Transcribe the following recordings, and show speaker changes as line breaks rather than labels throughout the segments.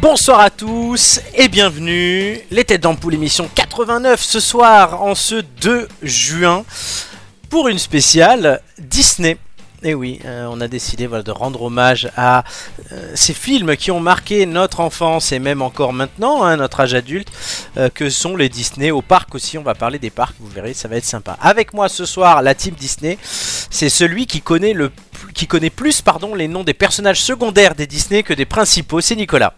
Bonsoir à tous et bienvenue. Les têtes d'ampoule émission 89 ce soir en ce 2 juin pour une spéciale Disney. Et oui, euh, on a décidé voilà, de rendre hommage à euh, ces films qui ont marqué notre enfance et même encore maintenant, hein, notre âge adulte, euh, que sont les Disney. Au parc aussi, on va parler des parcs, vous verrez, ça va être sympa. Avec moi ce soir, la team Disney, c'est celui qui connaît, le, plus- qui connaît plus pardon, les noms des personnages secondaires des Disney que des principaux, c'est Nicolas.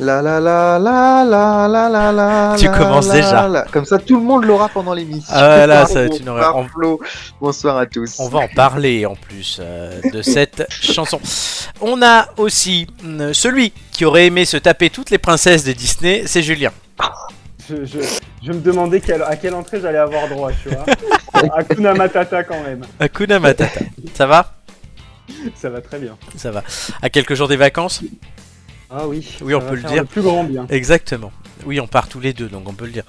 La la la la la la la la.
Tu
la
commences
la
déjà.
la. Comme ça, tout le monde l'aura pendant l'émission.
Ah là, ça va être une
Bonsoir,
horreur. On-
Flo. Bonsoir à tous.
On va en parler en plus euh, de cette chanson. On a aussi euh, celui qui aurait aimé se taper toutes les princesses des Disney, c'est Julien.
Je, je, je me demandais quelle- à quelle entrée j'allais avoir droit, tu vois. Hakuna Matata quand même.
Hakuna Matata. Ça va
Ça va très bien.
Ça va. À quelques jours des vacances
Ah oui.
Oui, on
ça va
peut le
faire
dire.
Le plus grand bien.
Exactement. Oui, on part tous les deux, donc on peut le dire.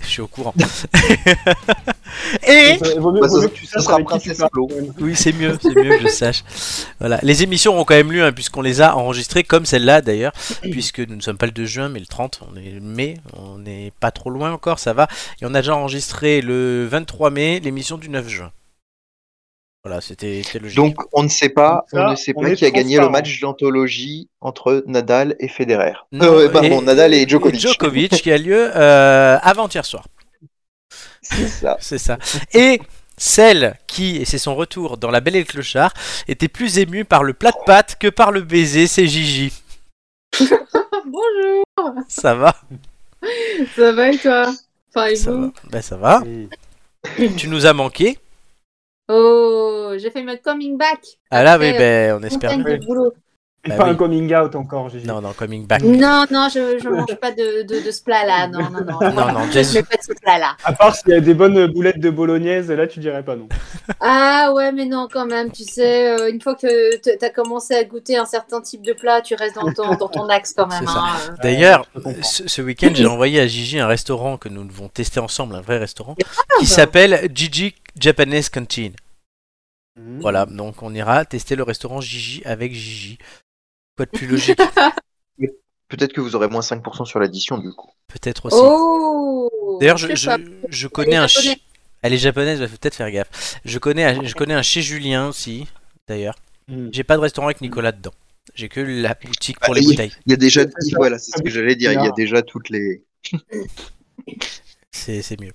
Je suis au courant. Et
Ça- vaut mieux,
Bah,
vaut
ce-
mieux que tu
ce
saches
sera
avec qui tu
Princesse
parles.
Flo.
oui, c'est mieux, c'est mieux que je sache. Voilà, les émissions ont quand même lieu hein, puisqu'on les a enregistrées comme celle-là d'ailleurs, puisque nous ne sommes pas le 2 juin mais le 30, on est le mai, on n'est pas trop loin encore, ça va. Et on a déjà enregistré le 23 mai l'émission du 9 juin. Voilà, c'était c'était logique.
Donc, on ne sait pas,
Donc ça,
on ne sait
on
pas
est
qui a gagné le
transparent.
match d'anthologie entre Nadal et Federer.
Non,
euh, pardon, Nadal et Djokovic.
Djokovic qui a lieu euh, avant-hier soir.
C'est ça.
C'est ça. Et celle qui, et c'est son retour dans La Belle et le Clochard, était plus émue par le plat de pâtes que par le baiser, c'est Gigi.
Bonjour,
Ça va
ça va et toi Enfin, et
Ça
vous
va. Ben, ça va.
Oui.
Mm.
Tu nous as manqué.
Oh, j'ai fait mon coming back.
Ah là,
Après,
oui, ben, on espère.
Montagne de
bien.
boulot.
Et
Bah
pas
oui.
un coming out encore, Gigi.
Non, non, coming back.
Non, non, je, je mange pas de, de, de ce plat-là. Non, non, non.
Non, non,
Je
Jess.
fais pas de ce plat-là.
À part s'il y a des bonnes boulettes de bolognaise, là tu dirais pas non.
Ah ouais, mais non, quand même, tu sais, euh, une fois que t- t'as commencé à goûter un certain type de plat, tu restes dans ton, dans ton axe quand même.
C'est ça.
hein.
D'ailleurs,
je comprends.
ce, ce week-end, j'ai envoyé à Gigi un restaurant que nous devons tester ensemble, un vrai restaurant, qui
grave.
s'appelle Gigi Japanese Canteen. Voilà, donc on ira tester le restaurant Gigi avec Gigi. Quoi de plus logique
Peut-être que vous aurez moins 5% sur l'addition, du coup.
Peut-être aussi.
Oh
D'ailleurs, je,
sais
je,
pas.
je connais un. chi-
japonaise.
Elle est japonaise, il faut peut-être faire gaffe. Je connais un, je connais un chez Julien aussi, d'ailleurs.
Mm.
J'ai pas de restaurant avec Nicolas dedans. J'ai que la boutique pour
Bah,
les bouteilles.
Il y a déjà,
C'est ça.
voilà, c'est ce que j'allais dire. Il y a déjà toutes les.
C'est c'est mieux.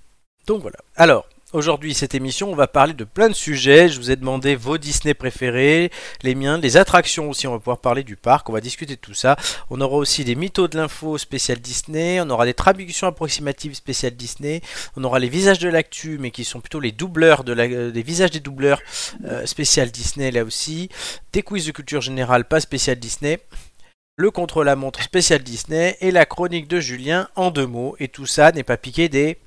Donc voilà. Alors. Aujourd'hui, cette émission, on va parler de plein de sujets. Je vous ai demandé vos Disney préférés, les miens, les attractions aussi. On va pouvoir parler du parc, on va discuter de tout ça. On aura aussi des mythos de l'info spécial Disney, on aura des traductions approximatives spécial Disney, on aura les visages de l'actu, mais qui sont plutôt les doubleurs, de la, euh, les visages des doubleurs euh, spécial Disney là aussi, des quiz de culture générale pas spécial Disney, le contre-la-montre spécial Disney et la chronique de Julien en deux mots. Et tout ça n'est pas piqué des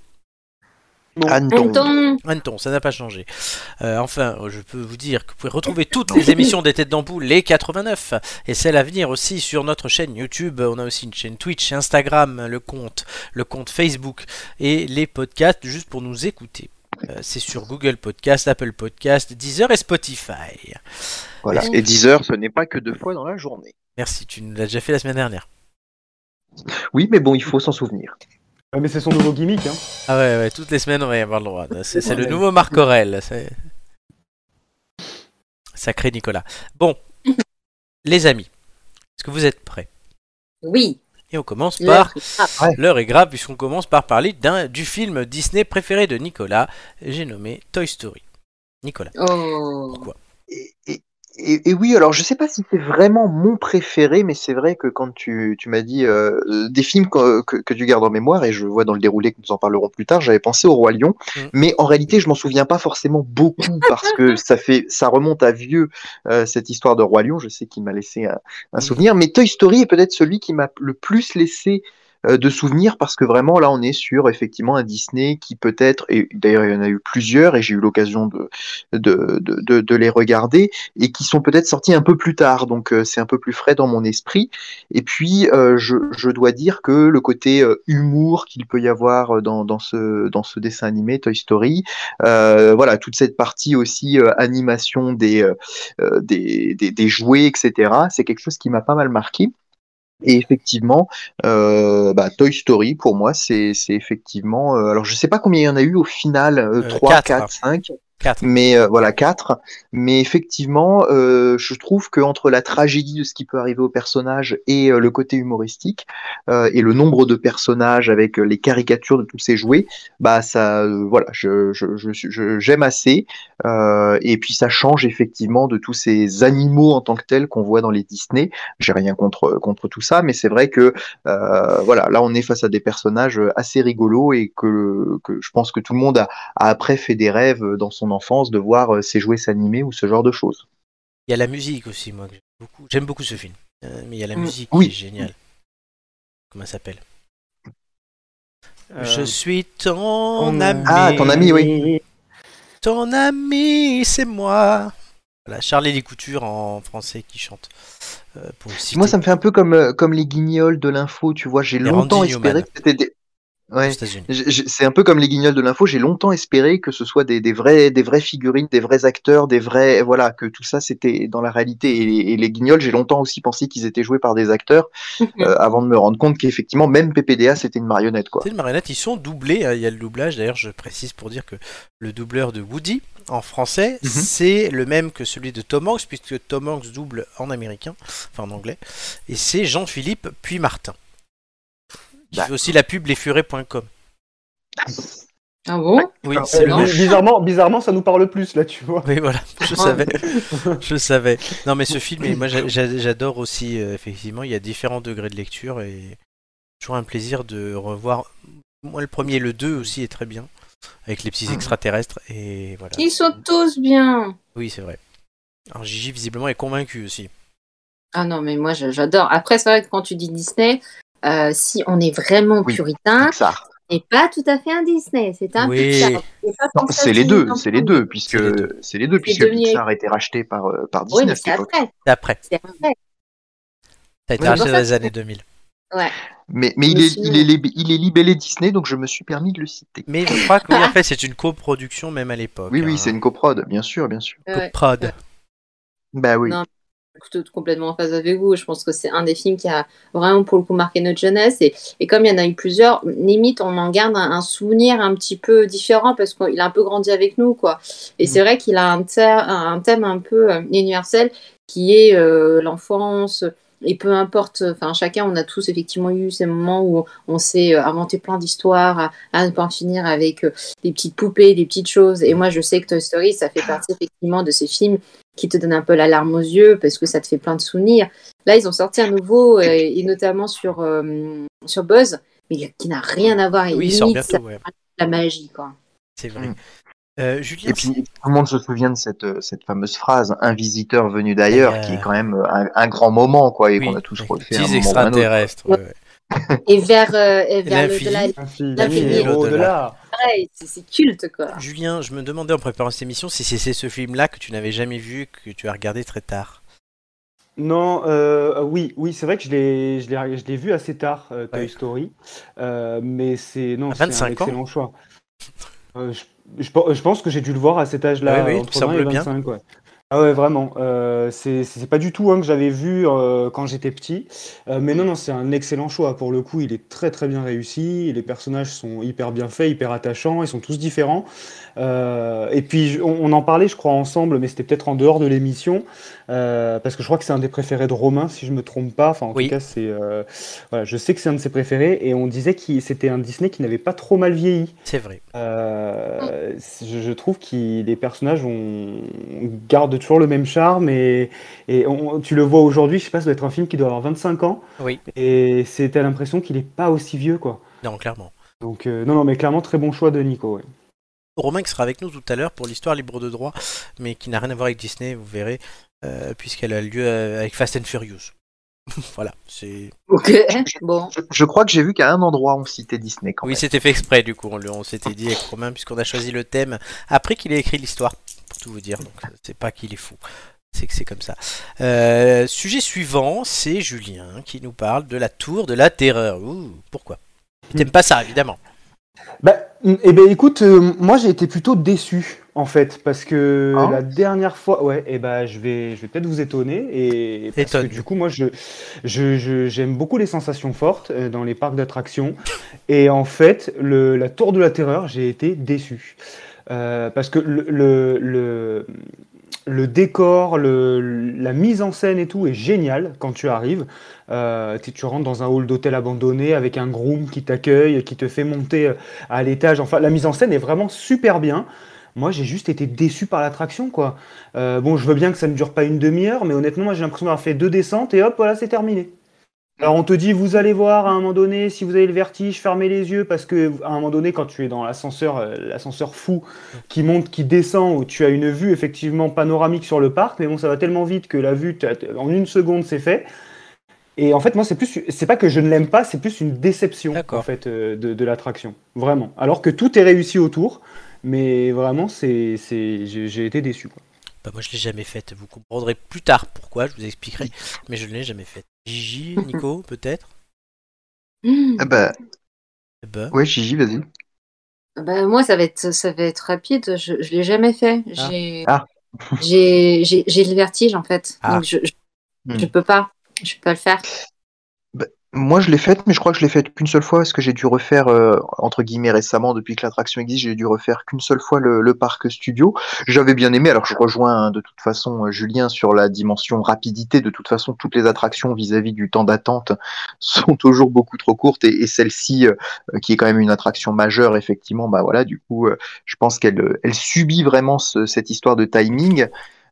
Anton.
Anton,
hannetons, ça n'a pas changé. Euh, enfin, je peux vous dire que vous pouvez retrouver toutes les émissions des Têtes d'Ampoule, les 89, et celles à venir aussi sur notre chaîne YouTube. On a aussi une chaîne Twitch, Instagram, le compte, le compte Facebook et les podcasts juste pour nous écouter. Euh, C'est sur Google Podcast, Apple Podcast, Deezer et Spotify.
Voilà. Et 10 heures, ce n'est pas que deux fois dans la journée.
Merci, tu nous l'as déjà fait la semaine dernière.
Oui, mais bon, il faut s'en souvenir.
Ouais, mais c'est son nouveau gimmick. Hein.
Ah ouais, ouais, toutes les semaines on va y avoir le droit. C'est c'est le nouveau Marc Aurel. c'est- Sacré Nicolas. Bon, les amis, est-ce que vous êtes prêts
oui.
Et on commence par.
Ah,
L'heure est grave puisqu'on commence par parler d'un du film Disney préféré de Nicolas. J'ai nommé Toy Story. Nicolas.
Oh.
Pourquoi
Et, et- et- et oui, alors je sais pas si c'est vraiment mon préféré, mais c'est vrai que quand tu, tu m'as dit euh, euh, des films que, que- que tu gardes en mémoire, et je vois dans le déroulé que nous en parlerons plus tard, j'avais pensé au Roi Lion,
Mm.
mais en réalité je m'en souviens pas forcément beaucoup parce que ça fait ça remonte à vieux euh, cette histoire de Roi Lion. Je sais qu'il m'a laissé un, un
Mm.
souvenir, mais Toy Story est peut-être celui qui m'a le plus laissé euh, de souvenirs parce que vraiment là on est sur effectivement un Disney qui peut-être et d'ailleurs il y en a eu plusieurs et j'ai eu l'occasion de, de, de, de- de les regarder et qui sont peut-être sortis un peu plus tard. Donc euh, c'est un peu plus frais dans mon esprit. Et puis euh, je, je dois dire que le côté euh, humour qu'il peut y avoir euh, dans, dans, ce, dans ce dessin animé Toy Story, euh, voilà toute cette partie aussi euh, animation des, euh, euh, des, des, des jouets, etc. C'est quelque chose qui m'a pas mal marqué. Et effectivement, euh, bah, Toy Story, pour moi, c'est c'est effectivement. euh, alors, je sais pas combien il y en a eu au final,
Euh,
3,
quatre.
4, 5,
Quatre.
mais euh, voilà, 4. Mais effectivement, euh, je trouve que entre la tragédie de ce qui peut arriver au personnage et euh, le côté humoristique, euh, et le nombre de personnages avec euh, les caricatures de tous ces jouets, bah, ça, euh, voilà, j'aime je, je, suis- je, j'aime assez. Euh, et puis, ça change effectivement de tous ces animaux en tant que tels qu'on voit dans les Disney j'ai rien contre contre tout ça, mais c'est vrai que euh, voilà, là on est face à des personnages euh, assez rigolos et que, que je pense que tout le monde a, a après fait des rêves dans son enfance de voir euh, ses jouets s'animer ou ce genre de choses.
Il y a la musique aussi, moi, que j'aime beaucoup. J'aime beaucoup ce film. Euh, mais il y a la
Mm,
musique
oui.
qui est géniale. Comment ça s'appelle
Euh, Euh,
Je suis ton
ton
ami.
Ah, ton ami, oui.
Ton ami, c'est moi. Voilà, Charlie les Coutures en français qui chante. Euh, pour citer
Moi, ça me fait un peu comme euh, comme les guignols de l'info, tu vois. J'ai
Les
longtemps
Randy
espéré
Newman.
que c'était des
aux
ouais.
États-Unis.
J'ai- j'ai- C'est un peu comme les guignols de l'info. J'ai longtemps espéré que ce soit des, des vrais, des vraies figurines, des vrais acteurs, des vrais, voilà, que tout ça c'était dans la réalité. Et, les- et les guignols, j'ai longtemps aussi pensé qu'ils étaient joués par des acteurs, euh, avant de me rendre compte qu'effectivement même PPDA c'était une marionnette quoi.
C'est une marionnette, ils sont doublés, hein, il y a le doublage, d'ailleurs je précise pour dire que le doubleur de Woody en français,
Mhm.
c'est le même que celui de Tom Hanks, puisque Tom Hanks double en américain, enfin en anglais, et c'est Jean-Philippe puis Martin. Qui fait
D'accord.
aussi la pub lesfurets.com.
Ah bon
Oui,
Alors,
c'est
euh,
le
non.
même.
bi- bizarrement, bizarrement, ça nous parle plus là, tu vois.
Oui, voilà, je savais. Je savais. Non, mais ce film, et moi j'a- j'a- j'adore aussi, euh, effectivement, il y a différents degrés de lecture et toujours un plaisir de revoir. Moi, le premier, le 2 aussi est très bien, avec les
Ah.
petits extraterrestres, et voilà.
Ils sont tous bien.
Oui, c'est vrai. Alors, Gigi, visiblement, est convaincu aussi.
Ah non, mais moi je- j'adore. Après, c'est vrai que quand tu dis Disney, euh, si on est vraiment
Oui.
puritain,
Pixar.
n'est pas tout à fait un Disney, c'est un
Oui.
Pixar. C'est pas
Non,
pour ça
c'est
que
les deux,
une
c'est les
entente.
deux, puisque
C'est les deux.
c'est les deux, puisque
devenu-
Pixar a été racheté par euh, par
Oui,
Disney
mais
à cette
c'est
époque.
après.
C'est Après,
C'est après.
ça a été
Oui,
racheté
pour
dans
ça,
les années 2000.
Mais mais il
Mais
est
sinon-
il est lib- il est libellé Disney, donc je me suis permis de le citer.
Mais je crois que oui, en fait, c'est une coproduction même à l'époque.
Oui oui,
hein.
c'est une coprode, bien sûr, bien sûr.
Ouais.
coprod.
Bah oui.
Non, Je suis complètement en phase avec vous. Je pense que c'est un des films qui a vraiment pour le coup marqué notre jeunesse. Et, et comme il y en a eu plusieurs, limite on en garde un, un souvenir un petit peu différent parce qu'il a un peu grandi avec nous. quoi. Et
Mm.
c'est vrai qu'il a un, thè- un thème un peu euh, universel qui est euh, l'enfance. Et peu importe, enfin chacun, on a tous effectivement eu ces moments où on s'est euh, inventé plein d'histoires à, à ne pas en finir avec euh, des petites poupées, des petites choses. Et moi, je sais que Toy Story, ça fait partie effectivement de ces films qui te donne un peu la larme aux yeux parce que ça te fait plein de souvenirs. Là, ils ont sorti un nouveau, euh, et, notamment sur, euh, sur Buzz, mais qui n'a rien à voir. Et
Oui, il sort
limite,
bientôt,
ça-
ouais,
La magie, quoi.
c'est vrai.
Mm.
Euh, Julien,
Et puis, tout le monde se souvient de cette, euh, cette fameuse phrase, un visiteur venu d'ailleurs,
Euh.
qui est quand même euh, un, un grand moment, quoi, et
oui,
qu'on a tous
avec
refait
les
à un
petits
moment ou à un autre.
extraterrestres. ouais, ouais.
Et vers, euh, et vers le
l'infini.
delà,
Infini,
L'infini.
au-delà.
pareil, c'est c'est culte, quoi.
Julien, je me demandais en préparant cette émission si c'est c'est ce film-là que tu n'avais jamais vu, que tu as regardé très tard.
Non, euh, oui, oui, c'est vrai que je l'ai, je l'ai, je l'ai vu assez tard, euh, Toy
Ouais.
Story, Euh, mais c'est non,
À
c'est un
25 ans.
excellent choix. Euh, je, je pe- je pense que j'ai dû le voir à cet âge-là,
Ouais, oui,
entre
ça
20 et
semble bien.
25, ouais. Ah ouais, vraiment. euh, c'est, c'est pas du tout un que j'avais vu euh, quand j'étais petit, Euh, mais non, non, c'est un excellent choix. Pour le coup, il est très, très bien réussi. Les personnages sont hyper bien faits, hyper attachants. Ils sont tous différents. Euh, et puis je- on, on en parlait, je crois, ensemble, mais c'était peut-être en dehors de l'émission, euh, parce que je crois que c'est un des préférés de Romain, si je me trompe pas. Enfin, en
Oui.
tout cas, c'est, euh, voilà, je sais que c'est un de ses préférés, et on disait que c'était un Disney qui n'avait pas trop mal vieilli.
C'est vrai.
Euh, je, je trouve que les personnages ont, gardent toujours le même charme et, et on- tu le vois aujourd'hui, je sais pas, ça doit être un film qui doit avoir 25 ans
Oui.
et c'est t'as l'impression qu'il est pas aussi vieux quoi.
Non, clairement.
Donc euh, non non mais clairement très bon choix de Nico. ouais.
Romain qui sera avec nous tout à l'heure pour l'histoire libre de droit, mais qui n'a rien à voir avec Disney, vous verrez, euh, puisqu'elle a lieu euh, avec Fast and Furious. voilà, c'est.
Ok, bon.
Je, je crois que j'ai vu qu'à un endroit on citait Disney quand
Oui,
même.
c'était fait exprès du coup, on, le- on s'était dit avec Romain, puisqu'on a choisi le thème après qu'il ait écrit l'histoire, pour tout vous dire, donc c'est pas qu'il est fou. C'est que c'est comme ça. Euh, sujet suivant, c'est Julien qui nous parle de la tour de la terreur. Ouh, pourquoi T'aimes pas ça, évidemment.
Bah, mm, eh ben, écoute, euh, moi j'ai été plutôt déçu en fait, parce que
Hein
la dernière fois, ouais, et ben je vais, je vais peut-être vous étonner et parce que
Étonne.
du coup moi je, je, je- j'aime beaucoup les sensations fortes euh, dans les parcs d'attractions et en fait le, la tour de la terreur j'ai été déçu Euh, parce que le, le, le, le décor, le, la mise en scène et tout est génial quand tu arrives. Euh, tu, tu rentres dans un hall d'hôtel abandonné avec un groom qui t'accueille, qui te fait monter euh, à l'étage. Enfin, la mise en scène est vraiment super bien. Moi, j'ai juste été déçu par l'attraction, quoi. Euh, bon, je veux bien que ça ne dure pas une demi-heure, mais honnêtement, moi, j'ai l'impression d'avoir fait deux descentes et hop, voilà, c'est terminé. Alors, on te dit, vous allez voir à un moment donné, si vous avez le vertige, fermez les yeux, parce que à un moment donné, quand tu es dans l'ascenseur, euh, l'ascenseur fou qui monte, qui descend, où tu as une vue effectivement panoramique sur le parc, mais bon, ça va tellement vite que la vue, t'as- en une seconde, c'est fait. Et en fait, moi, c'est plus, c'est pas que je ne l'aime pas, c'est plus une déception
D'accord.
en fait euh, de, de l'attraction, vraiment. Alors que tout est réussi autour, mais vraiment, c'est, c'est, j'ai j'ai été déçu. Quoi.
Bah, moi, je l'ai jamais faite. Vous comprendrez plus tard pourquoi, je vous expliquerai. Mais je ne l'ai jamais faite. Gigi, Nico, peut-être
Mmh.
Ah bah,
Eh ben,
ouais, Gigi, vas-y.
Bah, moi, ça va être, ça va être rapide. Je, je l'ai jamais fait.
Ah.
J'ai,
Ah.
j'ai, j'ai, j'ai le vertige en fait.
Ah.
Donc je, je,
Hmm.
je peux pas, je peux pas le faire.
Moi, je l'ai faite, mais je crois que je l'ai faite qu'une seule fois parce que j'ai dû refaire, euh, entre guillemets, récemment, depuis que l'attraction existe, j'ai dû refaire qu'une seule fois le, le parc studio. J'avais bien aimé, alors je rejoins hein, de toute façon euh, Julien sur la dimension rapidité. De toute façon, toutes les attractions vis-à-vis du temps d'attente sont toujours beaucoup trop courtes et, et celle-ci, euh, euh, qui est quand même une attraction majeure, effectivement, bah voilà, du coup, euh, je pense qu'elle euh, elle subit vraiment ce- cette histoire de timing.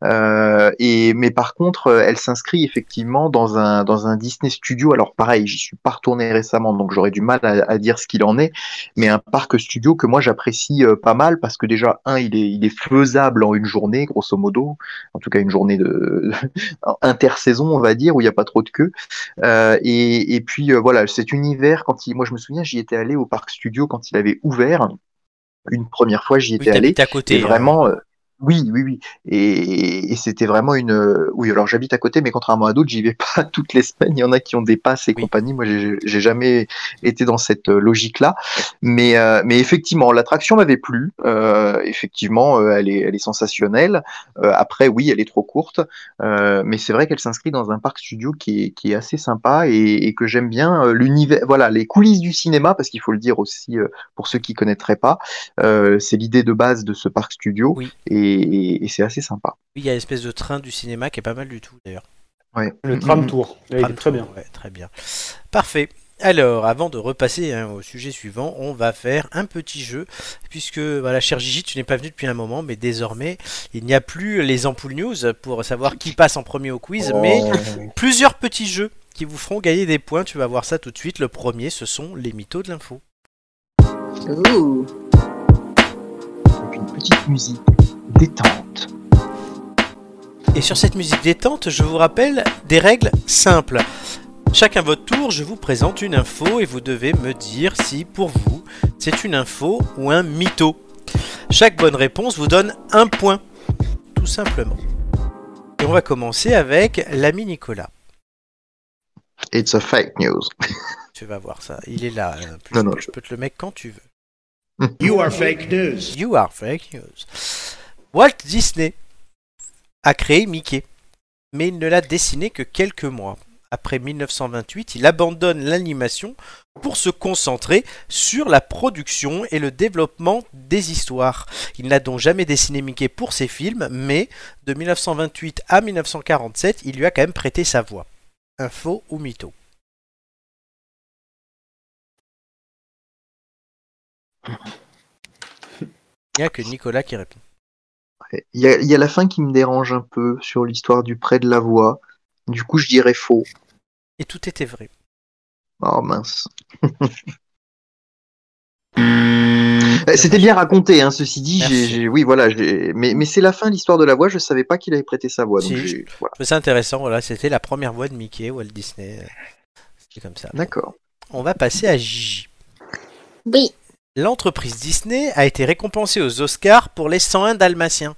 Euh, et mais par contre, euh, elle s'inscrit effectivement dans un dans un Disney Studio. Alors pareil, j'y suis pas retourné récemment, donc j'aurais du mal à, à dire ce qu'il en est. Mais un parc studio que moi j'apprécie euh, pas mal parce que déjà un, il est il est faisable en une journée, grosso modo, en tout cas une journée de intersaison, on va dire, où il n'y a pas trop de queue. Euh, et et puis euh, voilà, cet univers quand il, moi je me souviens, j'y étais allé au parc studio quand il avait ouvert. Une première fois, j'y
oui,
étais allé.
t'habites à côté.
Et
hein.
vraiment, euh, oui, oui, oui. Et, et c'était vraiment une. euh, oui, alors j'habite à côté, mais contrairement à d'autres, j'y vais pas toutes les semaines. Il y en a qui ont des passes et
Oui.
compagnie. Moi, j'ai j'ai jamais été dans cette euh, logique-là. Mais, euh, mais effectivement, l'attraction m'avait plu. Euh, effectivement, euh, elle, est, elle est sensationnelle. Euh, après, oui, elle est trop courte. Euh, mais c'est vrai qu'elle s'inscrit dans un parc studio qui est, qui est assez sympa et, et que j'aime bien euh, l'univers. Voilà, les coulisses du cinéma, parce qu'il faut le dire aussi euh, pour ceux qui connaîtraient pas. Euh, c'est l'idée de base de ce parc studio
Oui.
et, et- et c'est assez sympa.
Oui, il y a l'espèce de train du cinéma qui est pas mal du tout, d'ailleurs.
Le Mm-hmm. tram tour, là, Ah, il est
Tram
très
tour,
bien.
ouais, très bien. Parfait. Alors, avant de repasser hein, au sujet suivant, on va faire un petit jeu, puisque, voilà, cher Gigi, tu n'es pas venu depuis un moment, mais désormais, il n'y a plus les ampoules news pour savoir qui passe en premier au
Oh.
quiz, mais plusieurs petits jeux qui vous feront gagner des points. Tu vas voir ça tout de suite. Le premier, ce sont les mythos de l'info.
Ouh.
Avec une petite musique détente.
Et sur cette musique détente, je vous rappelle des règles simples. Chacun votre tour, je vous présente une info et vous devez me dire si pour vous c'est une info ou un mytho. Chaque bonne réponse vous donne un point, tout simplement. Et on va commencer avec l'ami Nicolas.
It's a fake news.
Tu vas voir ça, il est là. hein, puis
Non,
je-
non,
je peux te le mettre quand tu veux.
You are fake news.
You are fake news. Walt Disney a créé Mickey, mais il ne l'a dessiné que quelques mois. Après 1928, il abandonne l'animation pour se concentrer sur la production et le développement des histoires. Il n'a donc jamais dessiné Mickey pour ses films, mais de 1928 à 1947, il lui a quand même prêté sa voix. Info ou mytho Il n'y a que Nicolas qui répond.
Il y, a- il y a la fin qui me dérange un peu sur l'histoire du prêt de la voix. Du coup, je dirais faux.
Et tout était vrai.
Oh mince. Eh, C'était bien raconté, hein, ceci dit. j'ai-
Merci.
j'ai- oui, voilà. j'ai- Mais, mais c'est la fin de l'histoire de la voix. Je savais pas qu'il avait prêté sa voix. donc
Si.
j'ai- voilà.
C'est intéressant, voilà, c'était la première voix de Mickey, Walt Disney. euh, C'est comme ça.
D'accord.
On va passer à Gigi.
Oui.
L'entreprise Disney a été récompensée aux Oscars pour les 101 Dalmatiens,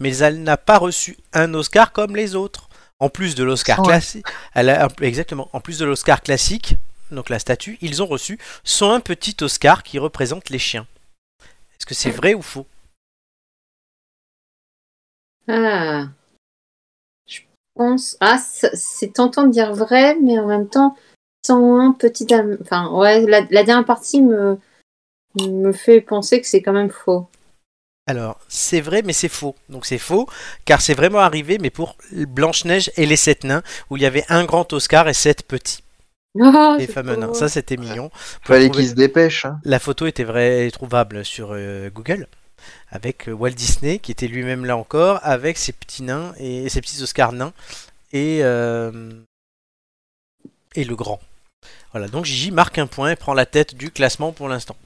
mais elle n'a pas reçu un Oscar comme les autres. En plus de l'Oscar
101.
classique, elle a- exactement, en plus de l'Oscar classique, donc la statue, ils ont reçu 101 petits Oscars qui représentent les chiens. Est-ce que c'est vrai ou faux
Ah. Je pense. Ah, ça- c'est tentant de dire vrai, mais en même temps, 101 petit. Am- Enfin, ouais, la, la dernière partie me, me fait penser que c'est quand même faux.
Alors, c'est vrai, mais c'est faux. Donc, c'est faux, car c'est vraiment arrivé, mais pour Blanche-Neige et les sept nains, où il y avait un grand Oscar et sept petits.
Ah,
les
c'est
fameux
faux.
nains. Ça, c'était mignon. Vous
Fallait
pouvez-
qu'ils se dépêchent. hein.
La photo était vraie et trouvable sur euh, Google, avec euh, Walt Disney, qui était lui-même là encore, avec ses petits nains et ses petits Oscars nains et, euh, et le grand. Voilà, donc Gigi marque un point et prend la tête du classement pour l'instant.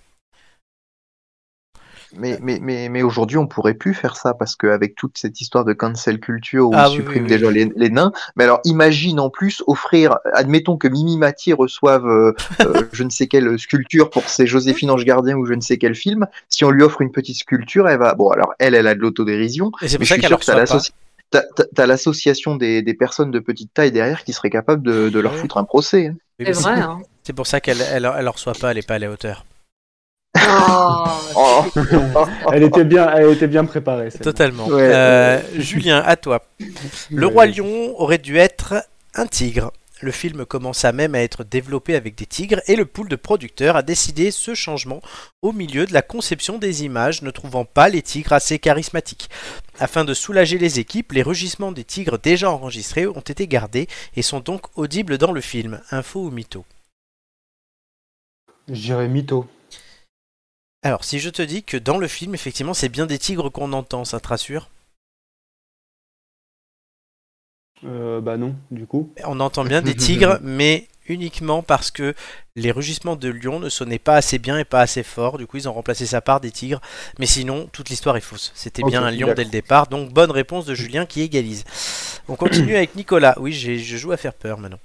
Mais, mais, mais, mais aujourd'hui, on pourrait plus faire ça parce qu'avec toute cette histoire de cancel culture où
Ah
on
oui,
supprime
oui, oui.
déjà Les, les nains. Mais alors, imagine en plus offrir, admettons que Mimi Mati reçoive euh, euh, je ne sais quelle sculpture pour ses Joséphine Ange Gardien ou je ne sais quel film. Si on lui offre une petite sculpture, elle va. Bon, alors elle, elle a de l'autodérision.
Et c'est pour
Mais je
ça
suis
qu'elle
sûr
ne
que t'as
reçoit pas.
l'associ- t'as- t'as- t'as l'association des, des personnes de petite taille derrière qui serait capable de, de leur
Ouais.
foutre un procès. hein.
Oui,
C'est
mais
vrai, hein.
C'est pour ça qu'elle elle, elle en reçoit pas, elle n'est pas à la hauteur.
Oh.
Oh.
Elle était bien, elle était bien préparée. celle-là.
Totalement.
Ouais,
Euh, Julien, à toi. Le
Ouais.
roi lion aurait dû être un tigre. Le film commença même à être développé avec des tigres et le pool de producteurs a décidé ce changement au milieu de la conception des images, ne trouvant pas les tigres assez charismatiques. Afin de soulager les équipes, les rugissements des tigres déjà enregistrés ont été gardés et sont donc audibles dans le film. Info ou mytho
Je dirais mytho.
Alors, si je te dis que dans le film, effectivement, c'est bien des tigres qu'on entend, ça te rassure
Euh, bah non, du coup.
On entend bien des tigres, mais uniquement parce que les rugissements de lion ne sonnaient pas assez bien et pas assez fort. Du coup, ils ont remplacé ça par des tigres. Mais sinon, toute l'histoire est fausse. C'était bien
Ok,
un lion
d'accord.
dès le départ. Donc, bonne réponse de Julien qui égalise. On continue avec Nicolas. Oui, j'ai- je joue à faire peur maintenant.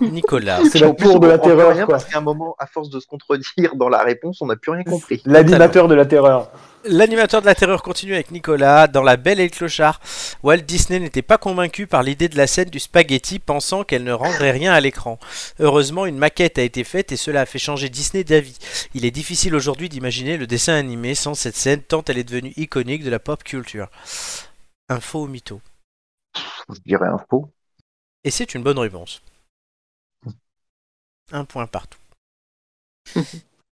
Nicolas.
C'est la
En plus,
tour de
on
la
comprend plus
terreur,
rien
quoi.
parce qu'à un moment, à force de se contredire dans la réponse, on n'a plus rien compris.
L'animateur de la terreur.
L'animateur de la terreur continue avec Nicolas. Dans La Belle et le Clochard, Walt Disney n'était pas convaincu par l'idée de la scène du spaghetti, pensant qu'elle ne rendrait rien à l'écran. Heureusement, une maquette a été faite et cela a fait changer Disney d'avis. Il est difficile aujourd'hui d'imaginer le dessin animé sans cette scène, tant elle est devenue iconique de la pop culture. Info ou mytho
Je dirais un faux.
Et c'est une bonne réponse. Un point partout.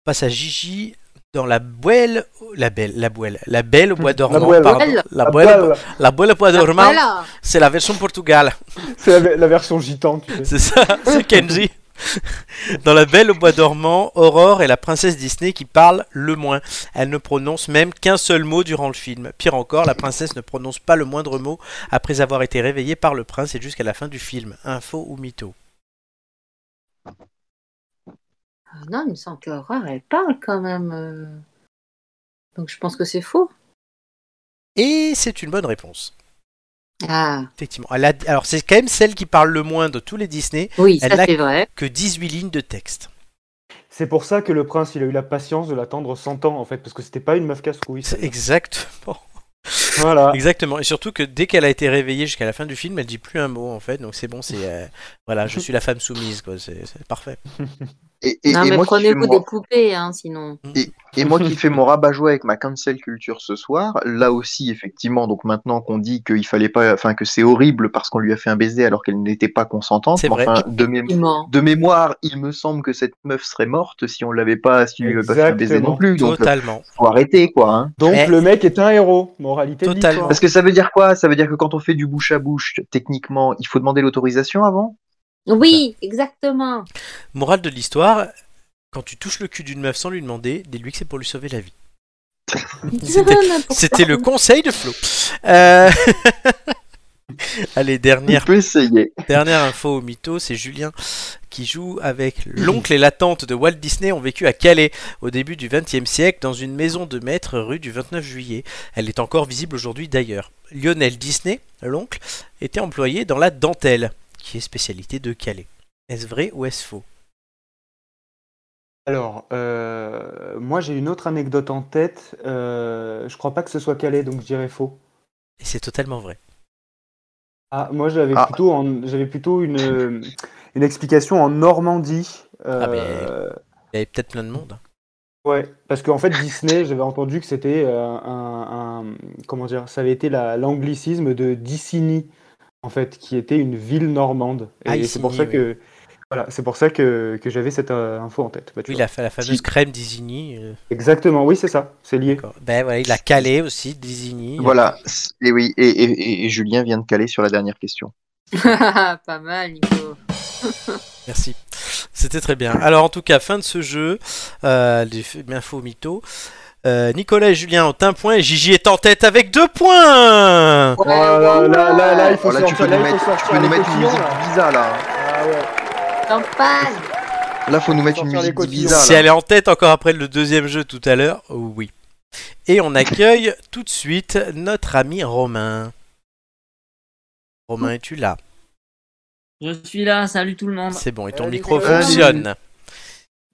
Passe à Gigi dans la bouelle, la belle, la bouelle, la belle au bois dormant.
bouelle.
pardon. La
Ah,
bouelle au
bah,
la Bola Poido Romano,
Voilà.
c'est la version Portugal.
C'est la, la version gitan, tu sais.
C'est ça, c'est Kenji. Dans La Belle au Bois dormant, Aurore est la princesse Disney qui parle le moins. Elle ne prononce même qu'un seul mot durant le film. Pire encore, la princesse ne prononce pas le moindre mot après avoir été réveillée par le prince et jusqu'à la fin du film. Info ou mytho
Ah Non, il me semble qu'Aurore, elle parle quand même. euh. Donc je pense que c'est faux.
Et c'est une bonne réponse.
Ah,
Effectivement. Elle a- Alors c'est quand même celle qui parle le moins de tous les Disney,
oui,
Elle
ça
l'a-
c'est vrai.
que 18 lignes de texte.
C'est pour ça que le prince, il a eu la patience de l'attendre 100 ans, en fait, parce que c'était pas une meuf casse-couille.
C'est
celle-là.
exactement.
Ah.
Voilà.
Exactement. Et surtout que dès qu'elle a été réveillée jusqu'à la fin du film, elle dit plus un mot en fait. Donc c'est bon, c'est euh, voilà, je suis la femme soumise quoi. C'est c'est parfait.
Et, et-
non,
et
mais
moi, qui fais
prenez-vous
mon-
des poupées, hein, sinon.
et moi qui fais mon rabat-joie avec ma cancel culture ce soir, là aussi, effectivement, donc maintenant qu'on dit qu'il fallait pas, enfin que c'est horrible parce qu'on lui a fait un baiser alors qu'elle n'était pas consentante,
C'est
mais
vrai.
enfin, de, mé-
Il ment.
de mémoire, il me semble que cette meuf serait morte si on l'avait pas, si on lui avait pas fait un baiser
Exactement.
non plus. Donc, euh,
Totalement.
faut arrêter, quoi. hein.
Donc
Mais-
le mec est un héros. Moralité de
Totalement.
l'histoire.
Parce que ça veut dire quoi Ça veut dire que quand on fait du bouche à bouche, techniquement, il faut demander l'autorisation avant
Oui, exactement.
Morale de l'histoire. Quand tu touches le cul d'une meuf sans lui demander, dis-lui que c'est pour lui sauver la vie. C'était-
N'importe
C'était
quoi.
le conseil de Flo. Euh, Allez, dernière,
On peut essayer.
dernière info au mytho, c'est Julien qui joue avec l'oncle et la tante de Walt Disney ont vécu à Calais au début du XXe siècle dans une maison de maître rue du 29 juillet. Elle est encore visible aujourd'hui d'ailleurs. Lionel Disney, l'oncle, était employé dans la dentelle, qui est spécialité de Calais. Est-ce vrai ou est-ce faux
Alors, euh, moi j'ai une autre anecdote en tête. Euh, je crois pas que ce soit calé, donc je dirais faux.
Et c'est totalement vrai.
Ah, moi j'avais
Ah.
plutôt, en- j'avais plutôt une, euh, une explication en Normandie.
Ah, mais-
Euh,
Il y avait peut-être plein de monde. hein.
Ouais, parce qu'en fait Disney, j'avais entendu que c'était euh, un, un- comment dire, ça avait été la- l'anglicisme de Dicini, en fait, qui était une ville normande. Et
Ah,
c'est pour
Icigny,
ça
oui.
que voilà, c'est pour ça que, que j'avais cette euh, info en tête. Bah, tu
Oui,
vois.
la, fa- la fameuse crème d'Isigny. euh,
Exactement, oui, c'est ça, c'est lié.
d'accord. ben voilà, il a calé aussi d'Isigny.
Voilà. Et oui, et, et- et- et Julien vient de caler sur la dernière question.
Ah, Pas mal, Nico.
Merci. C'était très bien. Alors, en tout cas, fin de ce jeu. Euh, des f- bien faux mythos. Euh, Nicolas et Julien ont un point et Gigi est en tête avec deux points.
Oh là là là là, il faut
Oh là, tu
sortir,
peux nous
là, il faut
mettre, tu
sortir
peux nous
les
mettre une
coquillons,
musique
là.
Ibiza là.
Ah ouais.
Champagne
Là, faut nous mettre une
Sortir les
musique
coquillons.
Ibiza.
Si
là.
elle est en tête encore après le deuxième jeu tout à l'heure, oui. Et on accueille tout de suite notre ami Romain. Romain, es-tu là
Je suis là, salut tout le monde.
C'est bon, et ton
Salut,
micro
Nicolas.
fonctionne.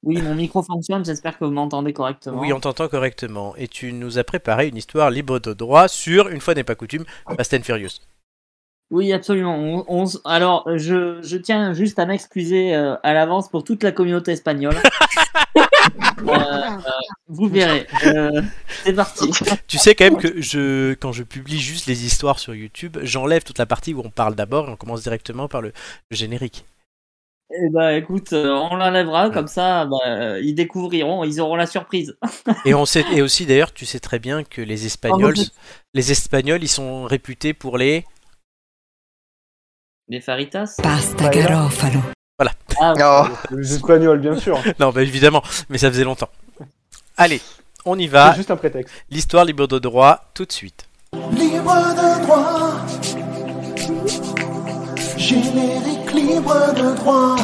Oui, mon micro fonctionne, j'espère que vous m'entendez correctement.
Oui, on t'entend correctement. Et tu nous as préparé une histoire libre de droit sur, une fois n'est pas coutume, Fast and Furious.
Oui, absolument. On- on s- Alors, euh, je, je tiens juste à m'excuser euh, à l'avance pour toute la communauté espagnole. Euh, euh, vous verrez. Euh, c'est parti.
Tu sais quand même que je, quand je publie juste les histoires sur YouTube, j'enlève toute la partie où on parle d'abord et on commence directement par le, le générique.
Eh ben, écoute, euh, on l'enlèvera, comme ça, bah, euh, ils découvriront, ils auront la surprise.
Et, on sait, et aussi d'ailleurs, tu sais très bien que les Espagnols,
Oh, mon Dieu.
les Espagnols, ils sont réputés pour les...
Les faritas
Pasta
Voilà.
garofalo.
Ah,
Oh,
Bah, Les Espagnols, bien sûr.
Non, bah évidemment, mais ça faisait longtemps. Allez, on y va.
C'est juste un prétexte.
L'histoire libre de droit, tout de suite.
Libre de droit. Générique libre de droit.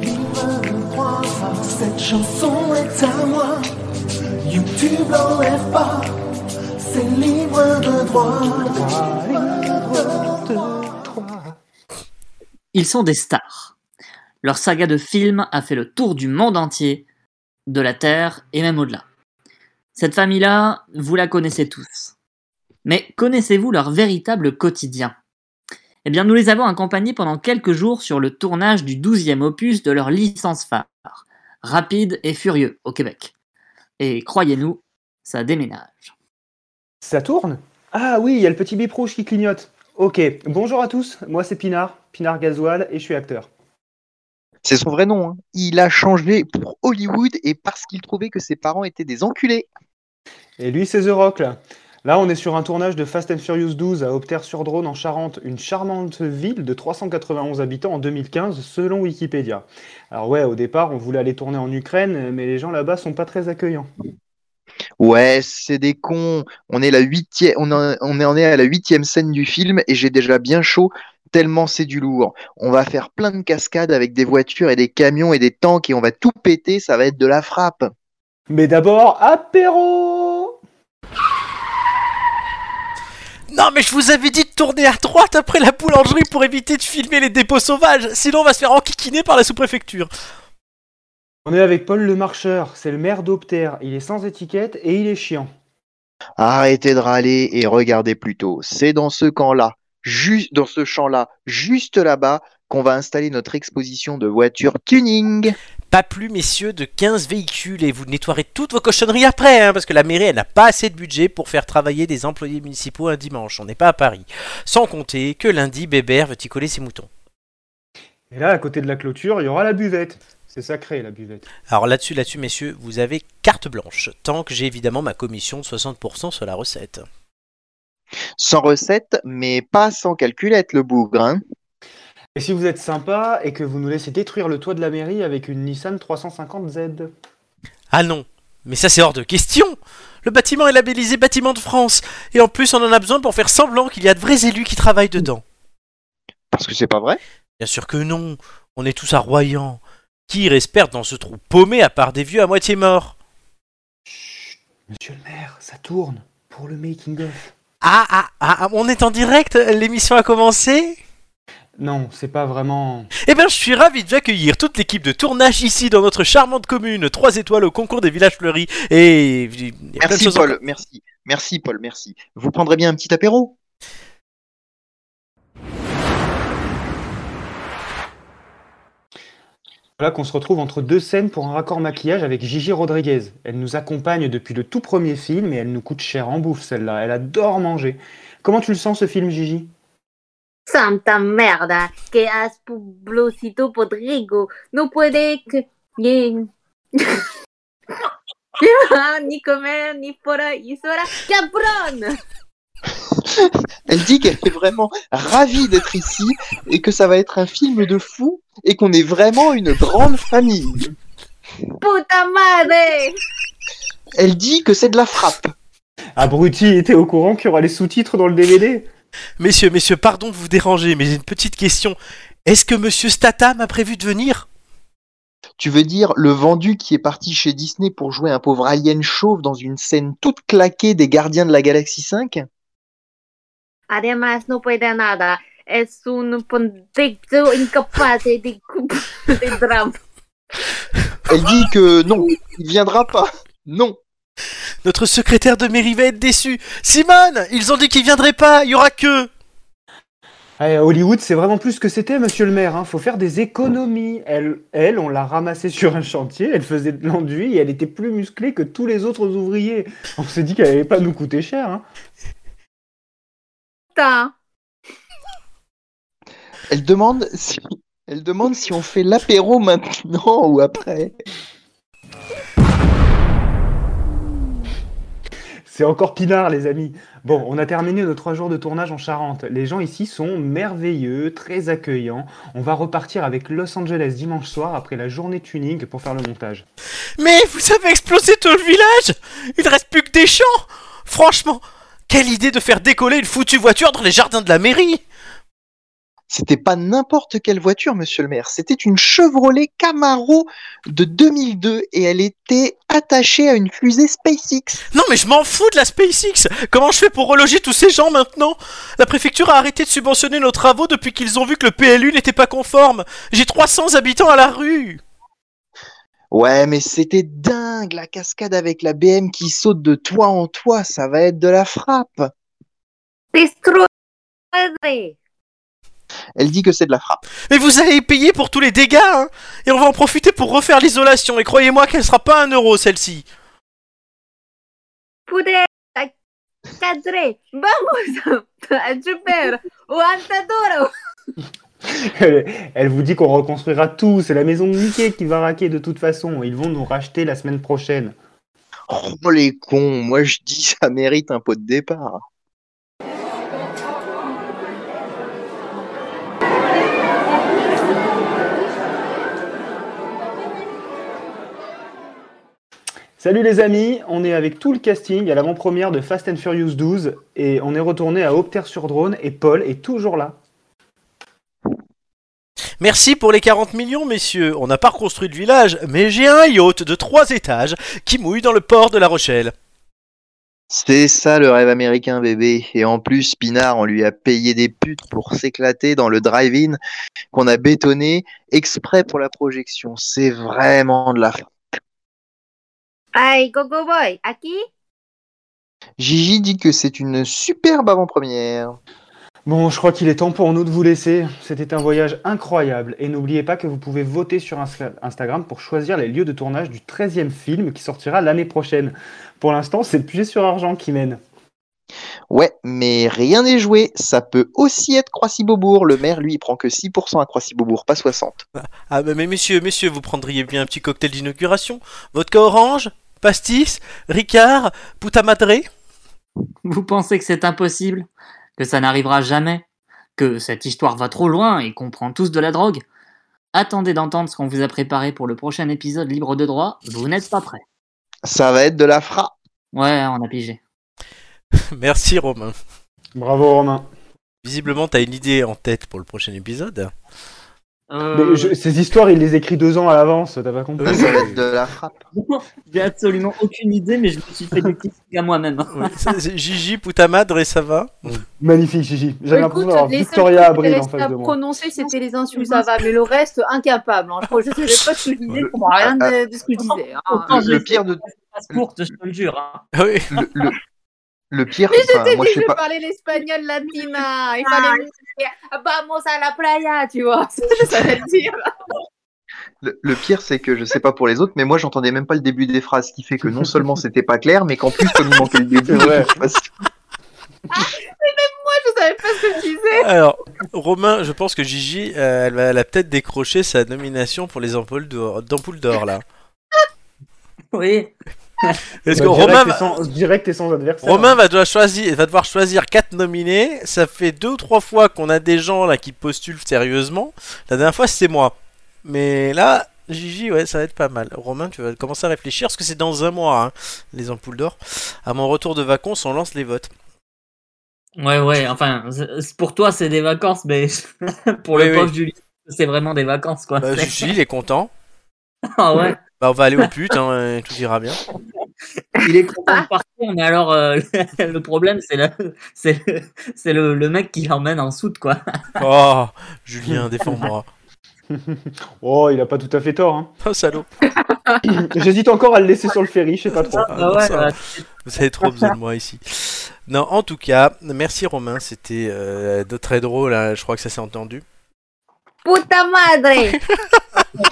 Libre de droit. Cette chanson est à moi. YouTube l'enlève pas. C'est libre de droit.
Ils sont des stars. Leur saga de films a fait le tour du monde entier, de la Terre et même au-delà. Cette famille-là, vous la connaissez tous. Mais connaissez-vous leur véritable quotidien Eh bien, nous les avons accompagnés pendant quelques jours sur le tournage du 12e opus de leur licence phare, Rapide et Furieux, au Québec. Et croyez-nous, ça déménage.
Ça tourne Ah oui, il y a le petit bip rouge qui clignote. Ok, bonjour à tous, moi c'est Pinard, Pinard Gasoil, et je suis acteur.
C'est son vrai nom. hein. Il a changé pour Hollywood et parce qu'il trouvait que ses parents étaient des enculés.
Et lui, c'est The Rock, là. Là, on est sur un tournage de Fast and Furious 12 à Opter-sur-Drône en Charente, une charmante ville de 391 habitants en 2015, selon Wikipédia. Alors ouais, au départ, on voulait aller tourner en Ukraine, mais les gens là-bas sont pas très accueillants.
Ouais, c'est des cons. On est la huitième, on en, on en est à la huitième scène du film et j'ai déjà bien chaud tellement c'est du lourd. On va faire plein de cascades avec des voitures et des camions et des tanks et on va tout péter. Ça va être de la frappe.
Mais d'abord, apéro
Non, mais je vous avais dit de tourner à droite après la boulangerie pour éviter de filmer les dépôts sauvages, sinon on va se faire enquiquiner par la sous-préfecture.
On est avec Paul le Marcheur, c'est le maire d'Opter, il est sans étiquette et il est chiant.
Arrêtez de râler et regardez plutôt. C'est dans ce camp-là, juste dans ce champ-là, juste là-bas, qu'on va installer notre exposition de voitures tuning.
Pas plus, messieurs, de 15 véhicules et vous nettoierez toutes vos cochonneries après, hein, parce que la mairie, elle n'a pas assez de budget pour faire travailler des employés municipaux un dimanche. On n'est pas à Paris. Sans compter que lundi, Bébert veut y coller ses moutons.
Et là, à côté de la clôture, il y aura la buvette. C'est sacré, la buvette.
Alors là-dessus, là-dessus, messieurs, vous avez carte blanche, tant que j'ai évidemment ma commission de 60% sur la recette.
Sans recette, mais pas sans calculette, le bougre. hein.
Et si vous êtes sympa et que vous nous laissez détruire le toit de la mairie avec une Nissan 350Z
Ah non, mais ça c'est hors de question Le bâtiment est labellisé bâtiment de France, et en plus on en a besoin pour faire semblant qu'il y a de vrais élus qui travaillent dedans.
Parce que c'est pas vrai.
Bien sûr que non, on est tous à Royan. Qui irait se perdre dans ce trou paumé à part des vieux à moitié morts
Chut, monsieur le maire, ça tourne pour le making of.
ah, ah, ah, ah, on est en direct L'émission a commencé
Non, c'est pas vraiment.
Eh bien, je suis ravi d'accueillir toute l'équipe de tournage ici dans notre charmante commune, 3 étoiles au concours des villages fleuris, et... il y a plein de
Merci,
choses
Paul. Merci. Merci, Paul. Merci. Vous prendrez bien un petit apéro
Voilà qu'on se retrouve entre deux scènes pour un raccord maquillage avec Gigi Rodriguez. Elle nous accompagne depuis le tout premier film et elle nous coûte cher en bouffe celle-là. Elle adore manger. Comment tu le sens ce film, Gigi
Santa merda, que has publicito podrigo. No puede que. ni
Ah,
ni comer, ni por ahí sola. Cabrón!
Elle dit qu'elle est vraiment ravie d'être ici et que ça va être un film de fou et qu'on est vraiment une grande famille.
Puta madre!
Elle dit que c'est de la frappe.
Abruti était au courant qu'il y aura les sous-titres dans le DVD
Messieurs, messieurs, pardon de vous déranger, mais j'ai une petite question. Est-ce que Monsieur Statham a prévu de venir
Tu veux dire le vendu qui est parti chez Disney pour jouer un pauvre alien chauve dans une scène toute claquée des Gardiens de la Galaxie 5
Además, no puede nada. Es un pendejo incapaz de, de drama.
Elle dit que non, il viendra pas. Non.
Notre secrétaire de mairie va être déçu. Simone, ils ont dit qu'ils viendraient pas, il y aura que.
Eh, Hollywood, c'est vraiment plus ce que c'était, monsieur le maire. Hein. Faut faire des économies. Elle, elle on l'a ramassée sur un chantier, elle faisait de l'enduit et elle était plus musclée que tous les autres ouvriers. On s'est dit qu'elle allait pas nous coûter cher. hein.
Putain.
Elle demande si, elle demande si on fait l'apéro maintenant ou après.
C'est encore pinard, les amis. Bon, on a terminé nos trois jours de tournage en Charente. Les gens ici sont merveilleux, très accueillants. On va repartir avec Los Angeles dimanche soir après la journée tuning pour faire le montage.
Mais vous avez explosé tout le village Il ne reste plus que des champs Franchement, quelle idée de faire décoller une foutue voiture dans les jardins de la mairie
C'était pas n'importe quelle voiture, monsieur le maire. C'était une Chevrolet Camaro de 2002 et elle était attachée à une fusée SpaceX.
Non mais je m'en fous de la SpaceX Comment je fais pour reloger tous ces gens maintenant La préfecture a arrêté de subventionner nos travaux depuis qu'ils ont vu que le PLU n'était pas conforme. J'ai 300 habitants à la rue
Ouais, mais c'était dingue la cascade avec la BM qui saute de toit en toit. Ça va être de la frappe.
Destro madre.
Elle dit que c'est de la frappe.
Mais vous allez payer pour tous les dégâts, hein Et on va en profiter pour refaire l'isolation, et croyez-moi qu'elle sera pas un euro celle-ci
Pude la cadre. Vamos a chupar o antadoro.
Elle, elle vous dit qu'on reconstruira tout. C'est la maison de Mickey qui va raquer de toute façon. Ils vont nous racheter la semaine prochaine.
Oh les cons, moi je dis ça mérite un pot de départ.
Salut les amis, on est avec tout le casting à l'avant-première de Fast and Furious 12 et on est retourné à Opter-sur-Drône et Paul est toujours là.
Merci pour les 40 millions, messieurs. On n'a pas reconstruit le village, mais j'ai un yacht de 3 étages qui mouille dans le port de La Rochelle.
C'est ça le rêve américain, bébé. Et en plus, Pinard, on lui a payé des putes pour s'éclater dans le drive-in qu'on a bétonné exprès pour la projection. C'est vraiment de la frappe.
Ay, Gogo Boy, aquí.
Gigi dit que c'est une superbe avant-première.
Bon, je crois qu'il est temps pour nous de vous laisser. C'était un voyage incroyable et n'oubliez pas que vous pouvez voter sur Insta- Instagram pour choisir les lieux de tournage du 13e film qui sortira l'année prochaine. Pour l'instant, c'est le puget sur argent qui mène.
Ouais, mais rien n'est joué. Ça peut aussi être Croissy-Beaubourg. Le maire, lui, il prend que 6% à Croissy-Beaubourg, pas 60.
Ah, mais, mais messieurs, messieurs, vous prendriez bien un petit cocktail d'inauguration Vodka orange Pastis Ricard Puta madré
Vous pensez que c'est impossible Que ça n'arrivera jamais Que cette histoire va trop loin et qu'on prend tous de la drogue Attendez d'entendre ce qu'on vous a préparé pour le prochain épisode libre de droit, vous n'êtes pas prêts.
Ça va être de la frappe.
Ouais, on a pigé.
Merci Romain.
Bravo Romain.
Visiblement, t'as une idée en tête pour le prochain épisode.
Euh,
Euh.
Mais je- ces histoires, il les écrit deux ans à l'avance, t'as pas compris
Ça va être
Ah,
de la frappe.
J'ai absolument aucune idée, mais je me suis fait des petits trucs à moi-même. Hein.
Ouais, c'est- c'est Gigi, Puta madre, ça va
Magnifique Gigi. J'avais l'impression d'avoir
les seuls
Victoria
trucs
Abril en
restés à
face de moi.
prononcer, c'était les insultes, ça va, mais le reste, incapable. hein. Je crois que je savais pas ce que je disais, je comprends rien de, de ce que je disais. hein.
Autant
Le pire de-
passe courte, je te le jure. hein.
Ah oui.
Le, le- le pire,
Mais je
enfin,
t'ai
moi
dit,
je
je
sais pas.
parlais l'espagnol hein. latina. Il fallait me dire, vamos à la playa, tu vois. Je savais le dire.
Le, le pire, c'est que je sais pas pour les autres, mais moi j'entendais même pas le début des phrases, ce qui fait que non seulement c'était pas clair, mais qu'en plus, comme il manquait le début,
vrai.
je sais pas si-
je savais pas ce que je disais.
Alors, Romain, je pense que Gigi, euh, elle, va- elle a peut-être décroché sa nomination pour les ampoules d'or, d'ampoules d'or là.
Oui.
Est-ce
Bah,
que
direct
Romain,
et
va-
sans- direct et sans adversaire.
Romain va devoir choisir, va devoir choisir quatre nominés. Ça fait deux ou trois fois qu'on a des gens là qui postulent sérieusement. La dernière fois, c'était moi. Mais là, Gigi, ouais, ça va être pas mal. Romain, tu vas commencer à réfléchir parce que c'est dans un mois, hein, les ampoules d'or. À mon retour de vacances, on lance les votes.
Ouais, ouais, enfin, c'est- c'est- pour toi, c'est des vacances, mais pour
Oui,
le
oui.
pauvre Julien, c'est vraiment des vacances, quoi.
Bah, Gigi, il est content.
Ah ouais,
Bah, on va aller au pute, hein, et tout ira bien.
il est content de partir, mais alors, euh, le problème, c'est la- c'est le, c'est le, le mec qui l'emmène en soute, quoi.
Oh, Julien, défends-moi.
Oh, il a pas tout à fait tort. hein.
Oh, salaud.
J'hésite encore à le laisser sur le ferry, je sais pas trop.
Ah,
Ah
non,
ouais,
ça va. Vous avez trop besoin de moi ici. Non, en tout cas, merci Romain, c'était euh, de très drôle, hein, je crois que ça s'est entendu.
Puta madre.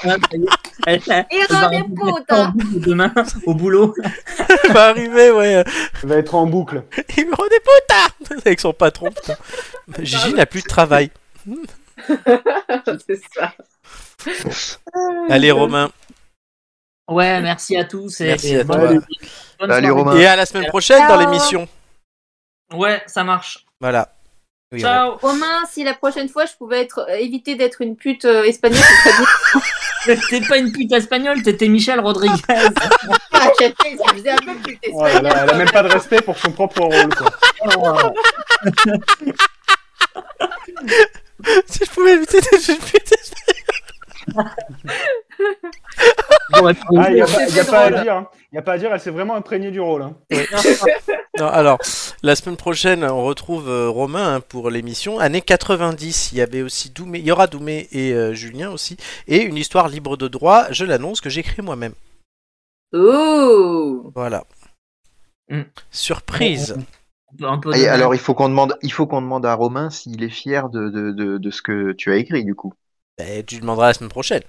elle- elle- elle va
Hijo de
revenir en
puta.
boucle demain au boulot.
Ça va arriver, ouais.
Il va être en boucle.
Il me rend des potards avec son patron, putain. Gigi n'a plus de travail.
c'est ça.
Allez Romain,
Ouais, merci à tous. Et
Merci à
bonne-
toi.
bonne
Allez,
soirée.
Romain.
et à la semaine prochaine dans
Ciao.
l'émission.
Ouais, ça marche.
Voilà. Oui,
Ciao.
Romain, si la prochaine fois je pouvais être, euh, éviter d'être une pute euh, espagnole, ce serait bien.
T'es pas une pute espagnole, t'étais Michel Rodriguez.
Ah, j'ai fait, ça faisait un peu plus de
Oh là là, elle a même pas de respect pour son propre rôle. quoi.
Romain. Si je pouvais éviter d'être une pute.
Bon, et puis,
Ah, il n'y a, pas-
bah, C'est
y a pas
drôle.
à dire. hein. Y a pas à dire, elle s'est vraiment imprégnée du rôle. hein.
Non, alors, la semaine prochaine, on retrouve euh, Romain hein, pour l'émission Année 90. Il y avait aussi Doumé, il y aura Doumé et euh, Julien aussi. Et une histoire libre de droit, je l'annonce, que j'écris moi-même.
Oh
Voilà.
Mm.
Surprise.
un peu
Et
de-
alors, il faut qu'on demande, il faut qu'on demande à Romain s'il est fier de, de, de, de ce que tu as écrit, du coup.
Ben, tu demanderas la semaine prochaine.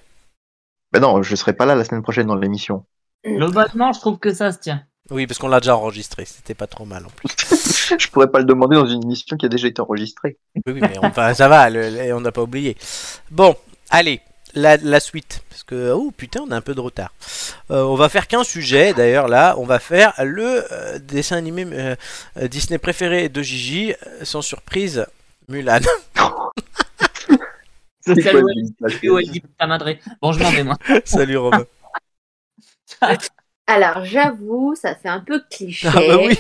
Ben non, je serai pas là la semaine prochaine dans l'émission.
Globalement, je trouve que ça se tient.
Oui, parce qu'on l'a déjà enregistré. C'était pas trop mal en plus.
je pourrais pas le demander dans une émission qui a déjà été enregistrée.
Oui, oui, mais on va- ça va. le- le- on n'a pas oublié. Bon, allez. La, la suite, parce que oh putain on a un peu de retard. Euh, on va faire qu'un sujet d'ailleurs là, on va faire le euh, dessin animé euh, euh, Disney préféré de Gigi, euh, sans surprise, Mulan.
C'est
C'est
celle
quoi,
où
Lily
elle- où elle dit putain madré. Bon, je m'en vais, moi.
Salut Romain.
Alors, j'avoue, ça fait un peu cliché.
Ah bah oui,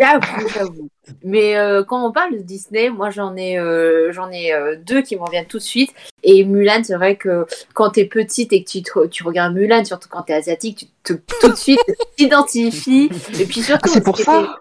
J'avoue, j'avoue. Mais euh, quand on parle de Disney, moi j'en ai, euh, j'en ai euh, deux qui m'en viennent tout de suite. Et Mulan, c'est vrai que quand t'es petite et que tu, te- tu regardes Mulan, surtout quand t'es asiatique, tu te- tout de suite t'identifies. Et puis surtout,
Ah, c'est pour
c'était-
ça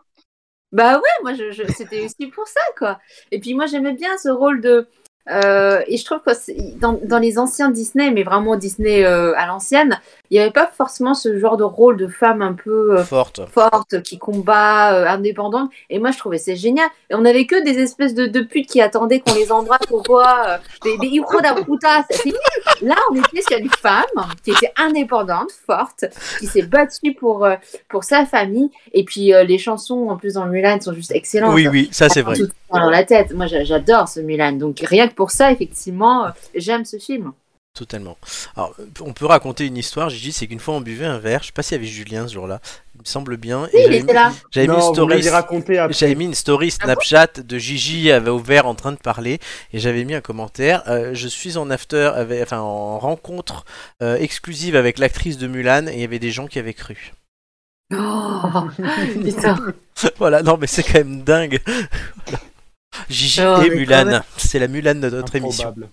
Bah ouais, moi je, je- c'était aussi pour ça quoi. Et puis moi j'aimais bien ce rôle de. euh, et je trouve que c'est- dans, dans les anciens Disney, mais vraiment Disney euh, à l'ancienne, il n'y avait pas forcément ce genre de rôle de femme un peu. euh,
forte.
forte, qui combat, euh, indépendante. Et moi, je trouvais c'est génial. Et on n'avait que des espèces de, de putes qui attendaient qu'on les embrasse ou quoi. euh, des des hibros d'aputa. C'est nul. Là, on était sur une femme qui était indépendante, forte, qui s'est battue pour, euh, pour sa famille. Et puis, euh, les chansons, en plus, dans le Mulan, sont juste excellentes.
Oui, oui, ça c'est vrai.
Ah, Tout dans la tête. Moi, j'a- j'adore ce Mulan. Donc, rien que pour ça, effectivement, euh, j'aime ce film.
Totalement. Alors, on peut raconter une histoire, Gigi, c'est qu'une fois on buvait un verre, je sais pas s'il y avait Julien ce jour-là, il me semble bien, et
Il
j'avais
était
mis,
là.
j'avais mis
Non,
une
vous
story,
l'avez raconté après.
j'avais mis une story Snapchat de Gigi avait au verre en train de parler, et j'avais mis un commentaire, euh, je suis en after, avec- enfin en rencontre euh, exclusive avec l'actrice de Mulan, et il y avait des gens qui avaient cru.
Oh, putain.
voilà, non mais c'est quand même dingue. Voilà. Gigi
Oh,
et
mais quand
Mulan, c'est la Mulan de notre émission.
Improbable.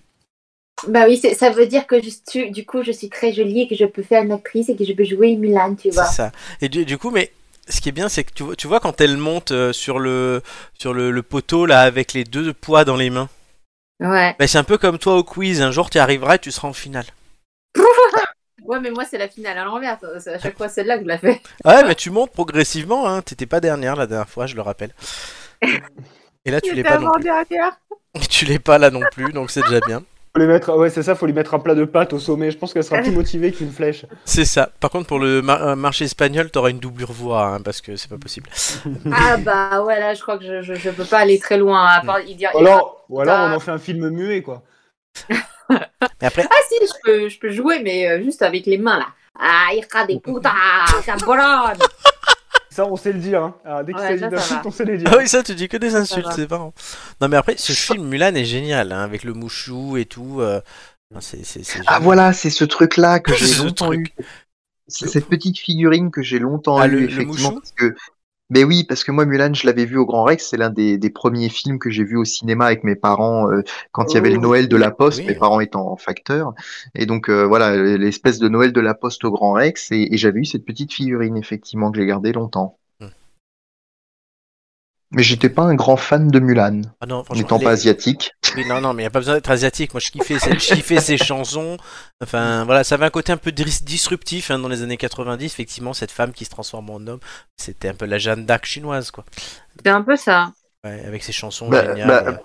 Bah oui, c'est- ça veut dire que je suis, du coup, je suis très jolie et que je peux faire une actrice et que je peux jouer Mulan, tu
C'est
vois.
ça. Et du, du coup, mais ce qui est bien, c'est que tu vois, tu vois quand elle monte euh, sur le sur le, le poteau là avec les deux poids dans les mains.
Ouais.
Bah, c'est un peu comme toi au quiz. Un jour, tu y arriveras et tu seras en finale.
Ouais, mais moi, c'est la finale à l'envers. C'est à chaque fois celle-là que je la fais.
Ouais, mais tu montes progressivement. Hein. T'étais pas dernière la dernière fois, je le rappelle. Et là, tu l'es
J'étais
pas non plus.
avant-dernière.
Tu l'es pas là non plus, donc c'est déjà bien.
Faut les mettre, ouais, c'est ça, faut lui mettre un plat de pâtes au sommet. Je pense qu'elle sera plus motivée qu'une flèche.
C'est ça. Par contre, pour le mar- euh, marché espagnol, t'auras une doublure voix, hein, parce que c'est pas possible.
Ah bah ouais, là je crois que je, je, je peux pas aller très loin. À
Hmm.
part, il dira-
Ou
il dira-
alors, ou alors on en fait un film muet, quoi.
Mais après,
Ah si, je peux, je peux jouer, mais euh, juste avec les mains là. Ah, hija de puta, cabrón.
Ça, on sait le dire. Hein. Alors, dès qu'il
Ouais,
s'agit
ça, ça
d'insultes, on sait les dire.
Ah oui, ça, tu dis que des insultes,
va.
c'est marrant. Non, mais après, ce film Mulan est génial, hein, avec le mouchou et tout. euh, c'est, c'est, c'est
Ah
génial.
voilà, c'est ce truc-là que j'ai
Ce
longtemps
truc.
eu. C'est cette petite figurine que j'ai longtemps
Ah,
eu,
le- le
effectivement.
mouchou
parce que... Mais oui, parce que moi, Mulan, je l'avais vu au Grand Rex. C'est l'un des, des premiers films que j'ai vu au cinéma avec mes parents euh, quand il y avait le
Oh,
Noël de la Poste,
oui.
mes parents étant facteurs. Et donc, euh, voilà, l'espèce de Noël de la Poste au Grand Rex. Et, et j'avais eu cette petite figurine, effectivement, que j'ai gardée longtemps.
Hmm.
Mais j'étais pas un grand fan de Mulan,
Ah non, franchement,
n'étant
les-
pas asiatique.
Oui, non, non, mais il a pas besoin d'être asiatique. Moi, je kiffais, ses- je kiffais ses chansons. Enfin, voilà, ça avait un côté un peu dis- disruptif hein, dans les années 90. Effectivement, cette femme qui se transforme en homme, c'était un peu la Jeanne d'Arc chinoise, quoi.
C'est un peu ça.
Ouais, avec ses chansons
Bah,
géniales.
bah,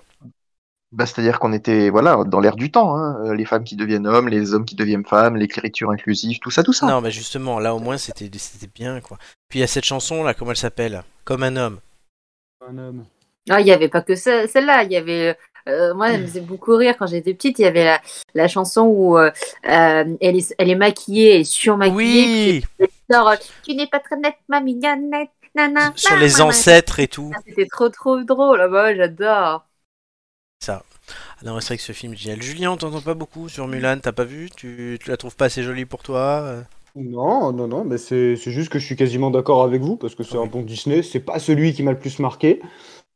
Bah, c'est-à-dire qu'on était voilà dans l'ère du temps, hein. Euh, les femmes qui deviennent hommes, les hommes qui deviennent femmes, l'écriture inclusive, tout ça, tout ça.
Non, mais justement, là, au moins, c'était, c'était bien, quoi. Puis il y a cette chanson, là, comment elle s'appelle Comme un homme.
Un homme.
Ah, il y avait pas que ce- celle-là. Il y avait. euh, moi, elle me faisait beaucoup rire quand j'étais petite. Il y avait la, la chanson où euh, euh, elle, est, elle est maquillée et surmaquillée.
Oui
puis elle sort, euh, tu n'es pas très nette, ma mignonnette. Nana,
Sur les ancêtres et tout.
C'était trop trop drôle. Ah bah ouais, j'adore.
Ah Non, c'est vrai que ce film est génial. Julien, on t'entend pas beaucoup sur Mulan, t'as pas vu tu, tu la trouves pas assez jolie pour toi euh
Non, non, non, mais c'est c'est juste que je suis quasiment d'accord avec vous parce que c'est un bon Disney. C'est pas celui qui m'a le plus marqué.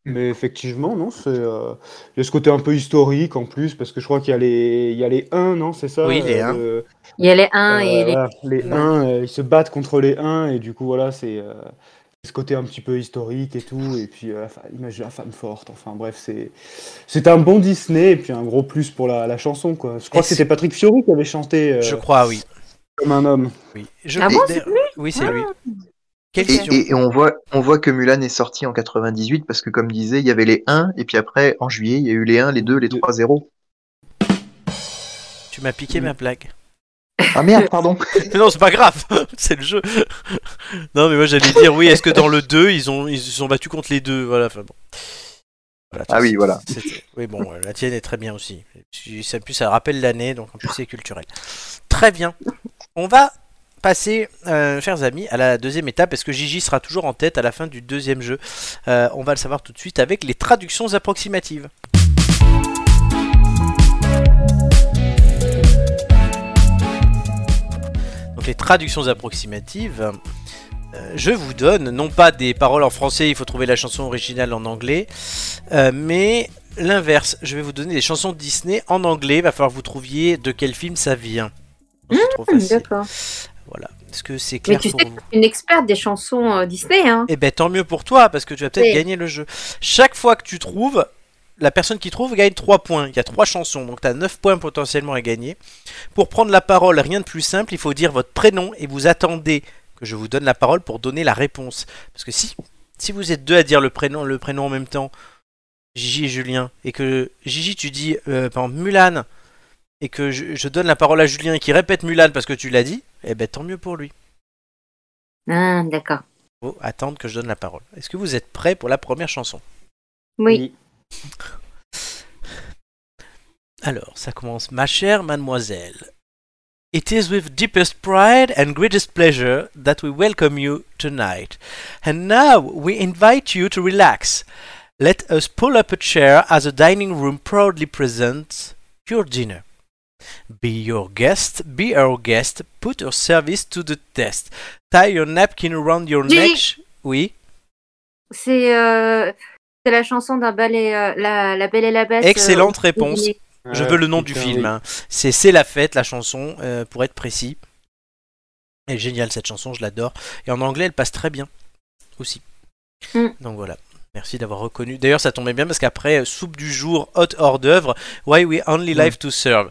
Hmm.
Mais effectivement, non, c'est. euh, Il y a ce côté un peu historique en plus parce que je crois qu'il y a les, il y a les 1, non, c'est ça
Oui, les
euh,
uns.
de-
Il y a les 1
Euh,
et les.
voilà, les
Ouais.
1, euh, ils se battent contre les 1 et du coup voilà c'est euh, ce côté un petit peu historique et tout et puis euh, la fa- l'image de la femme forte enfin bref c'est c'est un bon Disney et puis un gros plus pour la, la chanson quoi. Je crois
Et
que
c'est-
c'était Patrick Fiori qui avait chanté euh,
Je crois, oui.
comme un homme.
oui. Je-
Ah bon,
d'ailleurs- Oui, c'est lui. Quelle
Et,
question
et- et on voit on voit que Mulan est sorti en 98 parce que comme disait, il y avait les 1 et puis après en juillet, il y a eu les 1, les 2, les 3 0.
Tu m'as piqué ma plaque.
Ah merde, pardon.
Mais non, c'est pas grave, c'est le jeu. non, mais moi j'allais dire, oui, est-ce que dans le 2, ils, ont, ils se sont battus contre les deux Voilà, enfin bon. Voilà,
Ah oui,
c'est-
voilà.
c'était- Oui, bon, euh, la tienne est très bien aussi. Tu- Ça, en plus, ça rappelle l'année, donc en plus, c'est culturel. Très bien. On va passer, euh, chers amis, à la deuxième étape, parce que Gigi sera toujours en tête à la fin du deuxième jeu. Euh, on va le savoir tout de suite avec les traductions approximatives. Donc les traductions approximatives, euh, je vous donne non pas des paroles en français, il faut trouver la chanson originale en anglais, euh, mais l'inverse, je vais vous donner des chansons Disney en anglais, il va falloir que vous trouviez de quel film ça vient. Non, c'est trop facile.
Hmm, D'accord.
Voilà. Est-ce que c'est
Mais
clair
tu
pour
sais que
vous
t'es une experte des chansons euh, Disney, hein.
Eh ben tant mieux pour toi parce que tu vas peut-être
Oui.
gagner le jeu. Chaque fois que tu trouves, la personne qui trouve gagne 3 points. Il y a 3 chansons, donc tu as 9 points potentiellement à gagner. Pour prendre la parole, rien de plus simple, il faut dire votre prénom et vous attendez que je vous donne la parole pour donner la réponse. Parce que si, si vous êtes deux à dire le prénom, le prénom en même temps, Gigi et Julien, et que Gigi tu dis euh, par exemple, Mulan, et que je, je donne la parole à Julien et qu'il répète Mulan parce que tu l'as dit, eh ben tant mieux pour lui.
Ah, d'accord.
faut attendre que je donne la parole. Est-ce que vous êtes prêts pour la première chanson
Oui.
Alors, ça commence. Ma chère mademoiselle, It is with deepest pride and greatest pleasure that we welcome you tonight. And now we invite you to relax. Let us pull up a chair as the dining room proudly presents your dinner. Be your guest, be our guest, put your service to the test. Tie your napkin around your neck. Oui,
C'est euh, c'est la chanson d'un ballet, euh, la, la Belle et la Bête. euh,
excellente
au-
réponse. Je veux le nom du film. hein. C'est C'est la fête, la chanson, euh, pour être précis. Elle est géniale cette chanson, je l'adore. Et en anglais, elle passe très bien aussi.
Mm.
Donc voilà. Merci d'avoir reconnu. D'ailleurs, ça tombait bien parce qu'après, euh, soupe du jour, hot hors d'œuvre, Why We Only
Mm.
Live to Serve.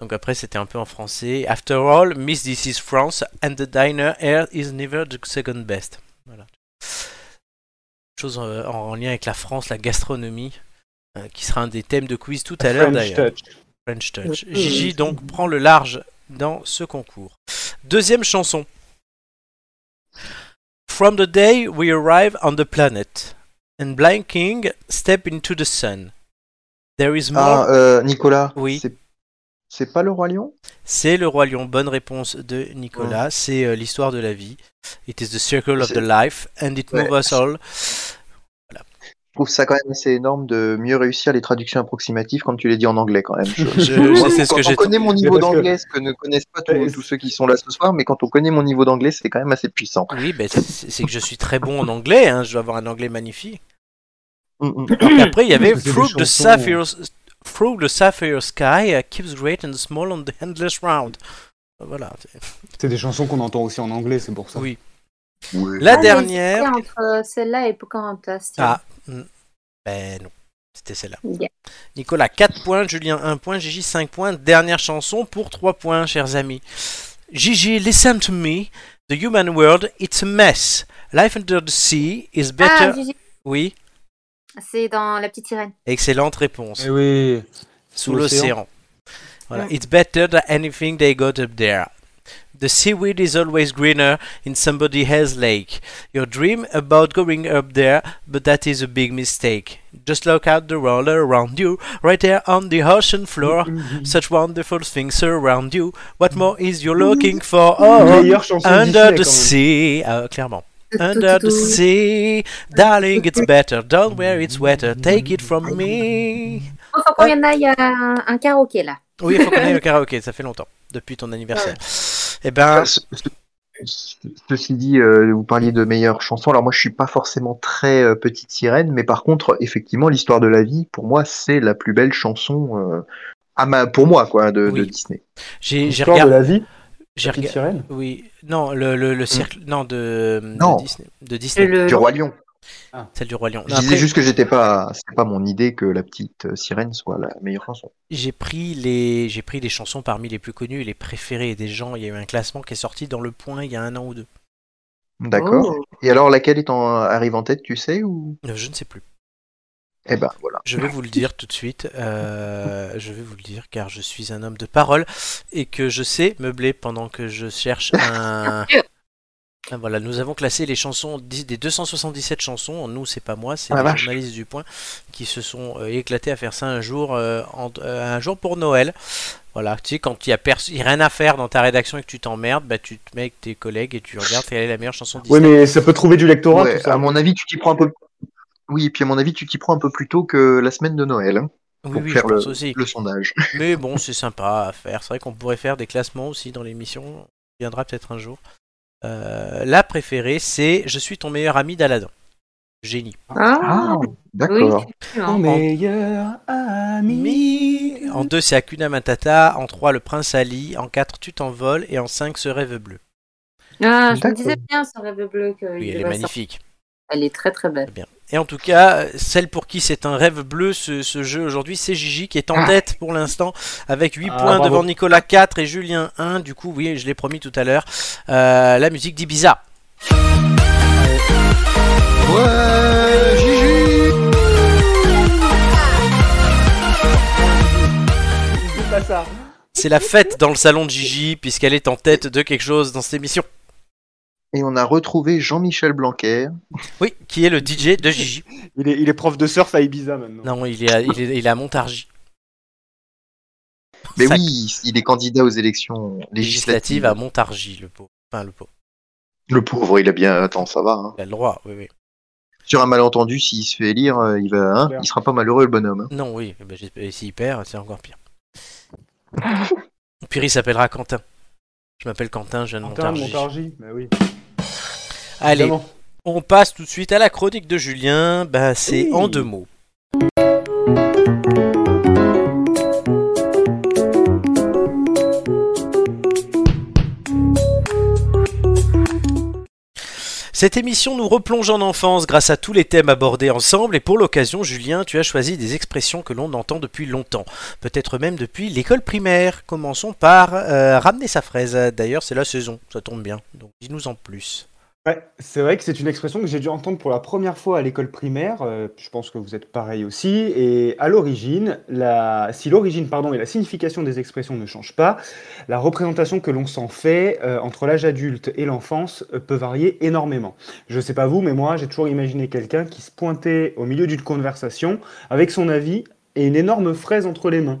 Donc après, c'était un peu en français. After all, Miss This is France and the diner air is never the second best. Voilà. Chose en, en lien avec la France, la gastronomie, euh, qui euh, sera un des thèmes de quiz tout à l'heure
French
d'ailleurs.
Touch.
French Touch. Gigi donc prend le large dans ce concours. Deuxième chanson. From the day we arrive on the planet and blanking step into the sun. There is more.
Ah, euh, Nicolas,
Oui.
c'est- c'est pas le Roi Lion
C'est le roi lion. Bonne réponse de Nicolas. C'est euh, l'histoire de la vie. It is the circle of
C'est-
the life and it
Ouais.
moves us all.
Je trouve ça quand même assez énorme de mieux réussir les traductions approximatives quand tu les dis en anglais quand même. Je,
Je-
Moi,
je sais ce
quand
que j'ai
on connaît mon niveau
Mais parce que-
d'anglais, ce que ne connaissent pas tous-
Euh,
tous ceux qui sont là ce soir, mais quand on connaît mon niveau d'anglais, c'est quand même assez puissant.
Oui, ben, c'est c'est que je suis très bon en anglais. hein. Je dois avoir un anglais magnifique.
Mm, mm.
Alors qu'après, il y avait
Parce que les
Through the,
chansons-
sapphire, Through the Sapphire Sky uh, keeps great and small on the endless round. Voilà.
C'est des chansons qu'on entend aussi en anglais, c'est pour ça.
Oui. La
Ah,
dernière.
j'hésitais entre euh, celle-là et Pocahontas. tiens.
Ah, hmm. ben non. C'était celle-là.
Yeah.
Nicolas, 4 points. Julien, 1 point. Gigi, 5 points. Dernière chanson pour 3 points, chers amis. Gigi, listen to me. The human world, it's a mess. Life under the sea is
Ah,
better.
Gigi,
oui,
c'est dans La Petite Sirène.
excellente réponse.
Eh oui.
sous
Sous
l'océan. Voilà. It's better than anything they got up there. The seaweed is always greener in somebody else's lake. Your dream about going up there, but that is a big mistake. Just look out the roller around you, right there on the ocean floor. Such wonderful things surround you. What more is you looking for? Oh,
Meilleure chanson
Under
Disney,
the
quand même.
sea, Ah, clairement. Under the sea, darling, it's better. Don't wear it's wetter. Take it from me.
Enfin,
Euh.
quand il y en a, il y a un, un karaoké là.
Oui, il faut qu'on aille au karaoké, ça fait longtemps, depuis ton anniversaire. Eh ben,
Ah, Ce- ce- Ceci dit, euh, vous parliez de meilleures chansons. Alors moi, je suis pas forcément très euh, petite sirène, mais par contre, effectivement, l'histoire de la vie, pour moi, c'est la plus belle chanson euh, à ma, pour moi, quoi, de,
Oui.
de Disney.
j'ai j'ai
L'histoire de
regardé.
la vie,
j'ai
petite
regardé-
sirène.
Oui, non, le, le, le cirque. Non, de, de
Mm. Non.
Disney. De
Le,
Disney,
le-
Du Roi Lion.
celle du Roi Lion.
Je
Non,
disais
Euh, après,
juste que j'étais pas, c'est pas mon idée que la petite euh, sirène soit la meilleure chanson.
J'ai pris, les... j'ai pris les chansons parmi les plus connues et les préférées des gens. Il y a eu un classement qui est sorti dans le point il y a un an ou deux.
D'accord.
Oh.
Et alors, laquelle est en arrive en tête, tu sais ou
Euh, Je ne sais plus.
Eh ben voilà.
Je vais vous le dire tout de suite. euh, Je vais vous le dire car je suis un homme de parole et que je sais meubler pendant que je cherche un. Ah, Voilà, nous avons classé les chansons dix- des 277 chansons. Nous, c'est pas moi, c'est
Ah,
les
vache.
journalistes du Point qui se sont euh, éclatés à faire ça un jour, euh, en- euh, un jour pour Noël. Voilà, tu sais, quand il y a, pers- il y a rien à faire dans ta rédaction et que tu t'emmerdes, bah, tu te mets avec tes collègues et tu regardes quelle est la meilleure chanson de
Oui,
Disney.
mais ça peut trouver du lectorat,
Ouais,
tout ça.
à mon avis, tu t'y prends un peu. Oui, et puis à mon avis, tu t'y prends un peu plus tôt que la semaine de Noël hein,
Oui,
pour
oui, je
faire
pense
le,
aussi.
le sondage.
Mais bon, c'est sympa à faire. C'est vrai qu'on pourrait faire des classements aussi dans l'émission. On y viendra peut-être un jour. Euh, la préférée, c'est Je suis ton meilleur ami d'Aladin. Génie.
Ah, oui,
d'accord.
Oh,
effectivement.
meilleur ami.
En 2, c'est Akuna Matata. En 3, le prince Ali. En 4, tu t'envoles. Et en 5, ce rêve bleu.
Ah, je
D'accord.
me disais bien, ce rêve bleu. Que
Oui,
il
elle est
devait
magnifique.
sortir. Elle est très très belle.
Et en tout cas, celle pour qui c'est un rêve bleu, ce, ce jeu aujourd'hui, c'est Gigi qui est en tête pour l'instant avec 8
Ah,
points
bravo.
devant Nicolas 4 et Julien 1. Du coup, oui, je l'ai promis tout à l'heure. Euh, la musique d'Ibiza.
Euh,
Ouais, Gigi
C'est pas ça.
C'est la fête dans le salon de Gigi, puisqu'elle est en tête de quelque chose dans cette émission.
Et on a retrouvé Jean-Michel Blanquer.
Oui, qui est le DJ de Gigi.
Il est, il est prof de surf à Ibiza maintenant.
Non, il est à, il est, il est à Montargis.
Mais
Sac-
oui, il est candidat aux élections législatives.
Législative à Montargis, le pauvre. Enfin, le pauvre.
Le pauvre, il a bien. Attends, ça va. hein.
Il a le droit, oui, oui.
Sur un malentendu, s'il se fait élire, euh, il va, hein,
Claire.
il sera pas malheureux, le bonhomme. hein.
Non, oui, eh ben, j'espère- et s'il perd, c'est encore pire. Pire, il s'appellera Quentin. Je m'appelle Quentin, je viens de
Montargis.
Montargis.
Montargis. Bah oui.
Allez,
évidemment.
on passe tout de suite à la chronique de Julien. Ben, c'est en deux mots. Cette émission nous replonge en enfance grâce à tous les thèmes abordés ensemble et pour l'occasion, Julien, tu as choisi des expressions que l'on entend depuis longtemps, peut-être même depuis l'école primaire. Commençons par euh, ramener sa fraise. D'ailleurs, c'est la saison, ça tombe bien. Donc dis-nous en plus.
Ouais, c'est vrai que c'est une expression que j'ai dû entendre pour la première fois à l'école primaire. euh, je pense que vous êtes pareil aussi. Et à l'origine, la... si l'origine pardon, et la signification des expressions ne changent pas, la représentation que l'on s'en fait euh, entre l'âge adulte et l'enfance euh, peut varier énormément. Je sais pas vous, mais moi, j'ai toujours imaginé quelqu'un qui se pointait au milieu d'une conversation avec son avis et une énorme fraise entre les mains.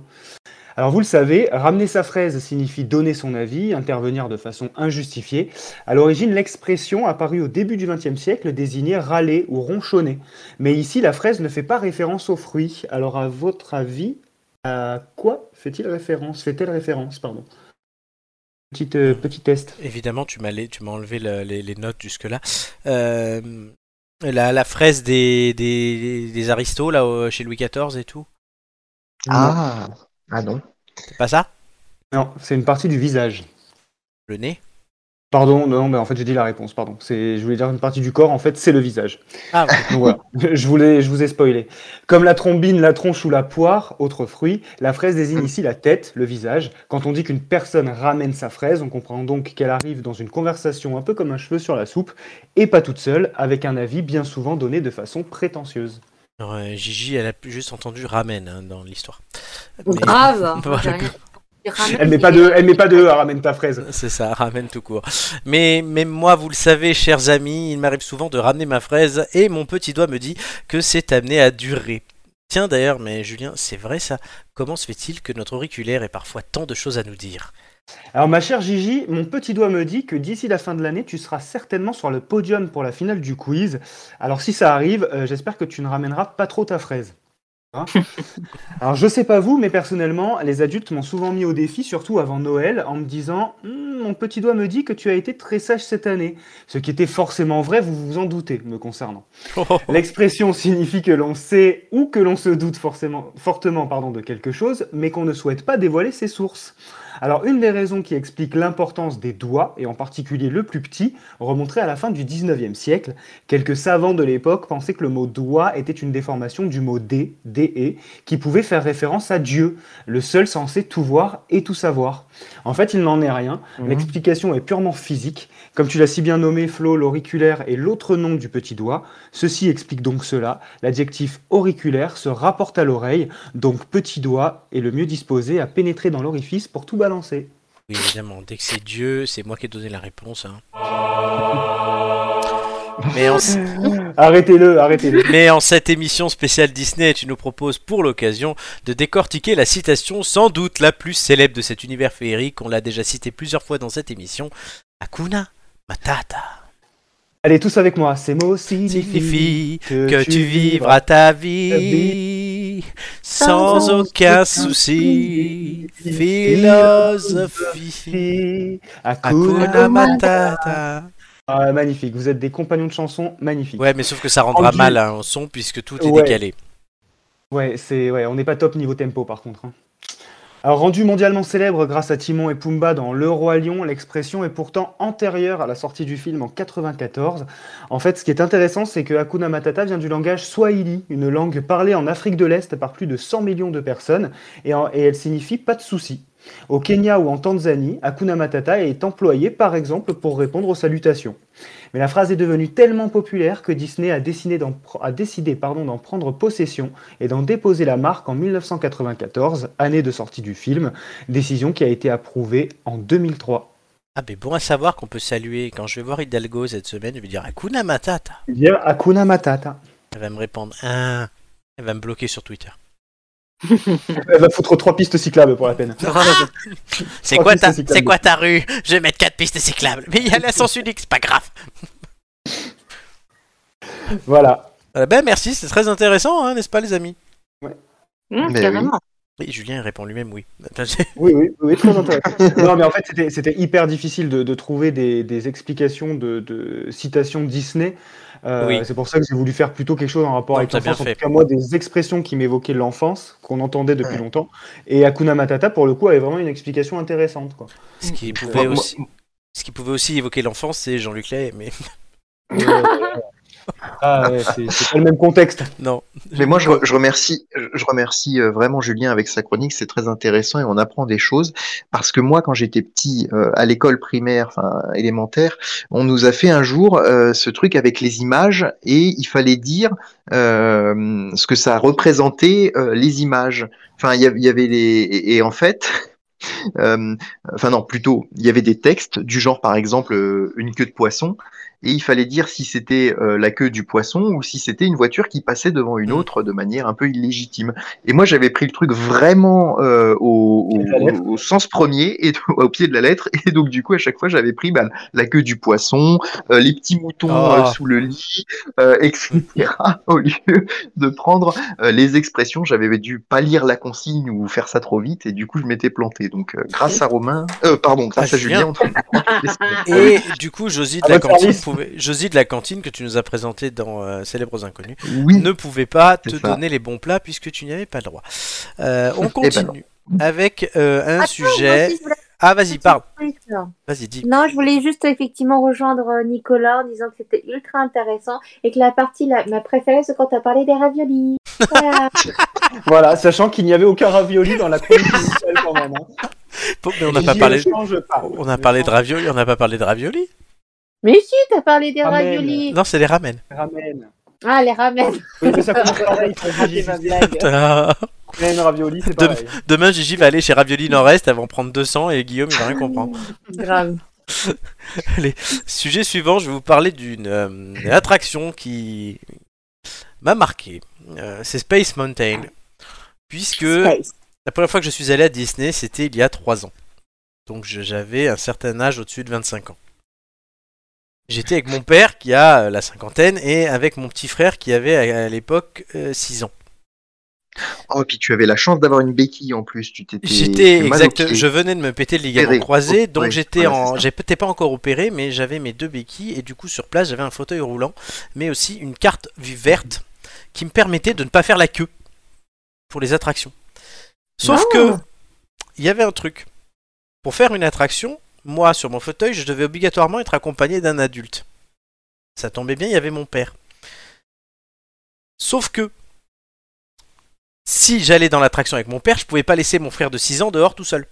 Alors vous le savez, ramener sa fraise signifie donner son avis, intervenir de façon injustifiée. À l'origine, l'expression apparue au début du XXe siècle désignait râler ou ronchonner. Mais ici, la fraise ne fait pas référence aux fruits. Alors à votre avis, à quoi fait-il référence Fait-elle référence, pardon Petite, euh, petit test.
Évidemment, tu m'as la- tu m'as enlevé la- les, les notes jusque-là. Euh, la, la fraise des, des, des aristos, là, au- chez Louis XIV et tout.
Ah, ah non.
C'est pas ça
Non, c'est une partie du visage.
Le nez
Pardon, non, mais en fait j'ai dit la réponse, pardon. C'est, je voulais dire une partie du corps, en fait c'est le visage.
Ah oui.
Donc voilà, je, voulais, je vous ai spoilé. Comme la trombine, la tronche ou la poire, autre fruit, la fraise désigne ici la tête, le visage. Quand on dit qu'une personne ramène sa fraise, on comprend donc qu'elle arrive dans une conversation un peu comme un cheveu sur la soupe, et pas toute seule, avec un avis bien souvent donné de façon prétentieuse.
Alors, euh, Gigi, elle a pu- juste entendu ramen hein, dans l'histoire. Mais-
Grave.
Voilà.
j'ai rien- j'ai ramène
Elle met
et-
pas de, elle met pas de, ah, ramène ta fraise.
C'est ça, ramène tout court. Mais même moi, vous le savez, chers amis, il m'arrive souvent de ramener ma fraise et mon petit doigt me dit que c'est amené à durer. Tiens d'ailleurs, mais Julien, c'est vrai ça Comment se fait-il que notre auriculaire ait parfois tant de choses à nous dire
Alors ma chère Gigi, mon petit doigt me dit que d'ici la fin de l'année, tu seras certainement sur le podium pour la finale du quiz. Alors si ça arrive, euh, j'espère que tu ne ramèneras pas trop ta fraise. Hein Alors je sais pas vous, mais personnellement, les adultes m'ont souvent mis au défi, surtout avant Noël, en me disant Hum, Mon petit doigt me dit que tu as été très sage cette année », ce qui était forcément vrai, vous vous en doutez, me concernant. L'expression signifie que l'on sait ou que l'on se doute forcément, fortement pardon, de quelque chose, mais qu'on ne souhaite pas dévoiler ses sources. Alors, une des raisons qui explique l'importance des doigts, et en particulier le plus petit, remonterait à la fin du 19e siècle. Quelques savants de l'époque pensaient que le mot doigt était une déformation du mot dé, dé, qui pouvait faire référence à Dieu, le seul censé tout voir et tout savoir. En fait, il n'en est rien. L'explication est purement physique. Comme tu l'as si bien nommé, Flo, l'auriculaire est l'autre nom du petit doigt. Ceci explique donc cela. L'adjectif auriculaire se rapporte à l'oreille, donc petit doigt est le mieux disposé à pénétrer dans l'orifice pour tout balancer.
Oui, évidemment, dès que c'est Dieu, c'est moi qui ai donné la réponse. hein. Mais en,
Arrêtez-le, arrêtez-le.
Mais en cette émission spéciale Disney, tu nous proposes pour l'occasion de décortiquer la citation sans doute la plus célèbre de cet univers féerique. On l'a déjà citée plusieurs fois dans cette émission. Hakuna Matata
Allez, tous avec moi. Ces mots signifient
signifie que tu vivras ta vie sans aucun souci. Philosophie. Hakuna
Hakuna
Matata.
Ah, magnifique, vous êtes des compagnons de chansons magnifiques. Ouais,
Ouais, mais sauf que ça rendra
Rendu.
mal à un son puisque tout est
Ouais.
décalé.
c'est, ouais on n'est pas top niveau tempo par contre. hein. Alors, rendu mondialement célèbre grâce à Timon et Pumba dans Le Roi Lion, l'expression est pourtant antérieure à la sortie du film en 94. En fait, ce qui est intéressant, c'est que Hakuna Matata vient du langage Swahili, une langue parlée en Afrique de l'Est par plus de 100 millions de personnes, et, en- et elle signifie pas de souci. Au Kenya ou en Tanzanie, Hakuna Matata est employé par exemple pour répondre aux salutations. Mais la phrase est devenue tellement populaire que Disney a, décidé d'en pr- a décidé pardon, d'en prendre possession et d'en déposer la marque en 1994, année de sortie du film, décision qui a été approuvée en 2003.
Ah, mais bon à savoir qu'on peut saluer. Quand je vais voir Hidalgo cette semaine, je vais dire Hakuna Matata.
Eh Bien, Hakuna Matata.
Elle va me répondre Ah, elle va me bloquer sur Twitter.
Elle va foutre trois pistes cyclables pour la peine.
c'est
Trois
quoi,
pistes
ta,
cyclables.
c'est quoi ta rue Je vais mettre 4 pistes cyclables. Mais il y a la sens unique, c'est pas grave.
Voilà.
Euh, ben merci, c'est très intéressant, hein, n'est-ce pas les amis
Mmh,
Hum,
Mais oui.
carrément.
Oui, Julien répond lui-même oui. Attends, j'ai-
Oui, oui, oui, très intéressant. non, mais en fait, c'était- c'était hyper difficile de, de trouver des, des explications de, de citations Disney. Euh,
Oui.
C'est pour ça que j'ai voulu faire plutôt quelque chose en rapport
Non,
avec
t'as bien
l'enfance. En
fait.
tout cas, moi, des expressions qui m'évoquaient l'enfance, qu'on entendait depuis
Ouais.
longtemps. Et Hakuna Matata, pour le coup, avait vraiment une explication intéressante. Quoi.
Ce qui
Moi-
pouvait
moi-
aussi, ce qui pouvait aussi évoquer l'enfance, c'est Jean-Luc Lay. Mais
Euh, Ah, ouais, c'est c'est pas le même contexte.
Non.
Mais moi, je, re- je remercie, je remercie euh, vraiment Julien avec sa chronique. C'est très intéressant et on apprend des choses parce que moi, quand j'étais petit euh, à l'école primaire, enfin élémentaire, on nous a fait un jour euh, ce truc avec les images et il fallait dire euh, ce que ça représentait euh, les images. Enfin, il y, av- il y avait les et, et en fait. euh, Enfin non, plutôt, il y avait des textes du genre par exemple euh, une queue de poisson et il fallait dire si c'était euh, la queue du poisson ou si c'était une voiture qui passait devant une
Mm.
autre de manière un peu illégitime. Et moi, j'avais pris le truc vraiment euh, au,
Pied de la
au-
lettre.
au sens premier et au pied de la lettre. Et donc, du coup, à chaque fois, j'avais pris bah, la queue du poisson, euh, les petits moutons
Ah.
euh, sous le lit, euh, etc. au lieu de prendre euh, les expressions, j'avais dû pas lire la consigne ou faire ça trop vite. Et du coup, je m'étais planté. Donc, euh, grâce à Romain, euh, pardon, grâce
Ah,
à Julien, on apprend toutes les semaines.
Et du coup, Josie de,
À
la
votre
cantine
service.
pouvait- Josie de la cantine que tu nous as présenté dans euh, Célèbres Inconnus
oui.
ne pouvait pas te
Mmh. C'est ça.
donner les bons plats puisque tu n'y avais pas le droit. Euh, on
Eh ben non.
continue avec euh, un
Attends, moi
sujet.
aussi, je voulais
Ah, vas-y,
faire
parle.
un truc, là.
Vas-y, dis.
Non, je voulais juste effectivement rejoindre euh, Nicolas en disant que c'était ultra intéressant et que la partie la, ma préférée, c'est quand t'as parlé des raviolis. Voilà.
Voilà, sachant qu'il n'y avait aucun ravioli dans la chronique initiale quand même. hein.
Mais on n'a
J'y
pas parlé.
échange pas.
On a parlé de ravioli, on n'a pas parlé de ravioli.
Mais si, t'as parlé des
Ramen.
raviolis.
Non, c'est les ramen.
Ramen.
Ah, les ramen.
Oui, mais ça commence pareil. pour Gigi.
ma blague.
Demain,
Ramen, ravioli, c'est
De-
pareil.
Gigi va aller chez Ravioli Nord-Est, elle va en prendre 200 et Guillaume, il va rien comprendre.
Grave.
Sujet suivant, je vais vous parler d'une euh, attraction qui m'a marqué. Euh, c'est Space Mountain. Puisque
Space.
la première fois que je suis allé à Disney, c'était il y a 3 ans. Donc je- j'avais un certain âge au-dessus de 25 ans. J'étais avec mon père qui a euh, la cinquantaine et avec mon petit frère qui avait à à l'époque 6 ans.
Oh, puis tu avais la chance d'avoir une béquille en plus. Tu t'étais.
J'étais
tu
exact.
manopté.
Je venais de me péter le ligament
Opéré.
croisé, donc
Oui,
j'étais
voilà,
en.
c'est ça.
J'étais pas encore opéré, mais j'avais mes deux béquilles et du coup sur place j'avais un fauteuil roulant, mais aussi une carte vue verte qui me permettait de ne pas faire la queue pour les attractions. Sauf que il y avait un truc. Pour faire une attraction, moi sur mon fauteuil, je devais obligatoirement être accompagné d'un adulte. Ça tombait bien, il y avait mon père. Sauf que si j'allais dans l'attraction avec mon père, je pouvais pas laisser mon frère de 6 ans dehors tout seul.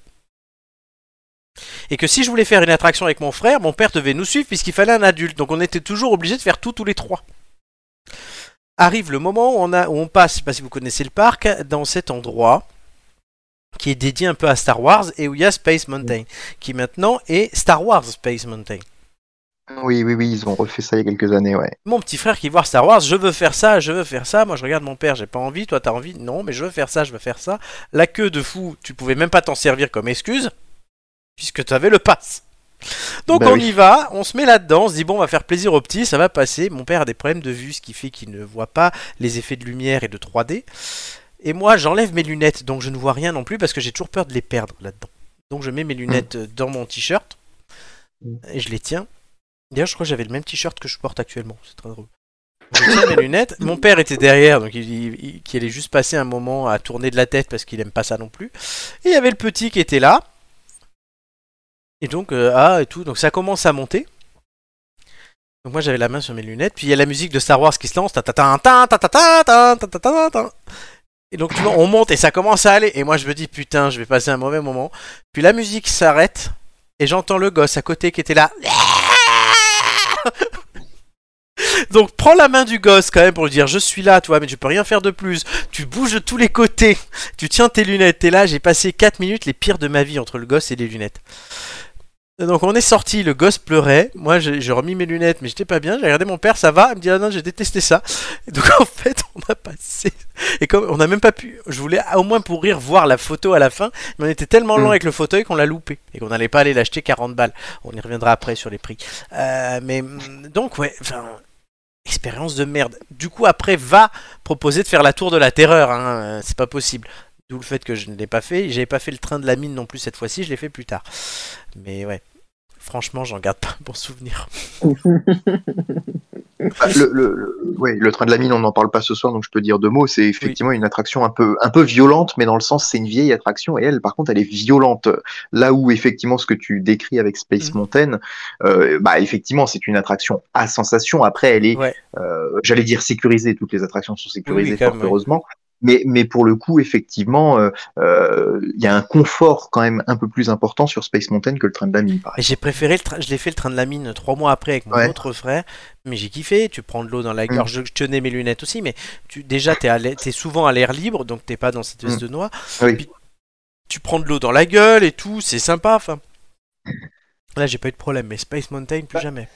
Et que si je voulais faire une attraction avec mon frère, mon père devait nous suivre puisqu'il fallait un adulte. Donc on était toujours obligé de faire tout tous les trois. Arrive le moment où on, a, où on passe, je sais pas si vous connaissez le parc, dans cet endroit qui est dédié un peu à Star Wars et où il y a Space Mountain, qui maintenant est Star Wars Space Mountain.
Oui, oui, oui, ils ont refait ça il y a quelques années, ouais.
Mon petit frère qui voit Star Wars, je veux faire ça, je veux faire ça. Moi, je regarde mon père, j'ai pas envie. Toi, t'as envie Non, mais je veux faire ça, je veux faire ça. La queue de fou, tu pouvais même pas t'en servir comme excuse, puisque t'avais le pass. Donc,
Bah
on
oui.
y va, on se met là-dedans, on se dit, bon, on va faire plaisir aux petits, ça va passer. Mon père a des problèmes de vue, ce qui fait qu'il ne voit pas les effets de lumière et de 3D. Et moi, j'enlève mes lunettes, donc je ne vois rien non plus, parce que j'ai toujours peur de les perdre là-dedans. Donc, je mets
Mmh.
mes lunettes euh, dans mon t-shirt,
Mm.
et je les tiens. D'ailleurs, je crois que j'avais le même t-shirt que je porte actuellement. C'est très drôle. Je tiens mes lunettes. Mon père était derrière, donc il, il- il- qui allait juste passer un moment à tourner de la tête parce qu'il aime pas ça non plus. Et il y avait le petit qui était là. Et donc, euh, ah, et tout. Donc ça commence à monter. Donc moi j'avais la main sur mes lunettes. Puis il y a la musique de Star Wars qui se lance. Ta ta ta ta ta ta ta ta ta ta ta ta. Et donc tu vois, on monte et ça commence à aller. Et moi je me dis putain, je vais passer un mauvais moment. Puis la musique s'arrête et j'entends le gosse à côté qui était là. Ah Donc prends la main du gosse quand même pour lui dire je suis là, toi, mais je peux rien faire de plus. Tu bouges de tous les côtés, tu tiens tes lunettes, t'es là. J'ai passé 4 minutes les pires de ma vie entre le gosse et les lunettes. Donc on est sorti, le gosse pleurait. Moi j'ai j'ai remis mes lunettes, mais j'étais pas bien. J'ai regardé mon père, ça va. Il me dit ah non, j'ai détesté ça. Et donc en fait on a passé et comme on n'a même pas pu, je voulais au moins pour rire voir la photo à la fin, mais on était tellement lent
Mm.
avec le fauteuil qu'on l'a loupé et qu'on n'allait pas aller l'acheter 40 balles. On y reviendra après sur les prix. Euh, mais mm, donc ouais, enfin expérience de merde. Du coup, après, va proposer de faire la tour de la terreur. hein, euh, C'est pas possible. D'où le fait que je ne l'ai pas fait. J'avais pas fait le train de la mine non plus cette fois-ci. Je l'ai fait plus tard. Mais ouais, franchement, j'en garde pas un bon souvenir.
Bah, le, le, le- ouais, le train de la mine, on n'en parle pas ce soir, donc je peux dire deux mots. C'est effectivement une attraction un peu, un peu violente, mais dans le sens, c'est une vieille attraction et elle, par contre, elle est violente. Là où, effectivement, ce que tu décris avec
Mm-hmm.
Space Mountain, euh, bah, effectivement, c'est une attraction à sensation. Après, elle est,
Ouais.
euh, j'allais dire sécurisée. Toutes les attractions sont sécurisées,
Oui, oui, quand
fort
même, oui.
heureusement. Mais, mais pour le coup, effectivement, euh, euh, il y a un confort quand même un peu plus important sur Space Mountain que le train de la mine, par
Et j'ai préféré, le train- je l'ai fait le train de la mine trois mois après avec mon
Ouais.
autre frère, mais j'ai kiffé. Tu prends de l'eau dans la
Mm.
gorge, je je tenais mes lunettes aussi, mais tu, déjà t'es, à l'air- t'es souvent à l'air libre, donc t'es pas dans cette espèce
Mm.
de noix.
Oui.
Puis, tu prends de l'eau dans la gueule et tout, c'est sympa. Enfin, là j'ai pas eu de problème, mais Space Mountain plus
Bah,
jamais.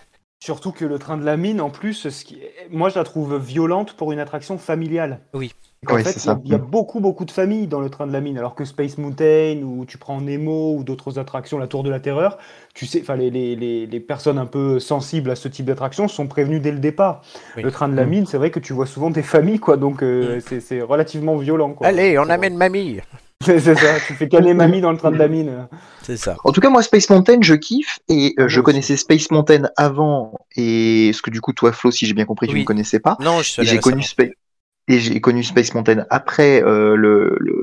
Surtout que le train de la mine, en plus, ce qui... moi je la trouve violente pour une attraction familiale.
Oui.
En
Oui,
fait,
c'est
il y a-
ça.
il y, a beaucoup, beaucoup de familles dans le train de la mine, alors que Space Mountain, ou tu prends Nemo, ou d'autres attractions, la Tour de la Terreur, tu sais, enfin, les, les- les- les personnes un peu sensibles à ce type d'attraction sont prévenues dès le départ.
Oui. Mm.
Le train de la
Mm.
mine, c'est vrai que tu vois souvent des familles, quoi, donc euh, c'est- c'est relativement violent. Quoi.
Allez, on
Pour-
amène mamie.
C'est ça, tu fais caler mamie dans le train de la mine.
C'est ça.
En tout cas, moi, Space Mountain, je kiffe et euh,
Ah,
je
moi aussi.
connaissais Space Mountain avant et ce que du coup, toi, Flo, si j'ai bien compris, tu
Oui.
ne connaissais pas.
Non, je suis
Et
allé
j'ai connu
récemment.
Space et j'ai connu Space Mountain après euh, le, le-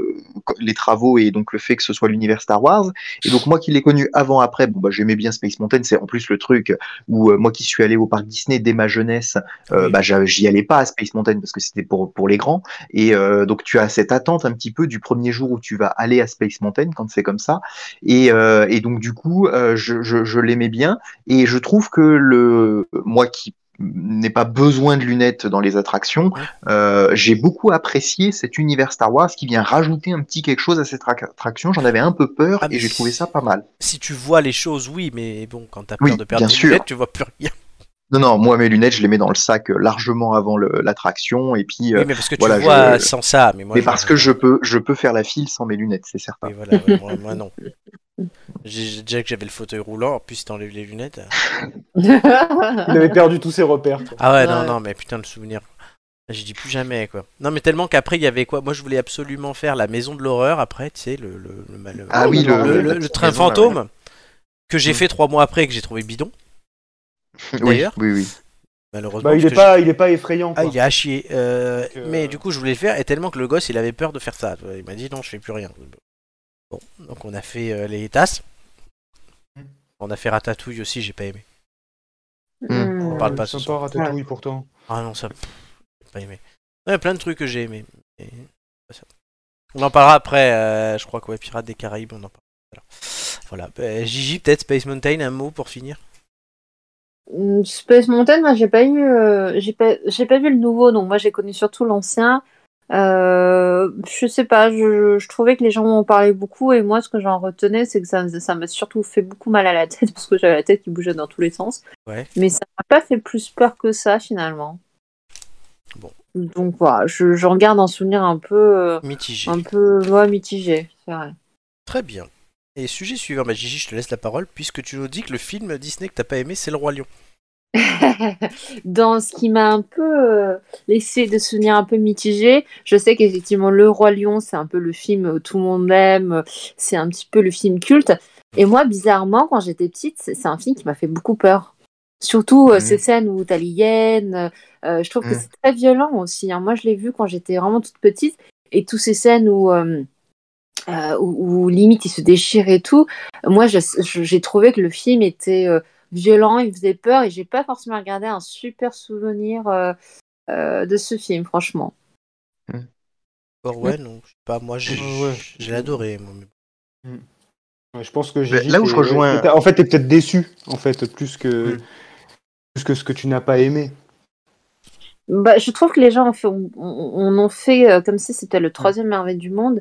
les travaux et donc le fait que ce soit l'univers Star Wars. Et donc moi qui l'ai connu avant après, bon bah j'aimais bien Space Mountain. C'est en plus le truc où euh, moi qui suis allé au parc Disney dès ma jeunesse, euh,
Oui.
bah j'a- j'y allais pas à Space Mountain parce que c'était pour pour les grands. Et euh, donc tu as cette attente un petit peu du premier jour où tu vas aller à Space Mountain quand c'est comme ça. Et, euh, et donc du coup euh, je, je, je l'aimais bien et je trouve que le moi qui n'ai pas besoin de lunettes dans les attractions. Euh, j'ai beaucoup apprécié cet univers Star Wars qui vient rajouter un petit quelque chose à cette tra- attraction. J'en avais un peu peur
Ah, mais
et j'ai
si-
trouvé ça pas mal.
Si tu vois les choses, oui, mais bon, quand t'as peur
Oui,
de perdre
bien
tes
sûr.
lunettes, tu vois plus rien.
Non, non, moi mes lunettes, je les mets dans le sac euh, largement avant le- l'attraction et puis. euh,
Oui, mais parce que tu
voilà,
vois
je-
sans ça. Mais, moi,
mais
je-
parce que je peux, je peux faire la file sans mes lunettes, c'est certain.
Oui, voilà, ouais, moi, moi, non. J'ai j'ai- déjà que j'avais le fauteuil roulant, en plus t'enlèves les lunettes.
Il avait perdu tous ses repères. quoi.
Ah ouais, non,
Ouais.
non, mais putain, le souvenir. J'ai dit plus jamais, quoi. Non, mais tellement qu'après, il y avait quoi Moi, je voulais absolument faire la maison de l'horreur après, tu sais, le, le, le, le-
Ah oui,
le,
le-
le- le train
maison, là,
fantôme, que j'ai
Mm.
fait trois mois après et que j'ai trouvé bidon,
Oui,
D'ailleurs-
oui, oui.
malheureusement.
Bah, il
parce
est
que
pas, il est pas effrayant.
Ah,
quoi.
il est à chier. Euh,
Donc, euh,
Mais du coup, je voulais le faire, et tellement que le gosse, il avait peur de faire ça. Il m'a dit non, je fais plus rien. Bon, donc on a fait euh, les tasses. On a fait Ratatouille aussi, j'ai pas aimé.
Mmh.
Hmm.
Mmh.
On parle pas ce
Sympa,
soir.
Ratatouille, pourtant.
Ah non, ça, pff, j'ai pas aimé. Il y a plein de trucs que j'ai aimé. mais pas ça. On en parlera après, euh, je crois que ouais, Pirates des Caraïbes, on en parlera. tout à l'heure. Voilà, Bah, Gigi, peut-être Space Mountain, un mot pour finir
Hmm, Space Mountain, moi j'ai pas eu, euh, j'ai pas, j'ai pas vu le nouveau, donc moi j'ai connu surtout l'ancien. Euh, je sais pas, je, je trouvais que les gens en parlaient beaucoup et moi ce que j'en retenais c'est que ça, me- ça m'a surtout fait beaucoup mal à la tête parce que j'avais la tête qui bougeait dans tous les sens.
Ouais.
Mais ça m'a pas fait plus peur que ça finalement.
Bon.
Donc voilà, je, j'en garde un souvenir un peu, euh,
Mitigé.
un peu ouais, mitigé, c'est vrai.
Très bien. Et sujet suivant, bah, Gigi, je te laisse la parole, puisque tu nous dis que le film Disney que t'as pas aimé, c'est Le Roi Lion.
dans ce qui m'a un peu euh, laissé de souvenirs un peu mitigés, je sais qu'effectivement Le Roi Lion, c'est un peu le film où tout le monde aime, c'est un petit peu le film culte. Et moi, bizarrement, quand j'étais petite, c'est c'est un film qui m'a fait beaucoup peur. Surtout euh,
Mhm.
ces scènes où t'as les hyènes, euh, je trouve que
Mhm.
c'est très violent aussi. hein. Moi, je l'ai vu quand j'étais vraiment toute petite, et toutes ces scènes où, euh, euh, où, où limite ils se déchirent et tout, moi, je- je- j'ai trouvé que le film était... euh, violent, il faisait peur et j'ai pas forcément regardé un super souvenir euh, euh, de ce film, franchement.
Orwell, non, je sais pas, moi j'ai
Ouais, ouais.
j'ai adoré. moi, mais-
Ouais, je pense que
Là
Gigi,
là où je
t'es-
rejoins-
t'es- En fait, t'es peut-être déçu, en fait, plus que,
Hmm.
plus que ce que tu n'as pas aimé.
Bah, je trouve que les gens ont fait, on, on- on en fait euh, comme si c'était le troisième merveille du monde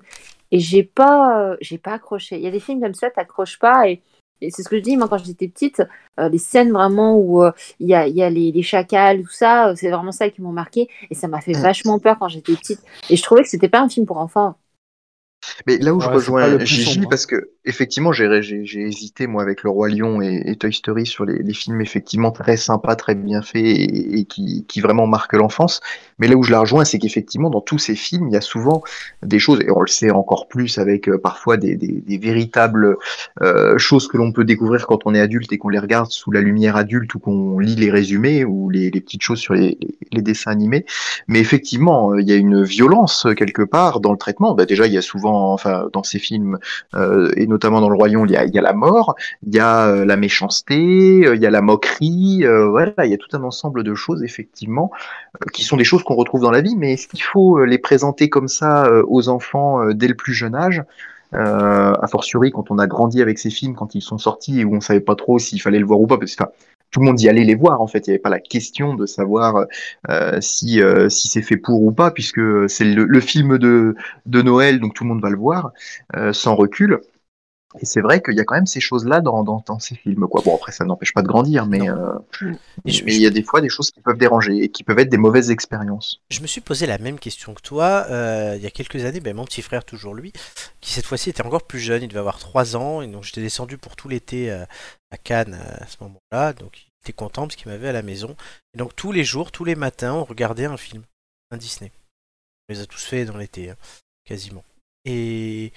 et j'ai pas, euh, j'ai pas accroché. Il y a des films comme ça, t'accroches pas et, et c'est ce que je dis moi quand j'étais petite, euh, les scènes vraiment où euh, il y a, il y a les, les chacals, tout ça, euh, c'est vraiment ça qui m'ont marqué et ça m'a fait
Mmh.
vachement peur quand j'étais petite et je trouvais que c'était pas un film pour enfants.
Mais là où
Ouais, c'est
je
pas le
rejoins
plus
Gigi,
sombre. hein.
parce que effectivement, j'ai j'ai- j'ai hésité, moi, avec Le Roi Lion et, et Toy Story sur les, les films, effectivement, très sympas, très bien faits et, et qui, qui vraiment marquent l'enfance. Mais là où je la rejoins, c'est qu'effectivement, dans tous ces films, il y a souvent des choses, et on le sait encore plus avec euh, parfois des, des- des véritables euh, choses que l'on peut découvrir quand on est adulte et qu'on les regarde sous la lumière adulte ou qu'on lit les résumés ou les, les petites choses sur les, les- les dessins animés. Mais effectivement, euh, il y a une violence euh, quelque part dans le traitement. Bah, déjà, il y a souvent, enfin, dans ces films, euh, et notamment dans le royaume, il y a, il y a la mort, il y a euh, la méchanceté, euh, il y a la moquerie, euh, voilà, il y a tout un ensemble de choses effectivement euh, qui sont des choses qu'on retrouve dans la vie, mais est-ce qu'il faut euh, les présenter comme ça euh, aux enfants euh, dès le plus jeune âge euh, a fortiori quand on a grandi avec ces films quand ils sont sortis et où on savait pas trop s'il fallait le voir ou pas parce que enfin, tout le monde y allait les voir en fait il n'y avait pas la question de savoir euh, si euh, si c'est fait pour ou pas puisque c'est le, le film de de Noël donc tout le monde va le voir euh, sans recul et c'est vrai qu'il y a quand même ces choses-là dans, dans, dans ces films. Quoi. Bon, après, ça n'empêche pas de grandir, mais euh,
Et je-
mais il y a des fois des choses qui peuvent déranger et qui peuvent être des mauvaises expériences.
Je me suis posé la même question que toi euh, il y a quelques années, ben, mon petit frère, toujours lui, qui cette fois-ci était encore plus jeune, il devait avoir 3 ans, et donc j'étais descendu pour tout l'été euh, à Cannes euh, à ce moment-là, donc il était content parce qu'il m'avait à la maison. Et donc tous les jours, tous les matins, on regardait un film, un Disney. On les a tous faits dans l'été, hein, quasiment. Et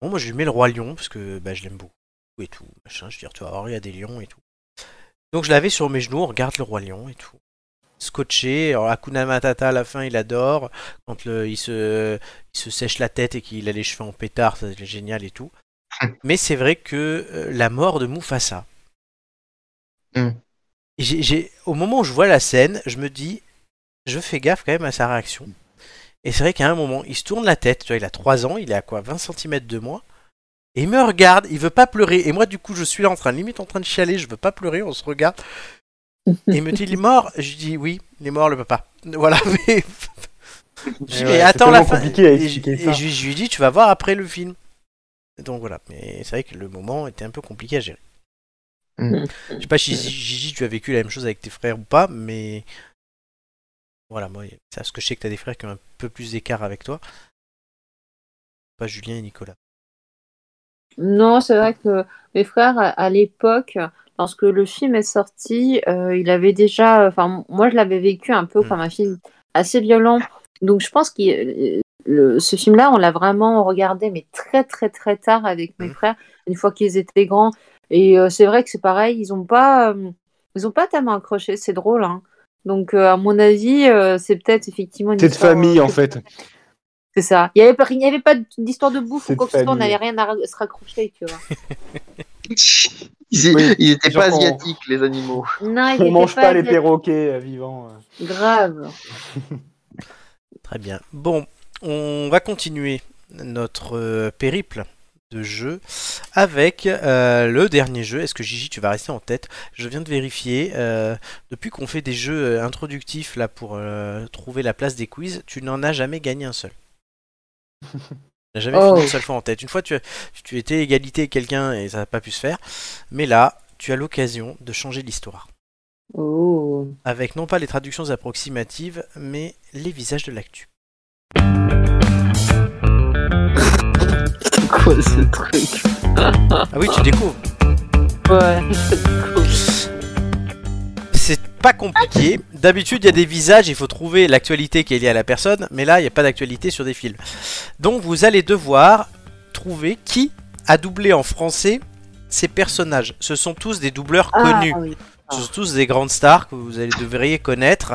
bon, moi je lui mets le Roi Lion, parce que bah, je l'aime beaucoup et tout, machin, je veux dire, tu vas voir, il y a des lions et tout. Donc je l'avais sur mes genoux, on regarde le Roi Lion et tout scotché. Alors, Hakuna Matata, à la fin, il adore. Quand le, il, se, il se sèche la tête et qu'il a les cheveux en pétard, ça, c'est génial et tout. Mais c'est vrai que euh, la mort de Mufasa.
Mm.
Et j'ai- j'ai- au moment où je vois la scène, je me dis, je fais gaffe quand même à sa réaction. Et c'est vrai qu'à un moment, il se tourne la tête. Tu vois, il a 3 ans, il est à quoi 20 cm de moi. Et il me regarde, il veut pas pleurer. Et moi, du coup, je suis là en train, limite en train de chialer, je veux pas pleurer, on se regarde. Et il me dit, il est mort Je dis, oui, il est mort, le papa. Voilà, mais. Je dis, mais
Eh ouais, c'est
attends la
tellement
fin.
compliqué à
Et je-
expliquer
et
ça.
je, je lui dis, tu vas voir après le film. Donc voilà, mais c'est vrai que le moment était un peu compliqué à gérer.
Mm.
Je sais pas si si- Gigi, tu as vécu la même chose avec tes frères ou pas, mais. Voilà, moi, c'est parce que je sais que t'as des frères qui ont un peu plus d'écart avec toi. Pas Julien et Nicolas.
Non, c'est vrai que mes frères, à- à l'époque, lorsque le film est sorti, euh, il avait déjà. Enfin, moi, je l'avais vécu un peu
Mm.
comme un film assez violent. Donc, je pense que euh, le- ce film-là, on l'a vraiment regardé, mais très, très, très tard avec mes
Mm.
frères, une fois qu'ils étaient grands. Et euh, c'est vrai que c'est pareil, ils n'ont pas, euh, ils ont pas tellement accroché. C'est drôle, hein. Donc, euh, à mon avis, euh, c'est peut-être effectivement une
C'est de
histoire, euh,
famille, en
que-
fait.
C'est ça. Il n'y avait, pas- il y avait pas d'histoire de bouffe
C'est
ou
de
quoi que ce soit. On
famille.
n'avait rien à ra- se raccrocher, tu vois.
Ils
Oui,
n'étaient
genre
pas
qu'on-
asiatiques, les animaux.
Non, il
On
était
mange pas les
asiatique.
perroquets euh, vivants. euh.
Grave.
Très bien. Bon, on va continuer notre euh, périple de jeu avec euh, le dernier jeu. Est-ce que Gigi, tu vas rester en tête Je viens de vérifier. euh, depuis qu'on fait des jeux euh, introductifs là pour euh, trouver la place des quiz, tu n'en as jamais gagné un seul. Tu n'as jamais
Oh.
fini une seule fois en tête. Une fois, tu, as- tu étais égalité avec quelqu'un et ça n'a pas pu se faire. Mais là, tu as l'occasion de changer l'histoire.
Oh.
Avec non pas les traductions approximatives, mais les visages de l'actu.
Quoi ce truc
Ah oui, tu découvres.
Ouais.
C'est pas compliqué. D'habitude, il y a des visages, il faut trouver l'actualité qui est liée à la personne, mais là, il n'y a pas d'actualité sur des films. Donc, vous allez devoir trouver qui a doublé en français ces personnages. Ce sont tous des doubleurs
Ah,
connus.
oui.
Ce sont tous des grandes stars que vous allez devriez connaître.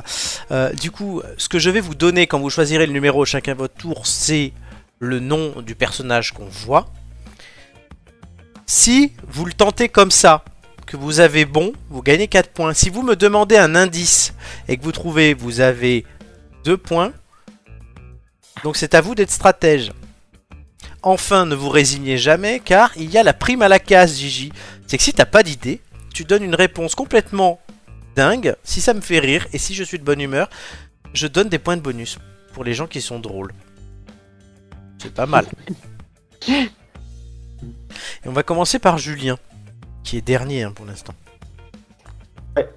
Euh, du coup, ce que je vais vous donner quand vous choisirez le numéro chacun votre tour, c'est le nom du personnage qu'on voit. Si vous le tentez comme ça, que vous avez bon, vous gagnez 4 points. Si vous me demandez un indice et que vous trouvez, vous avez 2 points. Donc c'est à vous d'être stratège. Enfin, ne vous résignez jamais car il y a la prime à la case, Gigi. C'est que si t'as pas d'idée, tu donnes une réponse complètement dingue. Si ça me fait rire et si je suis de bonne humeur, je donne des points de bonus pour les gens qui sont drôles. C'est pas mal. Et on va commencer par Julien, qui est dernier hein, pour l'instant.
Ouais. Ouais,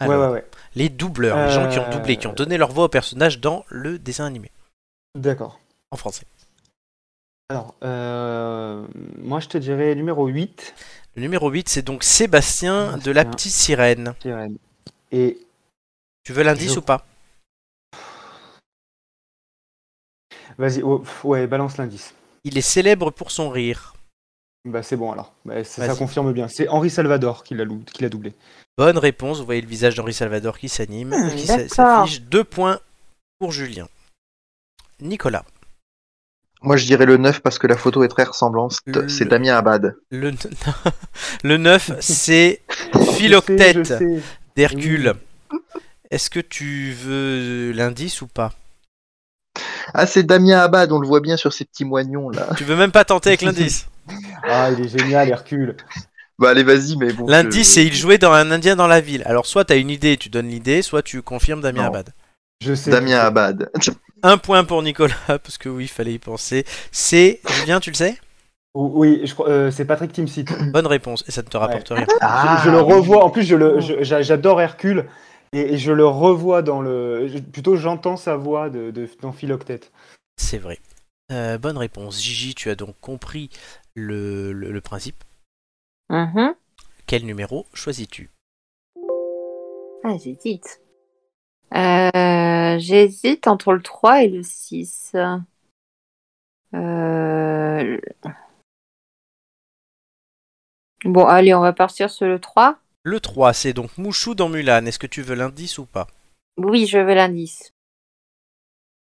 Alors,
ouais, ouais.
Les doubleurs, les gens qui ont doublé,
Euh.
qui ont donné leur voix au personnage dans le dessin animé
D'accord.
en français.
Alors, euh, moi je te dirais numéro 8,
Le numéro 8, c'est donc Sébastien de la
Sébastien.
petite sirène.
Sirène. Et
Tu veux l'indice
Je-
ou pas
vas-y, oh, pff, ouais, balance l'indice.
Il est célèbre pour son rire.
Bah c'est bon alors, Bah, ça, ça
Vas-y.
confirme bien. C'est Henri Salvador qui l'a lou- qui l'a doublé.
Bonne réponse, vous voyez le visage d'Henri Salvador qui s'anime,
Hmm,
qui s'a-
d'accord.
s'affiche. Deux points pour Julien. Nicolas,
Moi, je dirais le 9 parce que la photo est très ressemblante.
Le-
C'est Damien Abad.
le, le 9, c'est
Je sais,
Philoctète
je sais.
d'Hercule. Est-ce que tu veux l'indice ou pas
Ah, c'est Damien Abad, on le voit bien sur ces petits moignons là.
Tu veux même pas tenter avec l'indice
Ah, il est génial, Hercule.
Bah, allez, vas-y, mais bon.
L'indice,
je-
c'est il jouait dans un Indien dans la ville. Alors, soit tu as une idée et tu donnes l'idée, soit tu confirmes Damien
Non.
Abad.
Je sais.
Damien
je sais.
Abad.
Un point pour Nicolas, parce que oui, il fallait y penser. C'est, Julien, tu le sais
O- Oui, je crois- euh, c'est Patrick Timsit.
Bonne réponse, et ça ne te rapporte rien.
Ah,
je le
oui.
revois. En plus, je le, je- j'a- j'adore Hercule et, et je le revois dans le. je- Plutôt, j'entends sa voix de, de- dans Philoctète.
C'est vrai. Euh, bonne réponse. Gigi, tu as donc compris le, le- le principe.
Uh-huh.
Mhm.
Quel numéro choisis-tu
Ah, j'hésite. Euh, j'hésite entre le 3 et le 6. Euh, Bon, allez, on va partir sur le 3.
Le 3, c'est donc Mouchou dans Mulan. Est-ce que tu veux l'indice ou pas
Oui, je veux l'indice.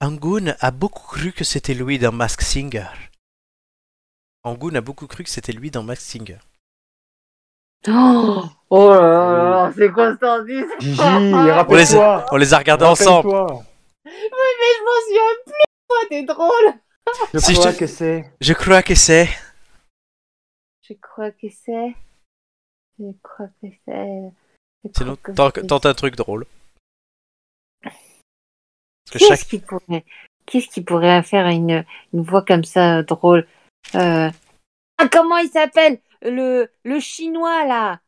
Angoon a beaucoup cru que c'était lui dans Mask Singer. Angoon a beaucoup cru que c'était lui dans Mask Singer.
Oh, oh là là là, c'est quoi cet indice
Gigi, et rappelle-toi.
On les a regardés ensemble.
rappelle-toi.
Je m'en souviens plus Toi, t'es drôle
Je
Si je
crois
te-
que c'est.
Je crois que c'est.
Je crois que c'est... Je crois que c'est... je
C'est
crois
non-
que
tente,
c'est-
tente un truc drôle. Parce que
Qu'est-ce
chaque.
qui pourrait, qu'est-ce qui pourrait faire une, une voix comme ça euh, drôle Euh, Ah, comment il s'appelle le, le chinois là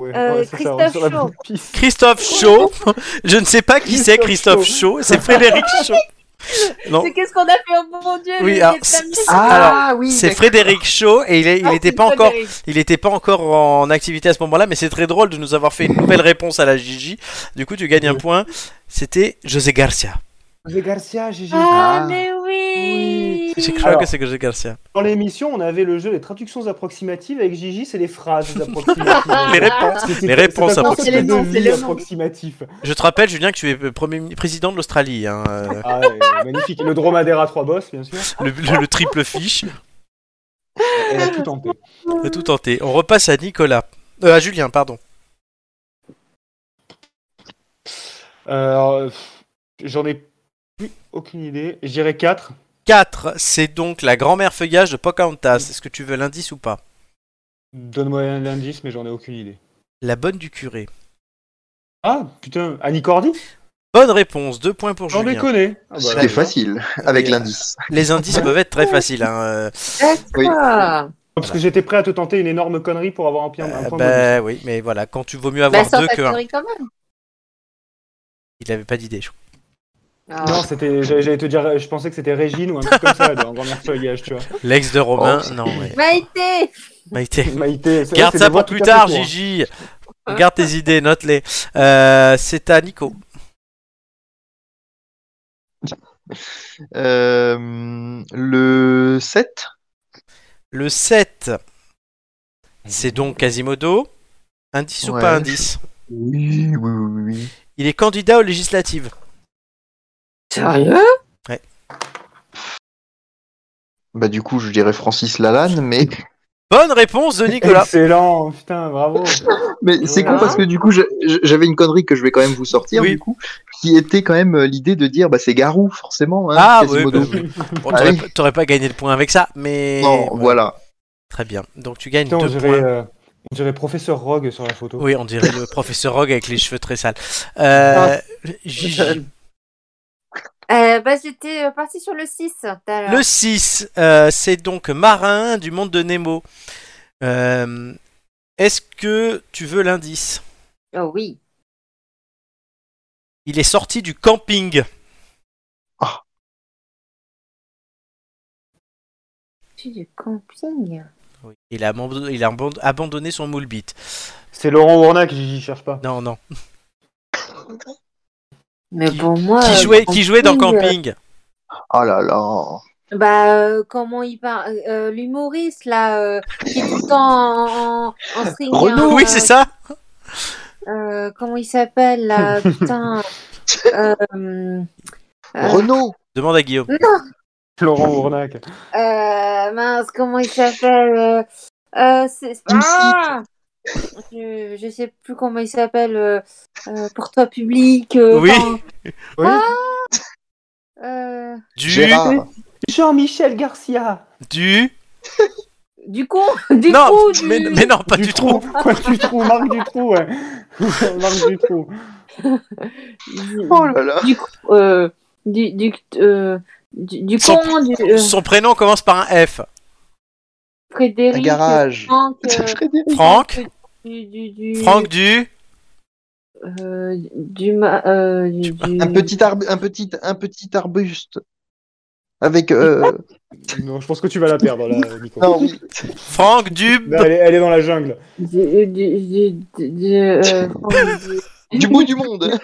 Ouais,
Euh,
c'est ça, on
Christophe
est sur la
Chaud.
bonne piste.
Christophe Chaud Je ne sais pas qui c'est
Christophe
Christophe Chaud, c'est Frédéric Chaud. Non.
C'est qu'est-ce qu'on a fait au bon Dieu
Oh. Oui,
le-
alors,
les
c'est-
familles
c'est-
Ah, oui.
C'est
d'accord.
Frédéric Shaw et il est- il
Ah,
était
c'est
pas encore
Frédéric.
il était pas encore en activité à ce moment-là mais c'est très drôle de nous avoir fait une nouvelle réponse à la Gigi. Du coup, tu gagnes un point. C'était José Garcia.
José Garcia, Gigi.
Ah,
Ah.
mais oui,
Je crois
Alors.
que c'est José Garcia.
Dans l'émission, on avait le jeu des traductions approximatives. Avec Gigi, c'est les phrases approximatives.
Ah.
Les réponses,
C'était-
les réponses
c'est un concept
approximatives.
de
C'est les noms, c'est
vie
les noms.
approximatif.
Je te rappelle Julien que tu es euh, premier mi- président de l'Australie hein, euh,
Ah, ouais, magnifique. Le dromadaire à trois bosses, bien sûr.
le, le- le triple fiche.
Elle a tout tenté.
T'as tout tenté. On repasse à Nicolas. Euh, à Julien, pardon.
Euh, pff, J'en ai plus aucune idée. J'irai 4.
4, c'est donc la grand-mère feuillage de Pocahontas. Est-ce que tu veux l'indice ou pas
Donne-moi un indice, mais j'en ai aucune idée.
La bonne du curé.
Ah, putain, Annie Cordy
Bonne réponse, deux points pour
J'en
Julien.
déconne. Ah, bah,
C'était facile, avec
Et-
l'indice.
Les indices peuvent être très faciles. hein, euh,
Oui.
D'accord.
Parce que j'étais prêt à te tenter une énorme connerie pour avoir un, pi- un
Euh,
point bonus.
bah oui, mais voilà, quand tu vaut mieux
Bah,
avoir
sans
deux que un.
factory quand même.
Il n'avait pas d'idée, je crois.
Ah.
Non, c'était, j'allais j'allais te dire, je pensais que c'était Régine ou un truc comme ça, dans Grand-mère Feuillage, tu vois.
L'ex de Romain,
Oh.
non, ouais.
Maïté
Maïté.
Maïté, c'est-
Garde
c'est
ça
des voix
pour plus
tout à fait
tard,
courtes.
Gigi. Garde tes idées, note-les. Euh, c'est à Nico.
Euh, le 7
Le 7, c'est donc Quasimodo. Indice ou
Ouais.
pas indice
Oui, oui, oui, oui.
Il est candidat aux législatives.
Sérieux
Bah, du coup, je dirais Francis Lalanne, mais,
Bonne réponse de Nicolas.
Excellent, putain, bravo.
mais c'est con
Voilà.
parce que du coup, je- je- j'avais une connerie que je vais quand même vous sortir,
Oui.
du coup, qui était quand même euh, l'idée de dire, bah, c'est Garou, forcément. Hein,
Ah, oui,
Quasimodo.
bah oui. Bon, t'aurais,
Ah oui.
pas- t'aurais pas gagné de points avec ça, mais.
Non, voilà.
Très bien. Donc tu gagnes
Putain, on
deux points.
dirait, euh, on dirait professeur Rogue sur la photo.
Oui, on dirait le professeur Rogue avec les cheveux très sales. Euh,
Ah.
Gigi.
Euh, Bah j'étais euh, partie sur le 6 tout à l'heure.
Le 6, euh, c'est donc marin du monde de Nemo. Euh, Est-ce que tu veux l'indice
Oh oui.
Il est sorti du camping.
Ah.
sorti du camping.
Oui. Il a, abandonné, il a aband- abandonné son moule bit.
C'est Laurent Warna qui j'y cherche pas.
Non, non.
Mais
Qui-
pour moi.
Ah,
qui,
euh,
jouait, qui jouait dans
camping, euh,
Camping
Ah là là.
Bah, euh, comment il parle euh, L'humoriste, là, euh, qui est tout le temps en, en, en string, hein,
Renaud,
Oui,
euh,
c'est ça
euh, comment il s'appelle, là Putain. Euh, euh,
Ah.
Renaud
Demande à Guillaume.
Laurent Warnac.
euh, mince, comment il s'appelle euh, euh, c'est-
Tim
ah je, je sais plus comment il s'appelle. euh, euh, pour toi, public. euh,
Oui.
enfin,
Oui.
euh,
Du.
Gérard
Jean-Michel Garcia.
Du.
du con Du
non,
coup, du...
mais, mais non, pas du, trou.
Quoi, du trou, Marc du trou, ouais. Marc du trou.
Oh là là
du coup, euh, du du euh, du, du
Son-
con du euh,
Son prénom commence par un F.
Un
Frédéric
garage
Franck, euh,
Frédéric
Franck.
du du du
Franck du.
euh, du, ma- euh, du, du-
Un petit, arb- un, petit, un petit arbuste. Avec. Euh...
Non, je pense que tu vas la perdre, là, Nico.
non, oui.
Franck du.
Non, elle, est, elle est dans la jungle.
du, du, du, du- du- euh, Franck, du-
Du bout du monde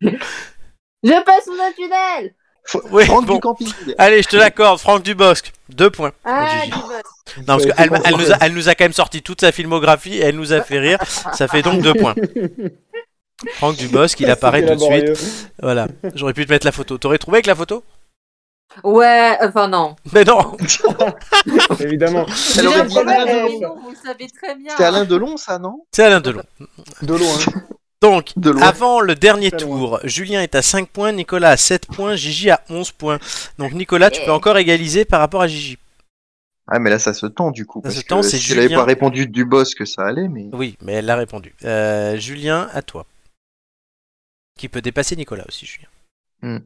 je passe sous un tunnel
Fr-
Oui,
Franck
bon.
du camping
Allez, je te l'accorde. Franck Dubosc. Deux points.
ah
Gigi.
du boss
Non, parce
Ouais,
qu'elle
c'est
elle
bon.
nous, a- elle nous a quand même sorti toute sa filmographie et elle nous a fait rire. Ça fait donc deux points. Franck Dubosc, il apparaît tout
C'était
de suite.
laborieux.
Voilà. J'aurais pu te mettre la photo. T'aurais trouvé avec la photo
ouais enfin non
Mais non
Évidemment.
Elle
J'ai
aurait
un
dit
problème
Alain
avec les
Delon.
noms, vous le savez très bien
C'est Alain Delon, ça, non
C'est Alain Delon.
De
hein.
loin.
Donc,
Delon.
Avant le dernier
Pas
tour, Julien est à 5 points, Nicolas à 7 points, Gigi à 11 points. Donc Nicolas, tu
Eh.
peux encore égaliser par rapport à Gigi.
Ah, mais là, ça se tend, du coup.
Ça
parce
se
que
tend, c'est
Si elle avait
Julien.
pas répondu du boss que ça allait, mais.
Oui, mais elle l'a répondu. Euh, Julien, à toi. Qui peut dépasser Nicolas aussi, Julien.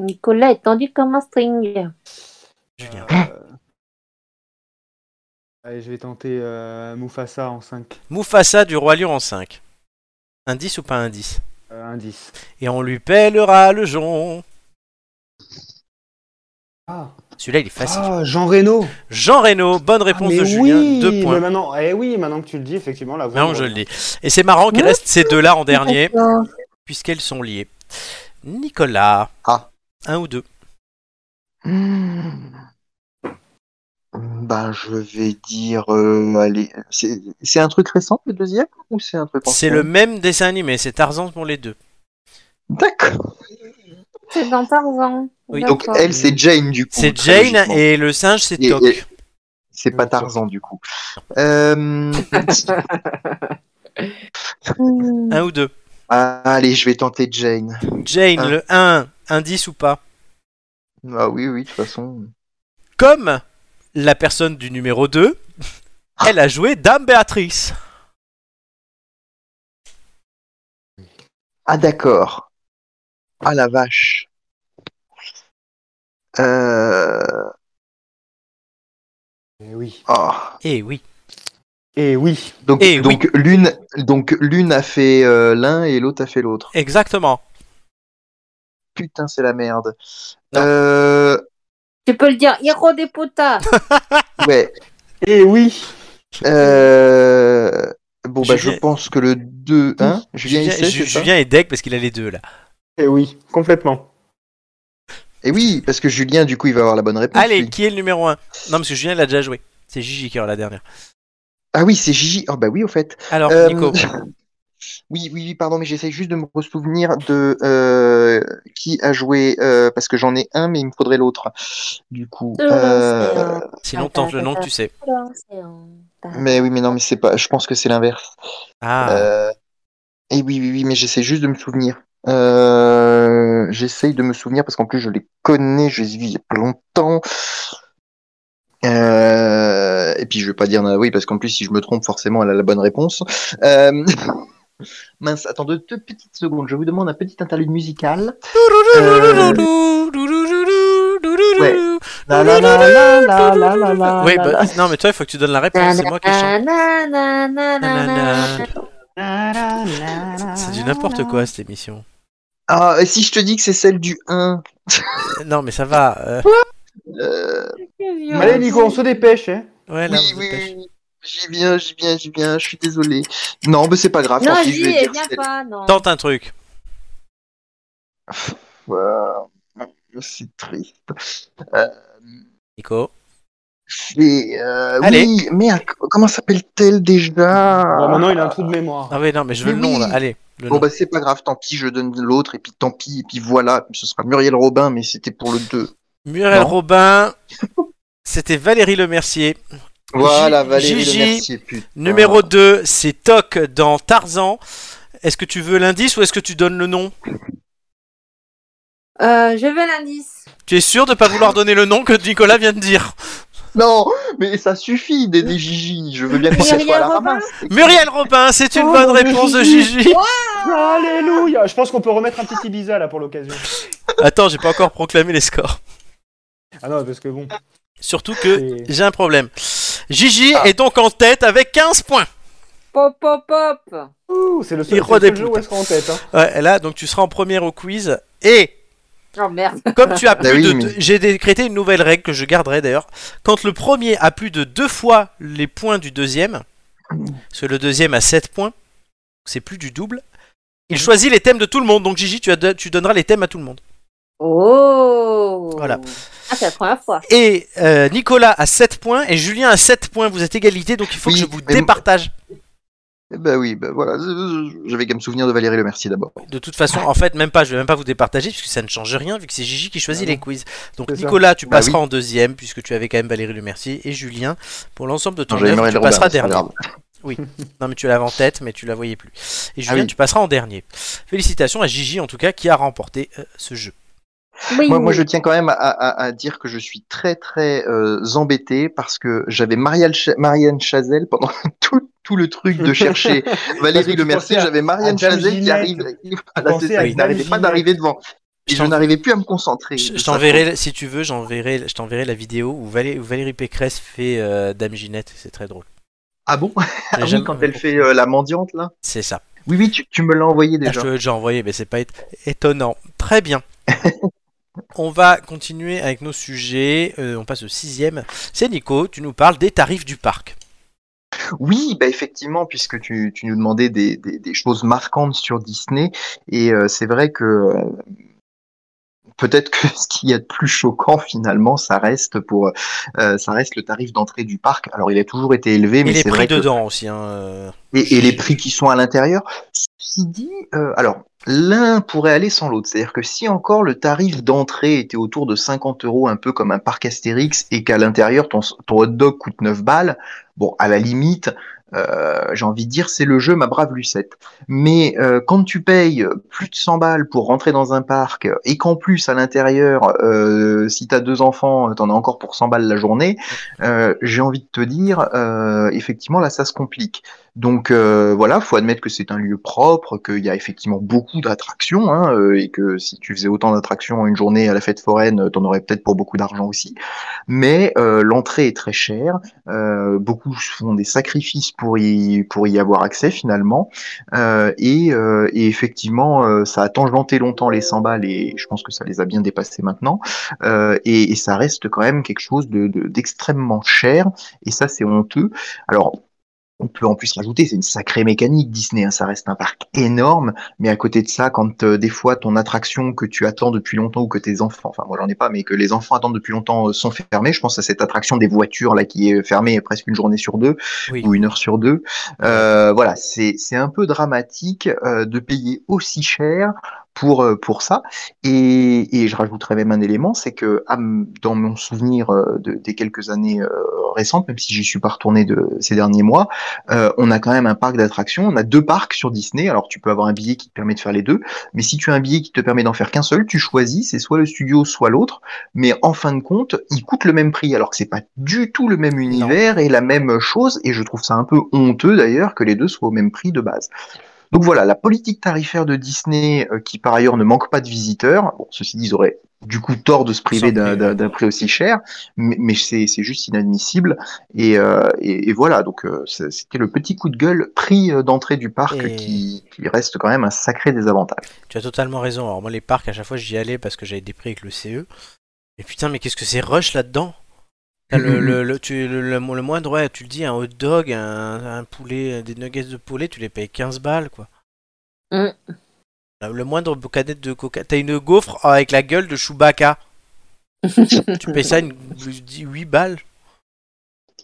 Nicolas est tendu comme un string
Julien.
Euh, Allez, je vais tenter euh, Mufasa en 5
Mufasa du Roi Lion en 5. Indice ou pas indice
euh, indices.
Et on lui pèlera le jonc.
Ah,
Celui-là, il est facile.
ah, Jean Reno.
Jean Reno, bonne réponse
Ah, mais
de Julien,
oui,
2 points.
Mais maintenant, eh oui, maintenant que tu le dis, effectivement, la voix.
Non, je le dis. Et c'est marrant
Hein
qu'il reste ces deux-là en dernier,
Oh,
puisqu'elles sont liées. Nicolas.
Ah.
Un ou deux
Hmm. Ben, je vais dire. euh, allez, c'est c'est un truc récent, le deuxième Ou c'est un truc
C'est le
ancien
même dessin animé, c'est Tarzan pour les deux.
D'accord
c'est dans Tarzan
Oui,
Donc,
D'accord.
elle, c'est Jane, du coup.
C'est
très
Jane
logiquement.
et le singe, c'est
Et-
Coq.
et- C'est pas Tarzan, du coup. Euh,
Hmm.
Un ou deux.
ah, allez, je vais tenter Jane.
Jane,
Un.
le 1, indice ou pas.
Ah oui, oui, de toute façon.
Comme la personne du numéro 2, elle a joué Dame Béatrice.
Ah d'accord. Ah la vache. Euh...
Eh oui.
ah.
Eh oui.
Eh oui.
Donc,
Eh oui.
donc l'une donc l'une a fait euh, l'un et l'autre a fait l'autre.
Exactement.
Putain, c'est la merde.
Non.
Euh...
tu peux le dire Hiro des Potas
Ouais.
Eh oui.
euh... Bon bah je
Julien-
pense que le 2 1 Julien
Julien,
il sait,
Ju-
c'est ça
Julien est deck parce qu'il a les deux là.
Eh oui. Complètement.
Et Eh oui, parce que Julien du coup il va avoir la bonne réponse.
Allez,
lui.
qui est le numéro 1 Non, parce que Julien l'a déjà joué. C'est Gigi qui aura la dernière.
Ah oui, c'est Gigi. Oh bah oui au fait.
Alors,
Euh,
Nico.
Oui, oui, oui, pardon, mais j'essaye juste de me ressouvenir de euh, qui a joué, euh, parce que j'en ai un, mais il me faudrait l'autre. Du coup. euh,
Sinon, tente le nom que tu sais.
mais oui, mais non, mais c'est pas. Je pense que c'est l'inverse.
Ah,
Euh, et oui, oui, oui, mais j'essaie juste de me souvenir. Euh, j'essaye de me souvenir parce qu'en plus je les connais, je les ai vus il y a pas longtemps. Euh, et puis je vais pas dire oui parce qu'en plus si je me trompe forcément elle a la bonne réponse. Euh, mince, attendez deux petites secondes, je vous demande un petit interlude musical. Euh, ouais. La la la la la la Ah, la la
oui,
la
bah,
la.
non, mais toi, il faut que tu donnes la réponse. C'est moi qui chante. Nanana. C'est du n'importe quoi cette émission.
Ah, et si je te dis que c'est celle du 1
Non mais ça va. euh,
euh,
Allez, Allez, Nico, on se dépêche. Hein.
Ouais, là,
oui,
on se
oui,
dépêche.
oui, oui. J'y viens, j'y viens, j'y viens, je suis désolé. Non, mais c'est pas grave.
Non,
tant pis, je
dis,
vais
eh
dire
bien
c'est-
pas, non.
Tente un truc.
Euh, C'est triste. Euh,
Nico.
c'est, euh,
Allez.
Oui, merde, comment s'appelle-t-elle déjà
Bon, maintenant, il a un trou de mémoire.
Ah mais non, mais je veux le
Mais
nom
oui.
là. Allez. Le
Bon,
nom.
bah, c'est pas grave, tant pis, je donne l'autre, et puis tant pis, et puis voilà, ce sera Muriel Robin, mais c'était pour le 2.
Muriel
non.
Robin. C'était Valérie Lemercier.
Voilà, Valérie,
Gigi,
le merci, putain.
Numéro 2, c'est Toc dans Tarzan. Est-ce que tu veux l'indice ou est-ce que tu donnes le nom
Euh, je veux l'indice.
Tu es sûr de pas vouloir donner le nom que Nicolas vient de dire
Non, mais ça suffit d'aider Gigi, je veux bien qu'on
Muriel
soit à la
Robin
ramasse.
Muriel Robin, c'est une
Oh,
bonne
mon
réponse de
Gigi.
Gigi.
Alléluia Je pense qu'on peut remettre un petit Ibiza, là, pour l'occasion.
Attends, j'ai pas encore proclamé les scores.
Ah non, parce que bon...
Surtout que
c'est-
j'ai un problème. Gigi
Ah.
est donc en tête avec 15 points.
Pop, pop, pop.
Ouh, c'est le seul,
Il
c'est le seul
redépoute.
jeu où elle sera en tête. Hein.
Ouais, là, donc tu seras en première au quiz. Et
Oh merde.
Comme tu as plus
Bah oui,
de,
mais-
j'ai décrété une nouvelle règle que je garderai d'ailleurs. Quand le premier a plus de deux fois les points du deuxième, parce que le deuxième a 7 points, c'est plus du double. Il choisit les thèmes de tout le monde. Donc Gigi, tu, as don- tu donneras les thèmes à tout le monde.
Oh.
Voilà.
Ah, c'est la première fois.
Et euh, Nicolas a 7 points et Julien a 7 points. Vous êtes égalité, donc il faut que
Oui,
je vous
mais-
départage.
Eh ben oui, ben voilà, je- je- j'avais qu'à me souvenir de Valérie le merci d'abord.
De toute façon, en fait, même pas. Je vais même pas vous départager puisque ça ne change rien vu que c'est Gigi qui choisit
Ah non.
les quiz. Donc
C'est ça.
Nicolas, tu
Bah
passeras en deuxième puisque tu avais quand même Valérie Le Mercier et Julien pour l'ensemble de ton
J'avais
œuvre,
Muriel
tu
Robin,
passeras
c'est pas
dernier.
grave.
Non, mais tu l'avais en tête, mais tu la voyais plus. Et Julien,
Ah oui.
tu passeras en dernier. Félicitations à Gigi, en tout cas, qui a remporté euh, ce jeu.
Oui.
Moi, moi, je tiens quand même à, à- à dire que je suis très très euh, embêté parce que j'avais Marielle Cha- Marianne Chazelle pendant tout, tout le truc de chercher
Parce que
Valérie
tu
Le Mercier,
pensais à-
j'avais Marianne
à Dame
Chazelle qui
Ginette.
arrive à
pensais
la
à
tête, qui
Dame
n'arrivait pas
Ginette.
d'arriver devant. Et
Je
je
t'en-
n'arrivais plus à me concentrer.
Je, je
Ça-
t'enverrai, si tu veux, j'enverrai, je t'enverrai la vidéo où Valé- où Valérie Pécresse fait euh, Dame Ginette. C'est très drôle.
Ah bon
Mais
Ah oui,
j'aime-
Quand elle fait euh, la mendiante là
C'est ça.
Oui, oui, tu, tu me l'as envoyé
Ah, Je
déjà.
te l'ai déjà envoyé, mais c'est pas ét- étonnant. Très bien. On va continuer avec nos sujets. Euh, on passe au sixième. C'est Nico, tu nous parles des tarifs du parc.
Oui, bah effectivement, puisque tu, tu nous demandais des, des, des choses marquantes sur Disney, et euh, c'est vrai que euh, peut-être que ce qu'il y a de plus choquant finalement, ça reste pour euh, ça reste le tarif d'entrée du parc. Alors il a toujours été élevé,
Et
mais
les
c'est vrai
prix
que
dedans aussi. hein, euh.
et, et les prix qui sont à l'intérieur. Ceci dit, euh, alors l'un pourrait aller sans l'autre. C'est-à-dire que si encore le tarif d'entrée était autour de 50 euros, un peu comme un parc Astérix, et qu'à l'intérieur ton, ton hot dog coûte 9 balles, bon, à la limite, euh, j'ai envie de dire, c'est le jeu, ma brave Lucette. Mais euh, quand tu payes plus de 100 balles pour rentrer dans un parc, et qu'en plus à l'intérieur, euh, si t'as deux enfants, t'en as encore pour 100 balles la journée, euh, j'ai envie de te dire, euh, effectivement, là, ça se complique. Donc euh, voilà, faut admettre que c'est un lieu propre, qu'il y a effectivement beaucoup d'attractions, hein, euh, et que si tu faisais autant d'attractions en une journée à la fête foraine, euh, t'en aurais peut-être pour beaucoup d'argent aussi. Mais euh, l'entrée est très chère, euh, beaucoup font des sacrifices pour y pour y avoir accès finalement, euh, et, euh, et effectivement, euh, ça a tangenté longtemps les 100 balles, et je pense que ça les a bien dépassés maintenant, euh, et, et ça reste quand même quelque chose de de- d'extrêmement cher, et ça c'est honteux. Alors on peut en plus rajouter, c'est une sacrée mécanique Disney, hein, ça reste un parc énorme, mais à côté de ça, quand euh, des fois ton attraction que tu attends depuis longtemps ou que tes enfants, enfin moi j'en ai pas, mais que les enfants attendent depuis longtemps euh, sont fermés, je pense à cette attraction des voitures là qui est fermée presque une journée sur deux
Oui.
ou une heure sur deux, Euh, voilà, c'est c'est un peu dramatique euh, de payer aussi cher pour euh, pour ça. Et, et je rajouterais même un élément, c'est que à m- dans mon souvenir euh, de- des quelques années euh, récentes, même si j'y suis pas retourné de ces derniers mois, euh, on a quand même un parc d'attractions. On a deux parcs sur Disney. Alors tu peux avoir un billet qui te permet de faire les deux, mais si tu as un billet qui te permet d'en faire qu'un seul, tu choisis. C'est soit le studio, soit l'autre. Mais en fin de compte, ils coûtent le même prix, alors que c'est pas du tout le même univers et la même chose. Et je trouve ça un peu honteux d'ailleurs que les deux soient au même prix de base. Donc voilà, la politique tarifaire de Disney, euh, qui par ailleurs ne manque pas de visiteurs. Bon, ceci dit, ils auraient du coup tort de se priver
Sans
d'un-
priver.
d'un d'un prix aussi cher, mais, mais c'est c'est juste inadmissible. Et, euh, et, et voilà, donc euh, c'est- c'était le petit coup de gueule pris euh, d'entrée du parc
Et-
qui, qui reste quand même un sacré désavantage.
Tu as totalement raison. Alors moi les E. parcs à chaque fois j'y allais parce que j'avais des prix avec le CE. Et putain mais qu'est-ce que c'est rush là-dedans T'as Le, le, le, tu, le, le- le moindre, ouais, tu le dis, un hot dog, un, un poulet, des nuggets de poulet, tu les payes 15 balles, quoi.
Mm.
Le le moindre canette de coca. T'as une gaufre oh, avec la gueule de Chewbacca. tu payes ça une, 8 balles.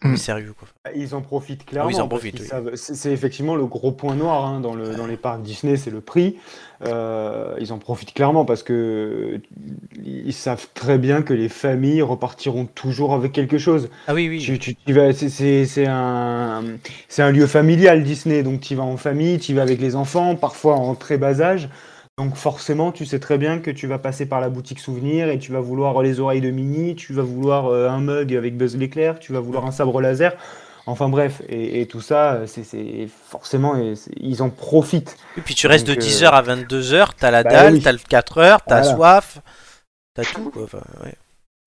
Mm.
Mais sérieux, quoi.
Ah, Ils en profitent
Ah
clairement.
Oui, ils en
parce
profitent,
qu'ils
oui.
savent- C'est c'est effectivement le gros point noir hein, dans, le- dans les parcs Disney, c'est le prix. Euh, ils en profitent clairement parce que euh, ils savent très bien que les familles repartiront toujours avec quelque chose.
Ah oui, oui.
Tu, tu- tu vas, c'est- c'est c'est un, c'est un lieu familial Disney, donc tu vas en famille, tu vas avec les enfants, parfois en très bas âge. Donc forcément, tu sais très bien que tu vas passer par la boutique souvenir et tu vas vouloir les oreilles de Minnie, tu vas vouloir euh, un mug avec Buzz l'éclair, tu vas vouloir un sabre laser. Enfin bref, et, et tout ça, c'est- c'est forcément, et c'est- ils en profitent.
Et puis tu restes
Donc,
de
euh,
10h à 22h, t'as la
bah
dalle,
oui.
t'as le 4h, t'as
Voilà.
soif, t'as tout, quoi. Enfin, ouais,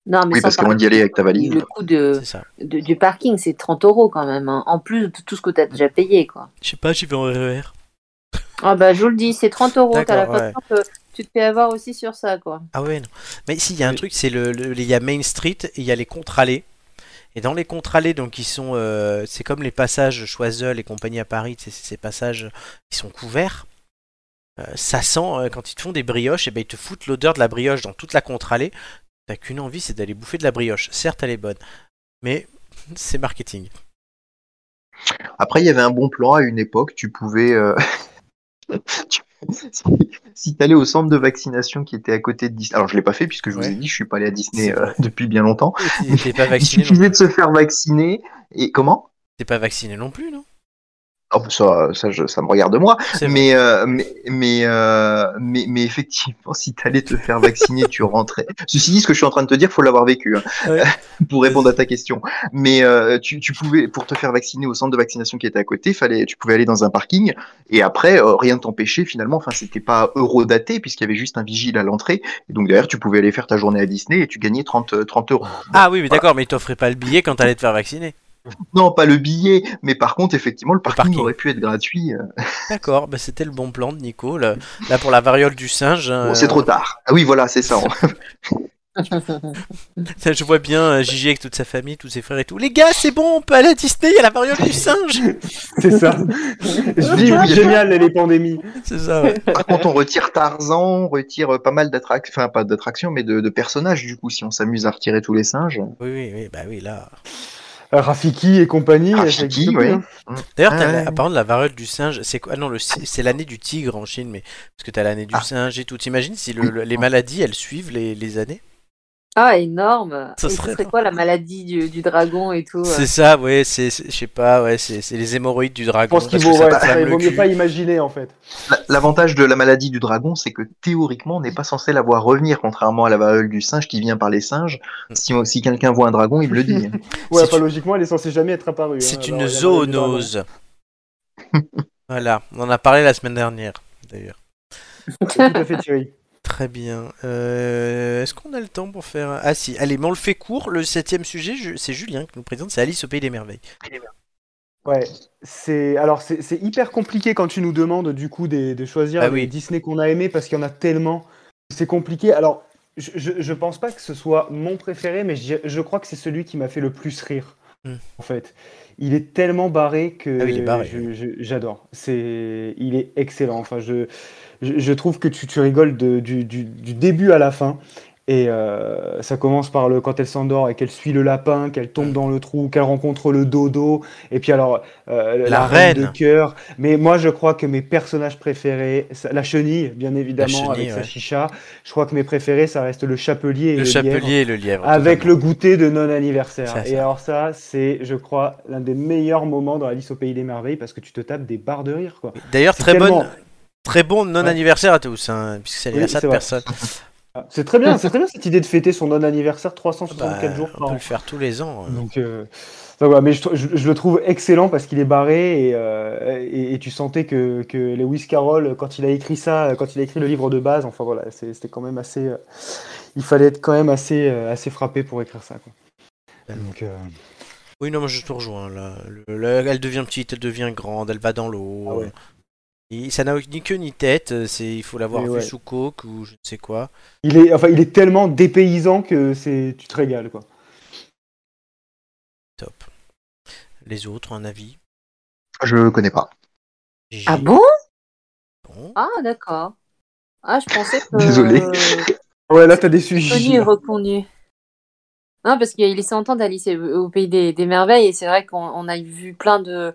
Non, mais
Oui,
sans parler
parce qu'avant d'y aller avec ta valise.
Le coût de,
c'est ça.
de- du parking, c'est 30 euros quand même. hein. En plus de tout ce que tu as déjà payé, quoi.
Je sais pas, j'y vais en E RER.
Ah bah, je vous le dis, c'est 30 euros. T'as la
D'accord, ouais.
façon que tu te fais avoir aussi sur ça, quoi.
Ah ouais, non. Mais si, il y a un truc, c'est le, le- il y a Main Street et il y a les contre-allées. Et dans les contre-allées, donc ils sont, euh, c'est comme les passages Choiseul et compagnie à Paris, tu sais, c'est ces passages qui sont couverts. Euh, ça sent euh, quand ils te font des brioches, et ben ils te foutent l'odeur de la brioche dans toute la contre-allée. T'as qu'une envie, c'est d'aller bouffer de la brioche. Certes, elle est bonne, mais c'est marketing.
Après, il y avait un bon plan à une époque, tu pouvais. euh, tu- Si tu allais au centre de vaccination qui était à côté de Disney, alors je l'ai pas fait puisque je vous
Ouais.
ai dit, je suis pas allé à Disney
C'est
euh, depuis bien longtemps.
Et T'es pas
Il
vacciné, non
suffisait de se faire vacciner et comment
T'es pas vacciné non plus, non
Oh, ça, ça, je- ça me regarde moi.
C'est vrai.
Mais, euh, mais, mais, euh, mais, mais effectivement, si t'allais te faire vacciner, tu rentrais. Ceci dit, ce que je suis en train de te dire, faut l'avoir vécu hein,
Ouais.
pour répondre à ta question. Mais euh, tu, tu pouvais, pour te faire vacciner au centre de vaccination qui était à côté, fallait, tu pouvais aller dans un parking et après, euh, rien ne t'empêchait finalement. Enfin, c'était pas eurodaté puisqu'il y avait juste un vigile à l'entrée. Et donc derrière, tu pouvais aller faire ta journée à Disney et tu gagnais 30, euh, 30 euros.
Ah oui, mais d'accord, mais ils t'offraient pas le billet quand t'allais te faire vacciner.
Non, pas le billet, mais par contre, effectivement, le parking,
parking.
aurait pu être gratuit. euh.
D'accord, bah c'était le bon plan de Nico. Là, là, pour la variole du singe.
Bon,
Oh,
euh,
c'est trop tard. Ah oui, voilà, c'est ça.
Ça, Je vois bien euh, Gigi avec toute sa famille, tous ses frères et tout. Les gars, c'est bon, on peut aller à Disney, il y a la variole du singe.
C'est ça. Je dis,
Oui, oui.
génial les pandémies.
C'est ça, ouais.
Par contre, on retire Tarzan, on retire euh, pas mal d'attractions, enfin pas d'attractions, mais de, de personnages du coup, si on s'amuse à retirer tous les singes.
Oui, oui, oui, bah oui, là.
Rafiki et compagnie.
Rafiki,
effectivement,
ouais.
hein.
D'ailleurs, t'as
Ouais,
la-
ouais.
ah, par contre, la variole du singe, c'est quoi Ah non, le si- c'est l'année du tigre en Chine, mais parce que t'as l'année du
Ah.
singe et tout. T'imagines si le-
Oui.
le- les maladies, elles suivent les, les années
Ah, énorme.
Ça
et
serait-
ce serait quoi la maladie du, du dragon et tout euh
C'est ça, ouais, c'est, c'est- je sais pas, ouais, c'est c'est les hémorroïdes du
Je
dragon.
pense qu'il
parce
vaut,
que ça
ouais,
te
ça,
lame
il
le
vaut mieux
cul.
pas imaginer en fait.
La- L'avantage de la maladie du dragon, c'est que théoriquement, on n'est pas censé la voir revenir, contrairement à la variole du singe qui vient par les singes. Si, on- si quelqu'un voit un dragon, il me le dit.
Ouais,
C'est
enfin,
une-
logiquement, elle est censée jamais être apparue. hein.
C'est
Alors, il
une
y a pas eu de drame.
zoonose. voilà, on en a parlé la semaine dernière, d'ailleurs.
C'est Tout à fait, Thierry.
Très bien. Euh, Est-ce qu'on a le temps pour faire... Ah si, allez, mais on le fait court. Le septième sujet, je- c'est Julien qui nous présente, c'est Alice au Pays des Merveilles.
Ouais, c'est alors c'est c'est hyper compliqué quand tu nous demandes du coup des- de choisir
Bah
les
oui.
Disney qu'on a aimé parce qu'il y en a tellement. C'est compliqué. Alors je, je, je pense pas que ce soit mon préféré, mais je, je crois que c'est celui qui m'a fait le plus rire.
Hmm.
En fait, il est tellement barré que
Ah oui, il est barré,
je- je- j'adore. C'est, il est excellent. Enfin, je, je, je trouve que tu, tu rigoles de- du, du, du début à la fin. Et euh, ça commence par le quand elle s'endort et qu'elle suit le lapin, qu'elle tombe dans le trou, qu'elle rencontre le dodo. Et puis alors euh, la,
La
reine de
reine.
cœur. Mais moi, je crois que mes personnages préférés, ça- la chenille, bien évidemment,
chenille,
avec
ouais.
sa chicha. Je crois que mes préférés, ça reste le chapelier et
Le
le lièvre.
chapelier et le lièvre.
Avec
totalement.
le goûter de non-anniversaire.
Ça, ça.
Et alors ça, c'est, je crois, l'un des meilleurs moments dans Alice au Pays des Merveilles parce que tu te tapes des barres de rire, quoi.
D'ailleurs,
c'est
très,
tellement-
bonne... très bon non-anniversaire à tous, hein, puisque c'est
Oui,
l'anniversaire
c'est
de
vrai.
personne.
Ah, C'est très bien, c'est très bien cette idée de fêter son non-anniversaire 364
Bah,
jours
on
par
peut
an.
le faire tous les ans. hein.
Donc, euh, donc voilà, mais je, tr- je- je le trouve excellent parce qu'il est barré et, euh, et, et tu sentais que, que Lewis Carroll, quand il a écrit ça, quand il a écrit le livre de base, enfin voilà, c'est- c'était quand même assez. euh, il fallait être quand même assez, euh, assez frappé pour écrire ça. Quoi. Donc, euh,
Oui, non, mais je te rejoins. Là. Le- le- elle devient petite, elle devient grande, elle va dans l'eau.
Ah ouais.
Et ça n'a ni queue ni tête. euh, C'est il faut l'avoir
Mais
vu
ouais.
sous coke ou je ne sais quoi.
il, est, enfin, il est tellement dépaysant que c'est, tu te régales. Quoi.
Les autres, un avis
Je ne connais pas.
Gigi
Ah bon
Bon.
Ah, d'accord. Ah, je pensais que. euh,
Désolé.
Ouais, là, t'as des sujets.
Connu et reconnu. Non, parce qu'il laissait entendre Alice au au pays des, des merveilles, et c'est vrai qu'on on a vu plein de,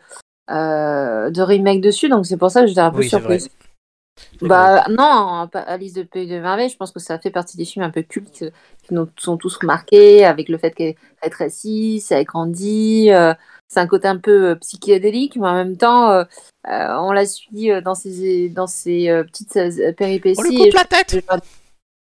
euh, de remakes dessus, donc c'est pour ça que j'étais un peu
Oui, c'est vrai.
surprise. Bah non, pas Alice de Pays de Merveille, je pense que ça fait partie des films un peu cultes que- qui nous sont tous remarqués, avec le fait qu'elle est raciste, elle grandit, euh, c'est un côté un peu euh, psychédélique, mais en même temps, euh, euh, on la suit euh, dans ses, dans ses euh, petites euh, péripéties.
On lui
et
coupe la tête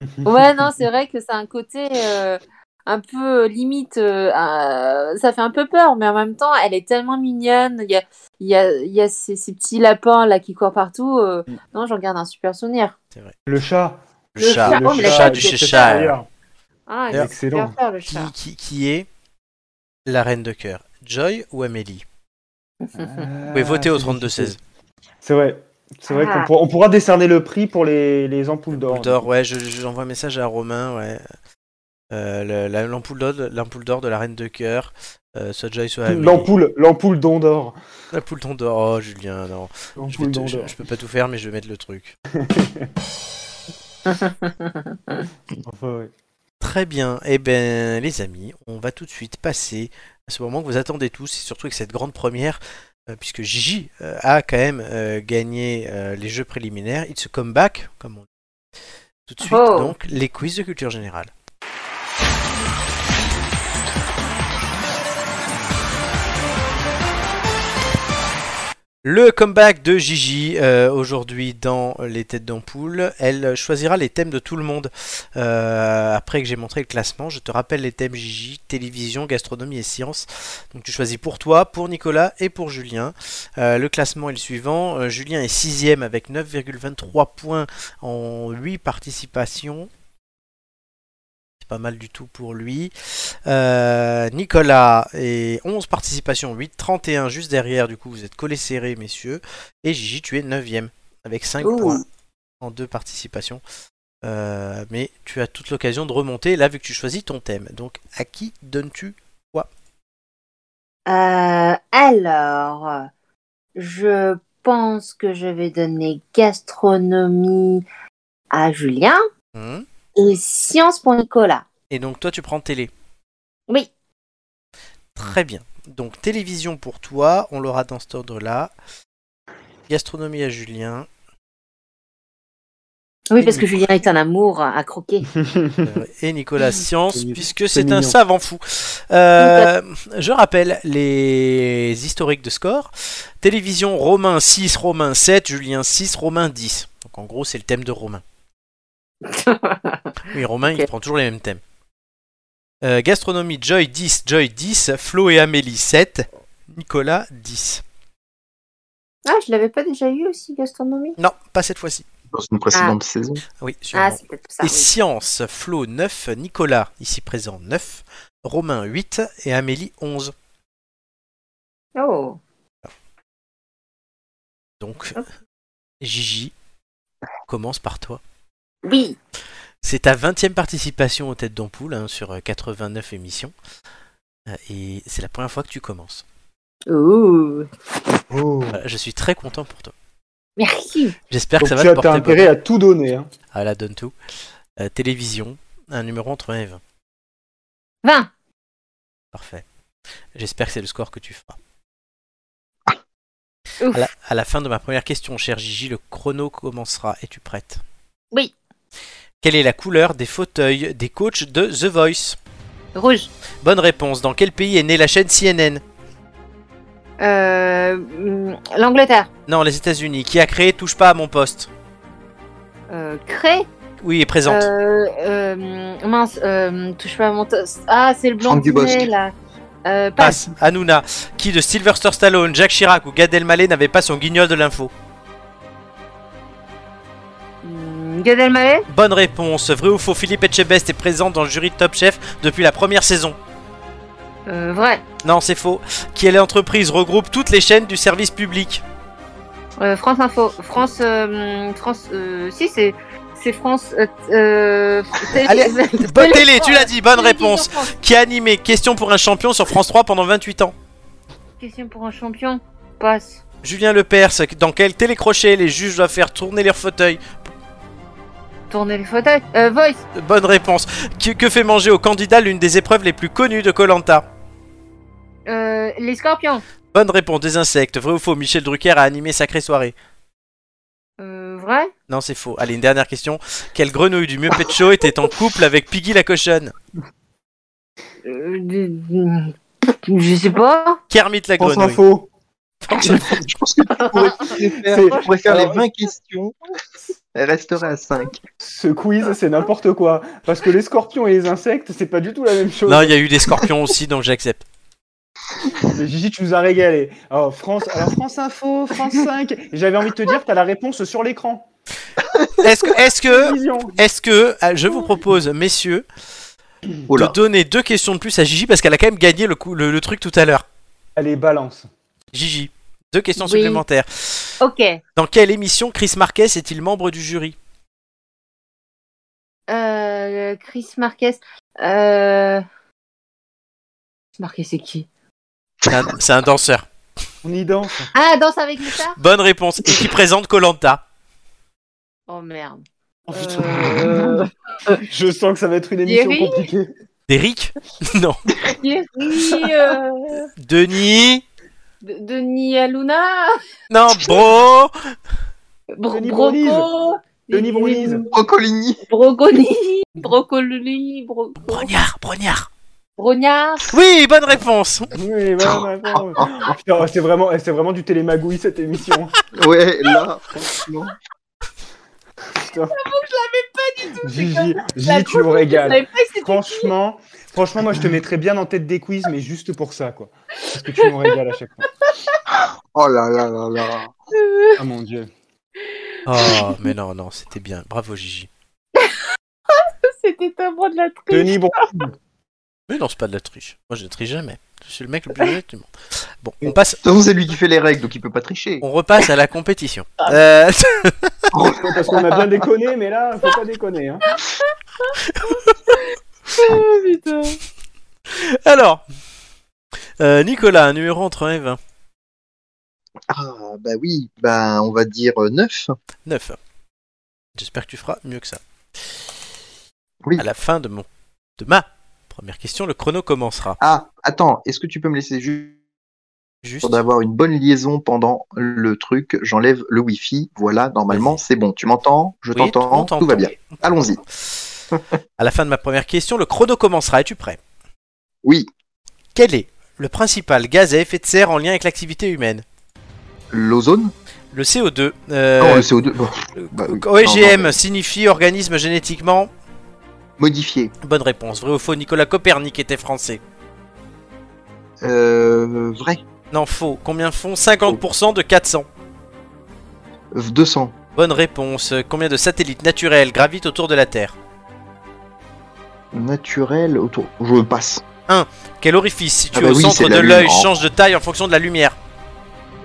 je- Ouais, non, c'est vrai que c'est un côté euh, un peu euh, limite. euh, euh, ça fait un peu peur, mais en même temps, elle est tellement mignonne. Il y a, il y a, il y a ces, ces petits lapins là qui courent partout. euh,
Mm.
Non, j'en garde un super souvenir.
Le chat.
Le
Le
chat,
chat,
le
oh, mais la
chat
chatte,
du
c'est
Cheshire.
D'ailleurs,
Ah,
D'ailleurs,
il est super
excellent.
fort, le
Qui,
chat.
qui, qui est la reine de cœur Joy ou Amélie Vous
Euh,
pouvez voter au 32-16.
C'est vrai. C'est vrai
Ah.
qu'on pourra, on pourra décerner le prix pour les, les ampoules d'or.
L'ampoule d'or, ouais, je- je- j'envoie un message à Romain, ouais. Euh, le- la- L'ampoule d'or, l'ampoule d'or de la reine de cœur, euh, soit Joy, soit Amélie.
L'ampoule, l'ampoule d'Andorre.
L'ampoule ton d'or, oh Julien, non. Je, vais
L'ampoule
te- je-
d'Andorre.
je peux pas tout faire, mais je vais mettre le truc.
Enfin, ouais.
Très bien, eh ben les amis, on va tout de suite passer à ce moment que vous attendez tous, et surtout avec cette grande première, euh, puisque Gigi euh, a quand même euh, gagné euh, les jeux préliminaires, il se comeback, comme on dit. Tout de suite,
Oh.
donc, les quiz de culture générale. Le comeback de Gigi euh, aujourd'hui dans les têtes d'ampoule. Elle choisira les thèmes de tout le monde euh, après que j'ai montré le classement. Je te rappelle les thèmes Gigi, télévision, gastronomie et sciences. Donc tu choisis pour toi, pour Nicolas et pour Julien. Euh, le classement est le suivant. Euh, Julien est sixième avec 9,23 points en 8 participations. C'est pas mal du tout pour lui. Euh, Nicolas et 11 participations, 8, 31 juste derrière. Du coup, vous êtes collés serrés, messieurs. Et Gigi, tu es 9ème avec 5
Ouh.
points en 2 participations. Euh, mais tu as toute l'occasion de remonter là vu que tu choisis ton thème. Donc, à qui donnes-tu
Euh, alors, je pense que je vais donner gastronomie à Julien
Hum
et science pour Nicolas.
Et donc, toi, tu prends télé.
Oui.
Très bien. Donc télévision pour toi, on l'aura dans cet ordre-là. Gastronomie à Julien.
Oui, parce que Julien est un amour à croquer.
euh, et Nicolas Science,
C'est mi-
puisque
c'est
c'est un
mignon.
savant fou. Euh, je rappelle les historiques de score. Télévision Romain 6, Romain 7, Julien 6, Romain 10. Donc en gros c'est le thème de Romain. Oui, Romain il
Ok.
prend toujours les mêmes thèmes. Euh, gastronomie Joy 10, Joy 10, Flo et Amélie 7, Nicolas 10.
Ah, je l'avais pas déjà eu aussi, gastronomie
Non, pas cette fois-ci.
Dans une précédente saison.
Oui, sûrement.
Ah, c'est peut-être pour ça.
Et
oui.
science, Flo 9, Nicolas, ici présent 9, Romain 8 et Amélie 11.
Oh,
Donc, Gigi, commence par toi.
oui.
C'est ta 20e participation aux têtes d'ampoule hein, sur euh, 89 émissions. Euh, Et c'est la première fois que tu commences.
Ouh,
Oh.
Voilà, je suis très content pour toi.
merci.
J'espère que
Donc
ça
tu
va
as
te
t'as
porter
intérêt
bonheur.
à tout donner. Hein.
Ah là, donne tout. Euh, télévision, un numéro entre 1 et 20.
20.
Parfait. J'espère que c'est le score que tu feras.
Ouf.
À la, à la fin de ma première question, cher Gigi, le chrono commencera. Es-tu prête
Oui.
Quelle est la couleur des fauteuils des coachs de The Voice
Rouge.
Bonne réponse. Dans quel pays est née la chaîne CNN
Euh, hum, L'Angleterre.
Non, les États-Unis. Qui a créé Touche pas à mon poste
Euh, Cré.
Oui, est présente.
Euh, euh, hum, mince, euh, touche pas à mon toast. Ah, c'est le blanc
Franck Dubosc.
là. Euh, passe.
Passe. Hanouna. Qui de Sylvester Stallone, Jacques Chirac ou Gad Elmaleh n'avait pas son guignol de l'info
Hum, Gad Elmaleh.
Bonne réponse. Vrai ou faux, Philippe Etchebest est présent dans le jury de Top Chef depuis la première saison
Euh, vrai.
Non, c'est faux. Quelle entreprise regroupe toutes les chaînes du service public
Euh, France Info. France. euh, hum, France. euh, si, c'est. C'est France. euh, euh, télé-
Allez, Bonne télé, tu l'as dit, bonne
Télévision
réponse.
France.
Qui a animé Question pour un champion sur France 3 pendant 28 ans
question pour un champion. Passe.
Julien Lepers, dans quel télécrochet les juges doivent faire tourner leur fauteuil
Tournez les fauteuils. Euh, voice.
Bonne réponse. Que, que fait manger au candidat l'une des épreuves les plus connues de Colanta
Euh, les scorpions.
Bonne réponse, des insectes. Vrai ou faux, Michel Drucker a animé Sacrée Soirée
Euh, vrai.
Non, c'est faux. Allez, une dernière question. Quelle grenouille du mieux Pet Show était en couple avec Piggy la cochonne
Euh, de- je sais pas.
Kermit la
France
grenouille.
Info.
Je pense que tu pourrais, tu pourrais faire, tu pourrais faire les 20 questions. Elle resterait à 5.
Ce quiz, c'est n'importe quoi. Parce que les scorpions et les insectes, c'est pas du tout la même chose.
Non, il y a eu des scorpions aussi, donc j'accepte.
Mais Gigi, tu nous as régalé. Alors, France, alors, France Info, France 5. J'avais envie de te dire, t'as la réponse sur l'écran.
Est-ce que, est-ce que,
Vision.
est-ce que, ah, je vous propose, messieurs,
Oh
de
là.
donner deux questions de plus à Gigi parce qu'elle a quand même gagné le, coup, le, le truc tout à l'heure.
Allez, balance.
Gigi, deux questions
Oui.
supplémentaires.
Ok.
Dans quelle émission Chris Marquez est-il membre du jury
Euh, Chris Marquez. Euh... Chris Marquez, c'est qui
C'est un- C'est un danseur.
On y danse.
Ah, Danse avec les stars
Bonne réponse. Et qui présente Colanta
Oh merde.
Oh, putain.
Euh...
Je sens que ça va être une émission
Thierry
compliquée.
Eric Non.
Thierry, euh...
Denis
De- Denis Aluna
Non, bro
Bro-
Denis
Broco
Denis Brunise.
Brocolini.
Brocoli Brocoli Bro...
Brognard, Brognard.
Brognard
Oui, bonne réponse.
Oui, voilà ma réponse. Oh, putain, c'est vraiment, c'est vraiment du télémagouille cette émission.
Ouais, là, franchement.
Putain. Gigi, Gigi, tu me
Je
régales.
savais pas que c'était-
Franchement, franchement, moi je te mettrais bien en tête des quiz, mais juste pour ça, quoi. Parce que tu me régales à chaque fois.
Oh là là là là.
Ah mon dieu.
Oh, mais non, non, c'était bien. Bravo, Gigi.
C'était un mot de la triche.
Denis, bon.
Mais non, c'est pas de la triche. Moi, je ne triche jamais. Je suis le mec le plus honnête du monde. Bon, on passe,
De toute façon, c'est lui qui fait les règles, donc il peut pas tricher.
on repasse à la compétition.
Ah.
Euh,
Parce qu'on a bien déconné, mais là, faut pas déconner. Hein.
Oh, putain.
alors, euh, Nicolas, un numéro entre 1 et 20.
Ah, bah oui, bah on va dire 9.
9. J'espère que tu feras mieux que ça.
Oui.
À la fin de mon de ma première question, le chrono commencera.
Ah, attends, est-ce que tu peux me laisser juste
Juste.
pour d'avoir une bonne liaison pendant le truc J'enlève le Wi-Fi, voilà, normalement c'est bon. Tu m'entends Je
Oui,
t'entends,
on
tout va bien.
t'entend.
Allons-y.
À la fin de ma première question, le chrono commencera. Es-tu prêt
Oui,
Quel est le principal gaz à effet de serre en lien avec l'activité humaine
l'ozone
Le CO2. euh,
Non, le CO2. bon,
euh,
bah oui.
OEGM
Non, non, mais-
signifie organisme génétiquement.
Modifié.
Bonne réponse. Vrai ou faux Nicolas Copernic était français.
Euh, vrai.
Non, faux. Combien font 50% de 400
V- 200.
Bonne réponse. Combien de satellites naturels gravitent autour de la Terre
Naturel autour. Je passe.
Quel orifice situé
Ah bah
au
oui, c'est
centre
la
de
lune,
l'œil
oh.
change de taille en fonction de la lumière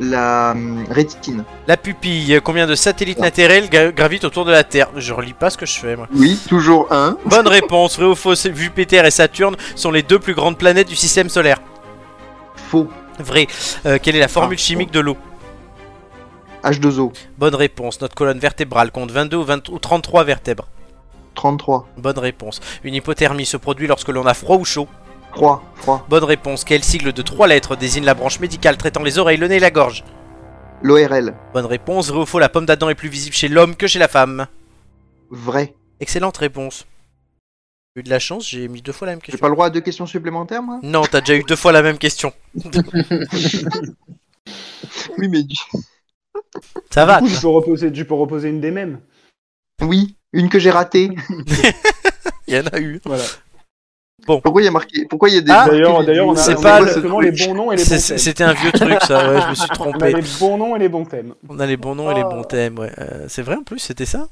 La hum, rétine.
La pupille. Combien de satellites
Ah.
naturels gra- gravitent autour de la Terre Je relis pas ce que je fais, moi.
Oui, toujours 1.
Bonne réponse. Vrai ou faux Jupiter et Saturne sont les deux plus grandes planètes du système solaire.
Faux.
Vrai. Euh, quelle est la formule
Ah,
chimique de l'eau
H2O.
Bonne réponse. Notre colonne vertébrale compte 22 ou, 20 ou 33 vertèbres.
33.
Bonne réponse. Une hypothermie se produit lorsque l'on a froid ou chaud.
3. 3.
Bonne réponse. Quel sigle de trois lettres désigne la branche médicale traitant les oreilles, le nez et la gorge
L'ORL.
Bonne réponse. Vrai ou faux La pomme d'Adam est plus visible chez l'homme que chez la femme.
Vrai.
Excellente réponse. J'ai eu de la chance, j'ai mis deux fois la même
J'ai
question.
pas le droit à deux questions supplémentaires, moi
Non, t'as déjà eu deux fois la même question.
Oui, mais.
Ça va.
Du coup, tu peux reposer, tu peux reposer une des mêmes.
Oui, une que j'ai ratée.
Il y en a eu.
Voilà.
Pourquoi il y a marqué Pourquoi il y a des.
Ah,
D'ailleurs, d'ailleurs, on a
c'est
on a
pas le-
exactement les bons noms et les bons
C'est- c'est-
thèmes.
C'était un vieux truc, ça. Ouais, je me suis
On a
trompé.
les bons noms et les bons thèmes.
On a les bons noms et les bons thèmes. Ouais. Euh, c'est vrai en plus, c'était ça.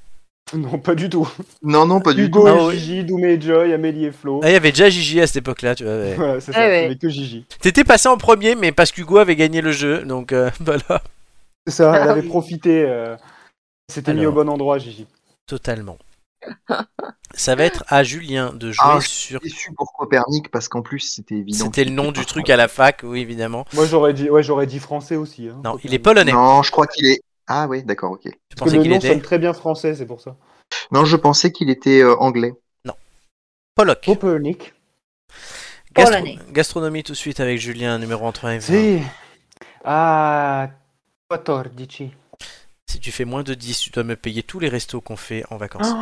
Non, pas du tout.
Non, non, pas du tout.
Hugo,
Ah ouais.
Gigi, Doumé et Joy, Amélie et Flo.
Ah, Il y avait déjà Gigi à cette époque-là, tu vois. ouais.
Voilà, c'est ça,
Ah ouais.
il y avait que Gigi.
T'étais passé en premier, mais parce qu'Hugo avait gagné le jeu, donc euh, voilà.
C'est ça, elle
Ah
avait
oui.
profité. euh, C'était mis
Alors.
au bon endroit, Gigi.
Totalement. Ça va être à Julien de jouer
Ah,
sur.
Déçu pour Copernic parce qu'en plus c'était évident.
C'était le nom du truc à la fac, oui, évidemment.
Moi, j'aurais dit, ouais, j'aurais dit français aussi. hein.
Non,
Faut
il
que-
est polonais.
Non, je crois qu'il est. Ah ouais, d'accord, ok.
Tu
Parce
pensais
que le
qu'il
nom
était
sonne très bien français, c'est pour ça.
Non, je pensais qu'il était euh, anglais.
Pollock.
Oh, Copernic.
Gastro-
Polonais.
Gastronomie tout de suite avec Julien, numéro entre 1 et 20.
Sì. Ah, 14.
Si tu fais moins de 10, tu dois me payer tous les restos qu'on fait en vacances.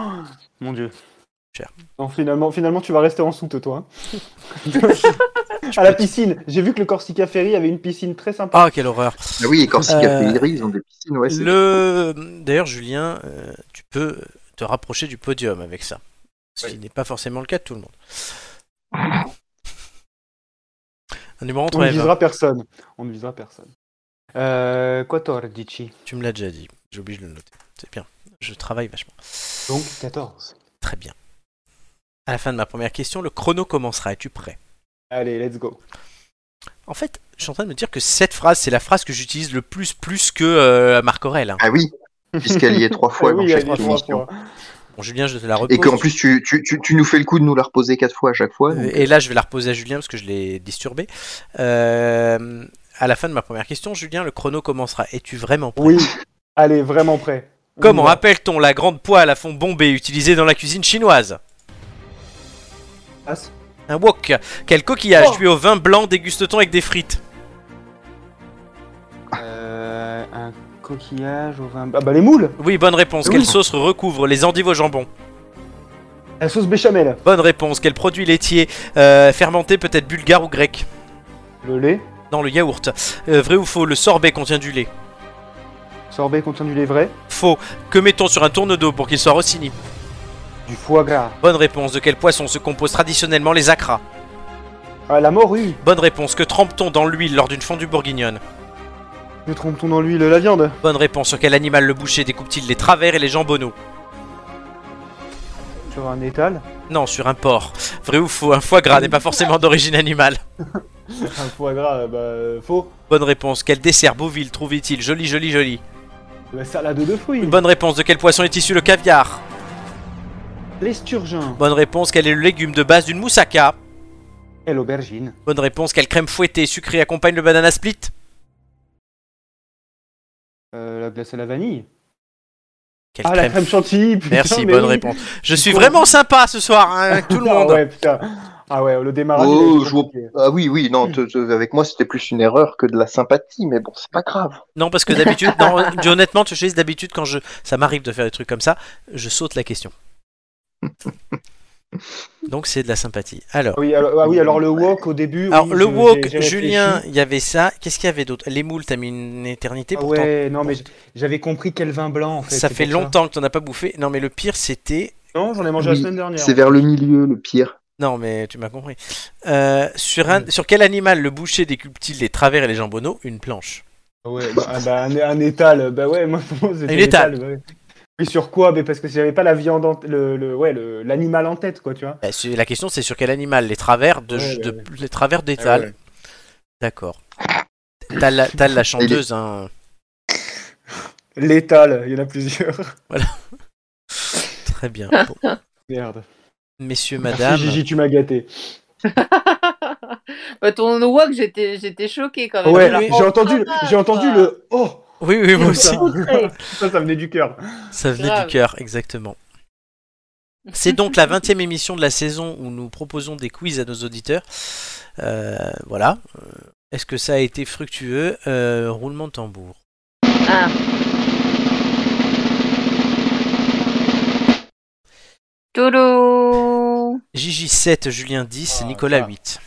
Mon dieu.
Cher.
Non, finalement, finalement, tu vas rester en soute, toi. hein. à la piscine. J'ai vu que le Corsica Ferry avait une piscine très sympa.
Ah, quelle horreur.
Ah oui, et Corsica
Euh,
Pellegrini, ils ont des piscines, ouais. c'est-
Le... D'ailleurs, Julien, euh, tu peux te rapprocher du podium avec ça. Ce qui n'est pas forcément le cas de tout le monde. Un numéro
On
entre hein.
ne
1 et 20.
visera personne. On ne visera personne. Euh, 14.
Tu me l'as déjà dit. J'ai oublié de le noter. C'est bien. Je travaille vachement.
Donc 14.
Très bien. À la fin de ma première question, le chrono commencera. Es-tu prêt
Allez, let's go.
En fait, je suis en train de me dire que cette phrase, c'est la phrase que j'utilise le plus, plus que euh, Marc Aurèle. hein.
Ah oui, puisqu'elle y est trois fois
Ah
dans
oui,
chaque
allez, trois
émission.
fois.
Bon, Julien, je te la repose.
Et qu'en plus, tu, tu, tu, tu nous fais le coup de nous la reposer quatre fois à chaque fois.
Euh,
donc-
Et là, je vais la reposer à Julien parce que je l'ai disturbé. Euh, à la fin de ma première question, Julien, le chrono commencera. Es-tu vraiment prêt
Oui. Allez, vraiment prêt. On y
Comment
va.
appelle-t-on la grande poêle à fond bombé utilisée dans la cuisine chinoise
Passe.
Un wok. Quel coquillage
Oh
tué au vin blanc déguste-t-on avec des frites
Euh, un coquillage au vin. Ah bah les moules.
Oui, bonne réponse. Quelle sauce recouvre les endives au jambon
La sauce béchamel.
Bonne réponse. Quel produit laitier euh, fermenté peut-être bulgare ou grec
Le lait.
Dans le yaourt. Euh, vrai ou faux Le sorbet contient du lait.
Sorbet contient du lait vrai.
Faux. Que mettons sur un tourne d'eau pour qu'il soit rossini
Du foie gras.
Bonne réponse. De quel poisson se composent traditionnellement les acras
Ah, la morue.
Bonne réponse. Que trempe-t-on dans l'huile lors d'une fondue bourguignonne
Que trompe-t-on dans l'huile La viande.
Bonne réponse. Sur quel animal le boucher découpe-t-il les travers et les jambonneaux
Sur un étal.
Non, sur un porc. Vrai ou faux Un foie gras n'est pas forcément d'origine animale.
Un foie gras, bah euh, faux.
Bonne réponse. Quel dessert Beauville trouve-t-il Joli, joli, joli.
La Eh ben, salade de fruits.
Une bonne réponse. De quel poisson est issu le caviar
L'esturgeon.
Bonne réponse. Quel est le légume de base d'une moussaka
Et l'aubergine.
Bonne réponse. Quelle crème fouettée sucrée accompagne le banana split
Euh, la glace à la vanille.
Quelle
Ah, la crème chantilly. putain,
Merci,
mais
bonne
oui.
réponse. Je suis
Con.
vraiment sympa ce soir, hein, avec tout le
Ah
monde.
ouais, putain. Ah ouais, le démarrage.
Oh,
il a été
je vois-
compliqué.
Ah oui, oui, non, te- te- avec moi c'était plus une erreur que de la sympathie, mais bon, c'est pas grave.
Non, parce que d'habitude, non, du- honnêtement, tu sais, d'habitude, quand je, ça m'arrive de faire des trucs comme ça, je saute la question. Donc c'est de la sympathie. Alors,
Ah Oui, alors, ah oui, alors le wok au début.
alors
oui,
le
je- j'ai-
wok,
j'ai réfléchi.
Julien, il y avait ça. Qu'est-ce qu'il y avait d'autre Les moules, t'as mis une éternité
Ah
pourtant.
ouais, non, mais j- j'avais compris quel vin blanc en fait.
ça
c'est
fait
pour
longtemps que t'en as pas bouffé. Non, mais le pire, c'était.
Non, j'en ai mangé
Oui,
la semaine dernière.
C'est vers le milieu le pire.
Non, mais tu m'as compris. Euh, sur,
Mm.
un... sur quel animal le boucher décupe-t-il les travers et les jambonneaux Une planche.
Ah Ouais, bah, ah bah, un, un étal. Bah ouais, moi, pour moi, c'était
Un étal.
l'étal, bah ouais. Mais sur quoi Mais parce que si j'avais pas la viande, en t- le, le- ouais, le- l'animal en tête, quoi, tu vois.
Bah, c'est- La question, c'est sur quel animal Les travers de,
Ouais,
de-
ouais, ouais.
les travers d'étal.
Ah ouais.
D'accord. T'as la, t'as la chanteuse, hein.
L'étal, il y en a plusieurs.
Très bien. Bon.
Merde.
Messieurs,
Merci,
madame.
Gigi, tu m'as gâté.
Bah, ton wok, j'étais j'étais choquée quand même.
Ouais,
Alors, oh,
j'ai entendu, le-
Ah,
j'ai entendu le oh.
Oui, oui, Ah, moi aussi.
Ça,
outré.
ça, ça venait du cœur.
Ça venait
Grave.
du cœur, exactement. C'est donc la 20e émission de la saison où nous proposons des quiz à nos auditeurs. Euh, voilà. Euh, Est-ce que ça a été fructueux Euh, Roulement de tambour.
Ah. Toulou.
Gigi 7, Julien 10,
Ah,
Nicolas
ça.
8.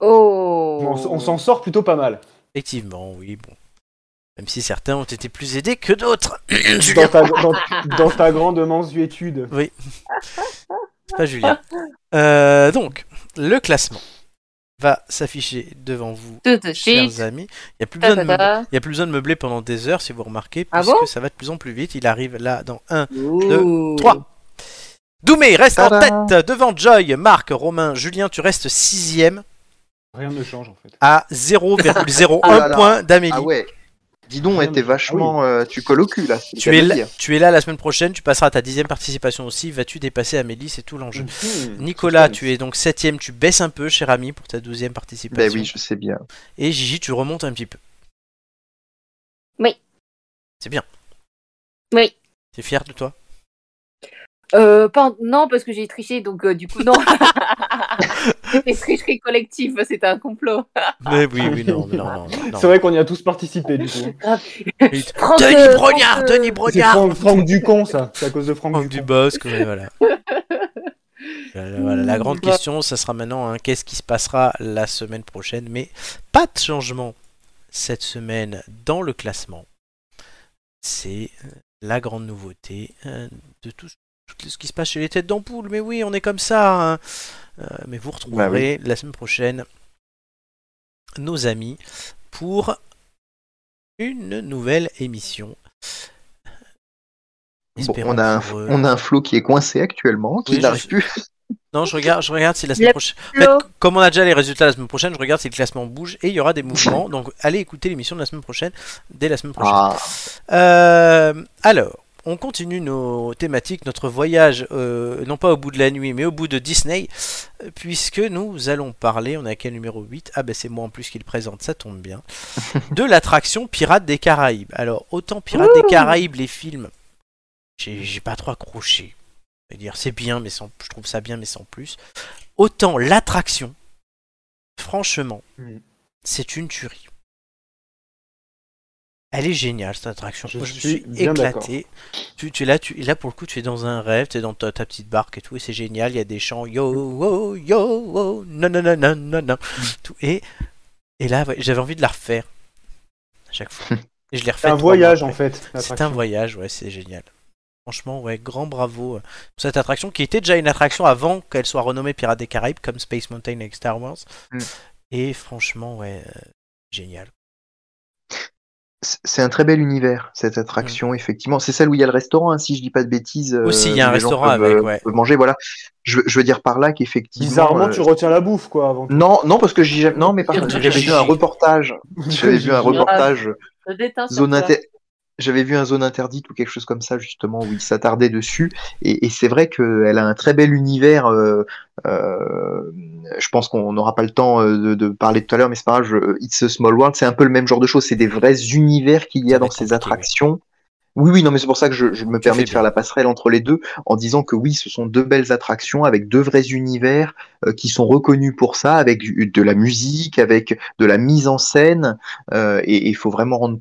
Oh.
On, s- on s'en sort plutôt pas mal.
Effectivement, oui, bon. Même si certains ont été plus aidés que d'autres.
Dans
Julien,
ta, dans, dans ta grande mansuétude.
c'est pas Julien. Euh, donc, le classement va s'afficher devant vous,
Tout de
chers
suite.
amis. Il n'y a plus
Ta,
besoin de
ta,
meubler.
ta.
Il y a plus besoin de meubler pendant des heures, si vous remarquez,
Ah
puisque
bon
ça va de plus en plus vite. Il arrive là dans 1,
Ouh.
3. Doumé reste en
Tadam.
tête devant Joy, Marc, Romain, Julien, tu restes sixième
Rien ne change en fait.
à 0,01
Oh là là.
point d'Amélie.
Ah ouais, Dis donc, ouais, t'es vachement. euh, tu colles au cul là. c'est le
Tu
cas
es,
de
là,
dire.
tu es là la semaine prochaine, tu passeras à ta dixième participation aussi. Vas-tu dépasser Amélie C'est tout l'enjeu.
Mhm.
Nicolas,
Putain,
tu es donc septième, tu baisses un peu, cher ami, pour ta douzième
Ben
participation.
oui, je sais bien.
Et Gigi, tu remontes un petit peu.
Oui.
C'est bien.
Oui.
T'es fier de toi
Euh, pas en- Non, parce que j'ai triché, donc euh, du coup, non. C'était tricherie collective, c'est un complot.
Mais oui, oui, non, non, non. non.
C'est vrai qu'on y a tous participé du coup.
Franck,
Denis
euh,
Brognard,
Franck, euh,
Denis
C'est
Brognard
Franck, Franck Ducon ça, c'est à cause de Franck,
Franck
Ducon.
Dubosc, ouais, voilà. Voilà, voilà. La grande question, ça sera maintenant hein, qu'est-ce qui se passera la semaine prochaine, mais pas de changement cette semaine dans le classement. C'est euh, la grande nouveauté euh, de tout, tout ce qui se passe chez les têtes d'ampoule. Mais oui, on est comme ça. hein. Euh, mais
Bah
vous retrouverez la semaine prochaine nos amis pour une nouvelle émission.
Bon,
Espérons
on, a un,
pour eux.
on a un flot qui est coincé actuellement, qui
Oui, je-
n'arrive plus.
Non, je regarde, je regarde si la semaine
Le
prochaine. En fait, c- comme on a déjà les résultats la semaine prochaine, je regarde si le classement bouge et il y aura des mouvements. Donc, allez écouter l'émission de la semaine prochaine, dès la semaine prochaine.
Ah,
Euh, alors, on continue nos thématiques, notre voyage, euh, non pas au bout de la nuit, mais au bout de Disney, euh, puisque nous allons parler, on a quel numéro 8 Ah ben c'est moi en plus qui le présente, ça tombe bien, de l'attraction Pirates des Caraïbes. Alors, autant Pirates des Caraïbes, les films, j'ai j'ai pas trop accroché. Je veux dire, c'est bien, mais sans, je trouve ça bien, mais sans plus. Autant l'attraction, franchement,
Mm.
c'est une tuerie. Elle est géniale cette attraction.
Je
Moi, Je, me
suis
suis
bien
éclaté. Tu, tu es là, tu, là pour le coup, tu es dans un rêve, tu es dans ta, ta petite barque et tout, et c'est génial. Il y a des chants yo oh, yo oh, non non non non non non. Tout et et là, ouais, j'avais envie de la refaire à chaque fois. Et je l'ai
C'est
refaite.
un voyage en fait.
C'est un
l'attraction.
voyage, ouais, c'est génial. Franchement, ouais, grand bravo euh, pour cette attraction qui était déjà une attraction avant qu'elle soit renommée Pirates des Caraïbes, comme Space Mountain avec Star Wars.
Mm.
Et franchement, ouais, euh, génial.
c- c'est un très bel univers, cette attraction, effectivement. C'est celle où il y a le restaurant, hein, si je dis pas de bêtises. euh,
Mm. Aussi, il y a
où
un
les gens
restaurant
peuvent,
avec,
euh,
ouais.
peuvent manger, voilà. Je, veux- je veux dire par là qu'effectivement.
Bizarrement,
euh,
tu retiens la bouffe quoi avant.
Non, non, parce que j'ai jamais- non, mais par
Tu
j'avais vu un
réfléchis.
reportage. J'avais vu un reportage
Je déteins sur
zone
toi.
inter- J'avais vu un zone interdite ou quelque chose comme ça justement où il s'attardait dessus et, et c'est vrai qu'elle a un très bel univers. euh, euh, je pense qu'on n'aura pas le temps euh, de, de parler tout à l'heure, mais c'est pas grave. je- It's a Small World, c'est un peu le même genre de choses. C'est des vrais univers qu'il y
Ça va
a dans
être
ces
compliqué,
attractions. Oui, oui, non, mais c'est pour ça que je, je me
fais
permets de
bien.
faire la passerelle entre les deux en disant que oui, ce sont deux belles attractions avec deux vrais univers euh, qui sont reconnus pour ça, avec du- de la musique, avec de la mise en scène. euh, et il faut vraiment rendre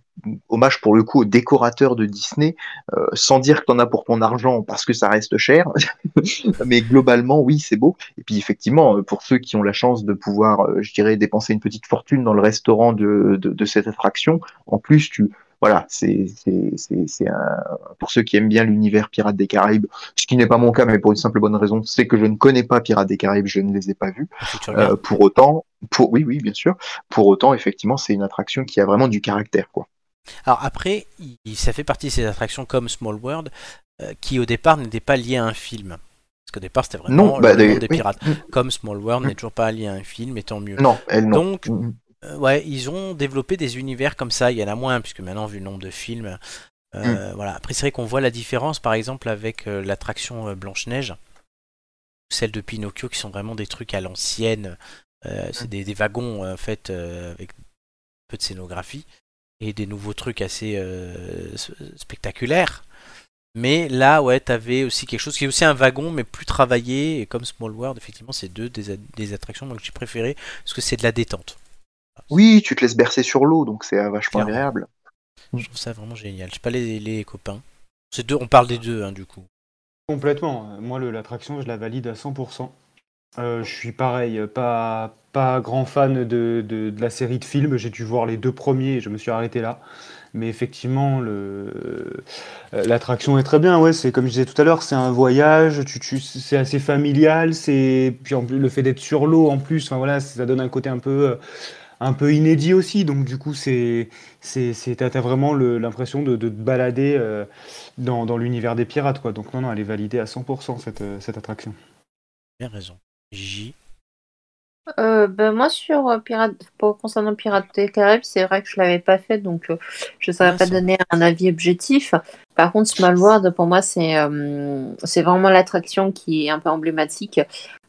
hommage pour le coup aux décorateurs de Disney, euh, sans dire que t'en as pour ton argent parce que ça reste cher. Mais globalement, oui, c'est beau. Et puis effectivement, euh, pour ceux qui ont la chance de pouvoir, euh, je dirais, dépenser une petite fortune dans le restaurant de, de, de cette attraction, en plus, tu voilà, c'est c'est- c'est- c'est un... pour ceux qui aiment bien l'univers Pirates des Caraïbes, ce qui n'est pas mon cas, mais pour une simple bonne raison, c'est que je ne connais pas Pirates des Caraïbes, je ne les ai pas vus.
Faut que tu
Euh,
regardes.
pour autant, pour oui, oui, bien sûr. Pour autant, effectivement, c'est une attraction qui a vraiment du caractère, quoi.
Alors après, il- il- ça fait partie de ces attractions comme Small World, euh, qui au départ n'étaient pas liées à un film. Parce qu'au départ, c'était vraiment
Non,
le
bah,
monde
d'ailleurs,
des
oui.
pirates. Comme Small World
Mm.
n'est toujours pas lié à un film, et tant mieux.
Non, elle non. Mm,
Donc, Euh, ouais, ils ont développé des univers comme ça. Il y en a moins, puisque maintenant, vu le nombre de films, euh, voilà. Après, c'est vrai qu'on voit la différence, par exemple, avec euh, l'attraction euh, Blanche-Neige, ou celle de Pinocchio, qui sont vraiment des trucs à l'ancienne. Euh, c'est des, des wagons, euh, en fait, euh, avec peu de scénographie, et des nouveaux trucs assez euh, s- spectaculaires. Mais là, ouais, t'avais aussi quelque chose qui est aussi un wagon, mais plus travaillé. Et comme Small World, effectivement, c'est deux des, a- des attractions donc j'ai préféré, parce que c'est de la détente.
Oui, tu te laisses bercer sur l'eau, donc c'est euh, vachement
Clairement.
agréable.
Je trouve ça vraiment génial. Je sais pas les, les copains. C'est deux, on parle des deux hein, du coup.
Complètement. Moi, le- l'attraction, je la valide à 100%. Euh, je suis pareil, pas, pas grand fan de, de- de la série de films. J'ai dû voir les deux premiers et je me suis arrêté là. Mais effectivement, le- euh, l'attraction est très bien. Ouais, c'est comme je disais tout à l'heure, c'est un voyage. Tu, tu- c'est assez familial. C'est puis en plus, le fait d'être sur l'eau en plus. Enfin voilà, ça donne un côté un peu euh, un peu inédit aussi. Donc du coup, c'est c'est c'est- t'as t'as vraiment le- l'impression de, de te balader. euh, dans, dans l'univers des pirates, quoi. Donc non, non, elle est validée à 100% cette, euh, cette attraction.
Bien raison. J.
Euh, ben, moi, sur euh, Pirate, pour, concernant Pirates des Caraïbes, c'est vrai que je l'avais pas fait, donc euh, je ne saurais
Ah,
pas
ça.
donner un avis objectif. Par contre, Smallworld, pour moi, c'est euh, c'est vraiment l'attraction qui est un peu emblématique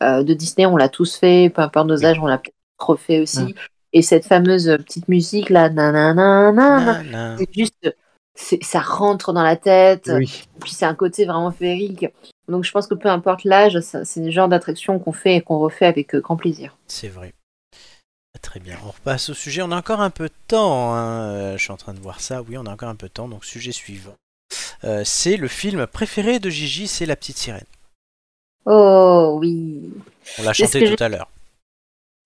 euh, de Disney. On l'a tous fait, peu importe nos âges, on l'a peut-être refait aussi. Et cette fameuse euh, petite musique là, nanana, nanana,
Nanana.
c'est juste, c'est- ça rentre dans la tête.
Oui.
Puis c'est un côté vraiment féerique. Donc je pense que peu importe l'âge, ça- c'est le genre d'attraction qu'on fait et qu'on refait avec euh, grand plaisir.
C'est vrai. Ah, Très bien, on repasse au sujet. On a encore un peu de temps. hein. Euh, Je suis en train de voir ça. Oui, on a encore un peu de temps. Donc, sujet suivant. Euh, c'est le film préféré de Gigi, c'est La Petite Sirène.
Oh oui.
On l'a
C'est ce
chanté
que j'ai-
tout à l'heure.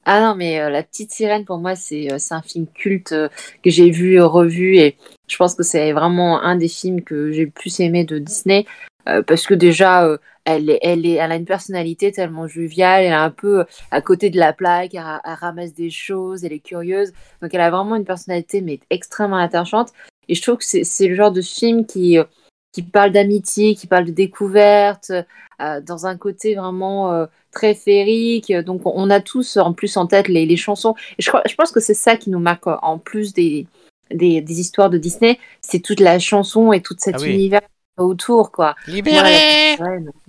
Ah non, mais euh, La Petite Sirène, pour moi, c'est euh, c'est un film culte euh, que j'ai vu, euh, revu, et je pense que c'est vraiment un des films que j'ai le plus aimé de Disney, euh, parce que déjà, euh, elle, est, elle, est, elle a une personnalité tellement joviale, elle est un peu euh, à côté de la plaque, elle, ra- elle ramasse des choses, elle est curieuse, donc elle a vraiment une personnalité, mais extrêmement attachante, et je trouve que c'est c'est le genre de film qui, euh, qui parle d'amitié, qui parle de découverte, euh, dans un côté vraiment... euh, très féerique. Donc on a tous en plus en tête les, les chansons. Et je, crois- je pense que c'est ça qui nous marque euh, en plus des, des, des histoires de Disney, c'est toute la chanson et tout cet
Ah oui.
univers autour quoi. Libéré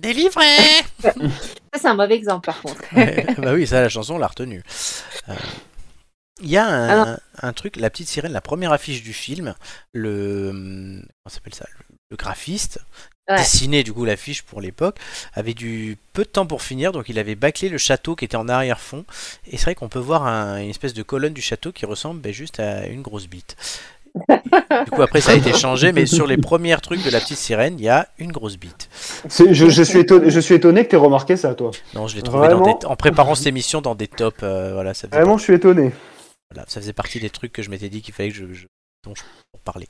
Délivré
Ça c'est un mauvais exemple par contre.
Bah oui, ça, la chanson, on l'a retenue. Euh, Il y a un,
Alors-
un truc, La Petite Sirène, la première affiche du film, le. hum, Comment ça s'appelle ça Le- Le graphiste
Ouais.
dessiné du coup l'affiche pour l'époque, avait du peu de temps pour finir, donc il avait bâclé le château qui était en arrière-fond. Et c'est vrai qu'on peut voir un- une espèce de colonne du château qui ressemble ben, juste à une grosse bite. du coup après ça a été changé, mais sur les premiers trucs de la petite sirène, il y a une grosse bite.
C'est- Je, je suis étonné, je suis étonné que tu aies remarqué ça, toi.
Non, je l'ai trouvé dans
Vraiment
des- en préparant cette émission dans des tops. euh, voilà, ça faisait,
Vraiment, je suis étonné.
voilà, ça faisait partie des trucs que je m'étais dit qu'il fallait que je, je- dont je- pour parler.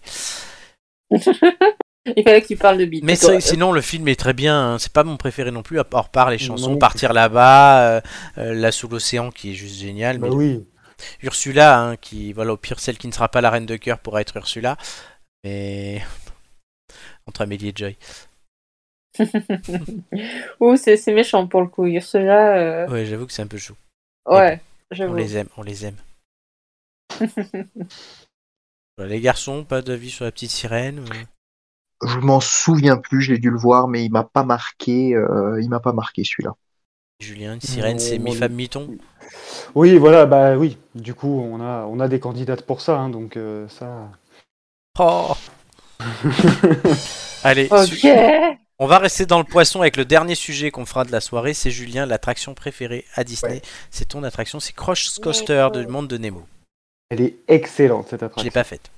Il fallait que tu parles de Bill.
Mais
euh,
plutôt.
c'est- sinon, le film est très bien. hein. C'est pas mon préféré non plus, à part par les chansons,
Non.
Partir là-bas, euh, euh, La sous l'océan qui est juste génial.
Bah
mais
oui.
Ursula, hein, qui, voilà, au pire, celle qui ne sera pas la reine de cœur pourra être Ursula. Mais. Entre Amélie et Joy.
Ouh, c'est c'est méchant pour le coup. Ursula, euh,
Ouais, j'avoue que c'est un peu chou.
ouais,
On
j'avoue.
les aime, on les aime. Voilà, les garçons, pas d'avis sur la petite sirène euh, ou-
Je m'en souviens plus, j'ai dû le voir, mais il m'a pas marqué. euh, il m'a pas marqué celui-là.
Julien, une sirène, c'est
Non,
mi-femme, mi-ton.
Oui, voilà, bah oui. Du coup, on a, on a des candidates pour ça, hein, donc euh, ça.
Oh Allez,
Ok.
su- on va rester dans le poisson avec le dernier sujet qu'on fera de la soirée. C'est Julien, l'attraction préférée à Disney. C'est ton attraction, c'est Crush Coaster du monde de Nemo.
Elle est excellente cette
Je
attraction.
l'ai pas faite.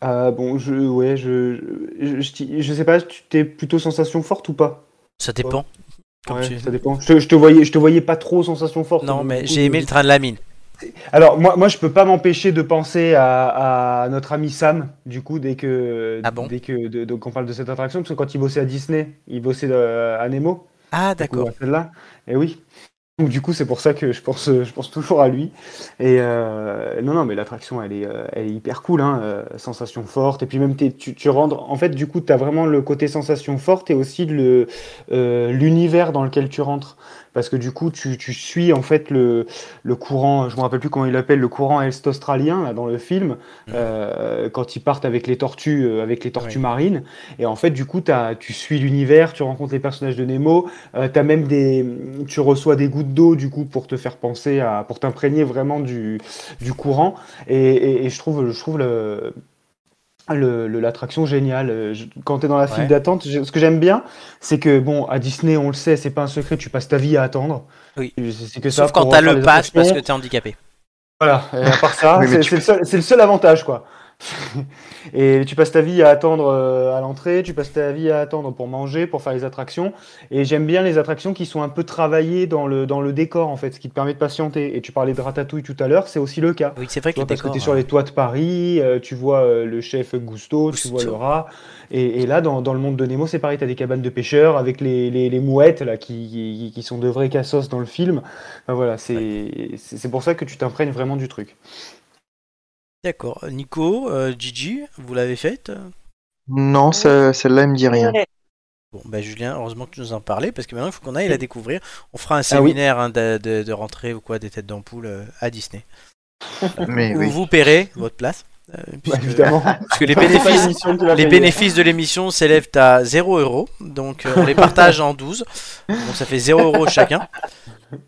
Ah, bon, je, ouais, je, je, je, t'y- je sais pas, tu t'es plutôt sensation forte ou pas
Ça dépend. Comme
Ouais,
tu-
ça dépend. Je, te- je te voyais, je te voyais pas trop sensation forte.
Non,
donc,
mais
du coup,
j'ai aimé
je-
le train de la mine.
Alors moi, moi je peux pas m'empêcher de penser à, à notre ami Sam du coup dès que
Ah bon
dès que de- donc on parle de cette attraction parce que quand il bossait à Disney, il bossait euh, à Nemo.
Ah,
du coup,
d'accord.
à Celle-là. Et oui. Donc du coup c'est pour ça que je pense euh, je pense toujours à lui. Et euh, non non mais l'attraction elle est euh, elle est hyper cool hein, euh, sensation forte et puis même t'es- tu tu rentres en fait du coup tu as vraiment le côté sensation forte et aussi le euh, l'univers dans lequel tu rentres parce que du coup tu, tu suis en fait le, le courant, je me rappelle plus comment il l'appelle, le courant est australien là, dans le film, euh, quand ils partent avec les tortues, euh, avec les tortues
Ouais.
marines. Et en fait, du coup, t'as- tu suis l'univers, tu rencontres les personnages de Nemo, euh, t'as même des, tu reçois des gouttes d'eau du coup pour te faire penser à, pour t'imprégner vraiment du, du courant. Et, et- et je trouve, je trouve le le- le- l'attraction géniale Euh, je- quand tu es dans la
Ouais.
file d'attente je- ce que j'aime bien c'est que bon à Disney on le sait c'est pas un secret tu passes ta vie à attendre
Oui.
C'est- c'est que ça,
Sauf quand
pour
t'as
refaire
le
les
pass parce
attractions.
que t'es handicapé.
Voilà, et à part ça,
Oui, mais
c'est
tu
c'est le, seul- c'est le seul avantage, quoi. et tu passes ta vie à attendre euh, à l'entrée, tu passes ta vie à attendre pour manger, pour faire les attractions. Et j'aime bien les attractions qui sont un peu travaillées dans le, dans le décor, en fait, ce qui te permet de patienter. Et tu parlais de Ratatouille tout à l'heure, c'est aussi le cas.
Oui, c'est vrai que hein. le
Tu vois, parce que
décor.
tu es sur les toits de Paris, euh, tu vois euh, le chef Gusto, tu vois
Gusto.
le rat. Et, et là, dans, dans le monde de Nemo, c'est pareil, tu as des cabanes de pêcheurs avec les, les- les mouettes là, qui, qui- qui sont de vrais cassos dans le film. Enfin, voilà, c'est c'est- c'est pour ça que tu t'imprègnes vraiment du truc.
D'accord. Nico, euh, Gigi, vous l'avez faite
Non, ça- celle-là, elle me dit rien.
Bon, ben Julien, heureusement que tu nous en parlais, parce que maintenant il faut qu'on aille la découvrir. On fera un séminaire hein, de, de- de rentrée ou quoi des têtes d'ampoule euh, à Disney.
Mais
Où
oui. Bah,
vous paierez votre place. euh, puisque,
Bah, évidemment.
parce que les bénéfices, les bénéfices de l'émission s'élèvent à 0 euros, donc euh, on les partage en 12. Donc ça fait 0 euros chacun.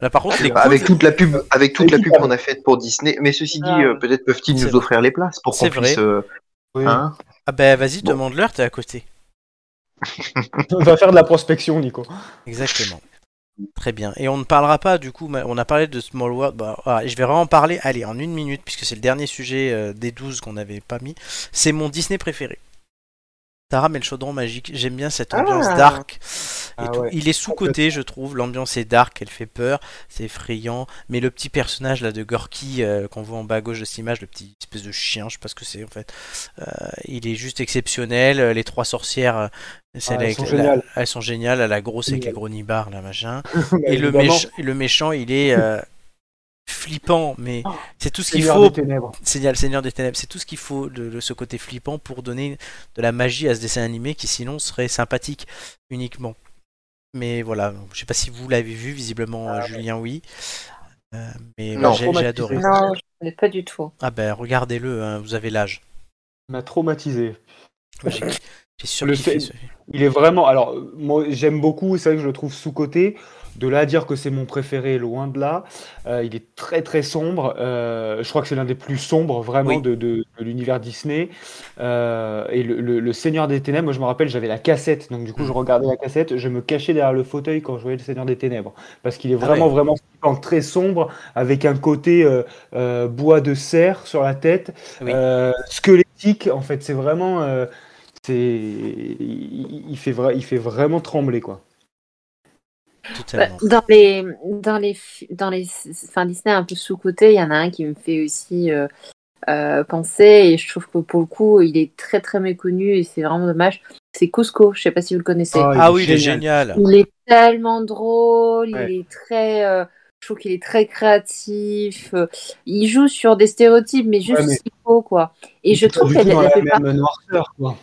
Là par contre, les coûts,
Avec toute la pub, avec toute la pub qu'on a faite pour Disney. Mais ceci dit,
Ah, ouais.
euh, peut-être peuvent-ils
C'est
nous
vrai.
offrir les places pour qu'on
C'est vrai.
puisse. euh,
Oui.
hein
ah ben vas-y,
Bon.
demande-leur, t'es à côté.
Va faire de la prospection, Nico. Bah,
Exactement. Très bien. Et on ne parlera pas du coup, ma- on a parlé de Small World. bah, voilà, je vais vraiment en parler, allez, en une minute, puisque c'est le dernier sujet euh, des 12 qu'on n'avait pas mis. C'est mon Disney préféré. Tara met le chaudron magique. J'aime bien cette ambiance
Ah.
dark. et
Ah
tout.
ouais.
Il est sous-côté, je trouve. L'ambiance est dark, elle fait peur, c'est effrayant. Mais le petit personnage là de Gorky euh, qu'on voit en bas à gauche de cette image, le petit espèce de chien, je sais pas ce que c'est en fait. euh, il est juste exceptionnel. Euh, Les trois sorcières, euh, celle
Ah, elles
avec
sont
la-
géniales.
elles sont géniales. à La grosse avec les
Génial.
gros nibards, là machin.
Bah,
Et le,
évidemment,
méch- le méchant, il est euh, flippant, mais c'est tout ce qu'il
Oh, Seigneur
faut.
des ténèbres.
Seigneur, le Seigneur des Ténèbres, c'est tout ce qu'il faut de, de ce côté flippant pour donner de la magie à ce dessin animé qui sinon serait sympathique uniquement. Mais voilà, je sais pas si vous l'avez vu, visiblement
Ah,
euh, Julien oui. Euh, mais
Non.
ouais, j'ai- j'ai
Traumatisé.
adoré.
Non, je ne connais pas du tout.
Ah ben regardez-le, hein, vous avez l'âge.
Il m'a traumatisé.
Moi, J'ai j'ai
Le
surkiffé
fait-
ce-
Il est vraiment. Alors, euh, moi, j'aime beaucoup. C'est vrai que je le trouve sous-côté. De là à dire que c'est mon préféré, loin de là. Euh, il est très, très sombre. Euh, je crois que c'est l'un des plus sombres, vraiment,
Oui.
de, de- de l'univers Disney. Euh, et le, le- le Seigneur des Ténèbres, moi, je me rappelle, j'avais la cassette. Donc, du coup, je
Mm.
regardais la cassette. Je me cachais derrière le fauteuil quand je voyais le Seigneur des Ténèbres. Parce qu'il est
Ah
vraiment,
ouais.
vraiment flippant, très sombre, avec un côté euh, euh, bois de cerf sur la tête.
Oui.
euh, squelettique, en fait, c'est vraiment. euh, c'est il il fait vra- il fait vraiment trembler quoi.
totalement.
Bah, dans les dans les fi- dans les enfin Disney un peu sous côté, il y en a un qui me fait aussi euh, euh, penser et je trouve que pour le coup il est très très méconnu et c'est vraiment dommage. C'est Cusco, je sais pas si vous le connaissez.
Ah,
Ah oui, il est génial.
Il est tellement drôle,
Ouais.
il est très euh, je trouve qu'il est très créatif. euh, il joue sur des stéréotypes mais juste
Ouais, mais-
ce qu'il faut quoi. Et je trouve
qu'il
qu'elle
dans
elle
la
fait pas-
même noirceur quoi.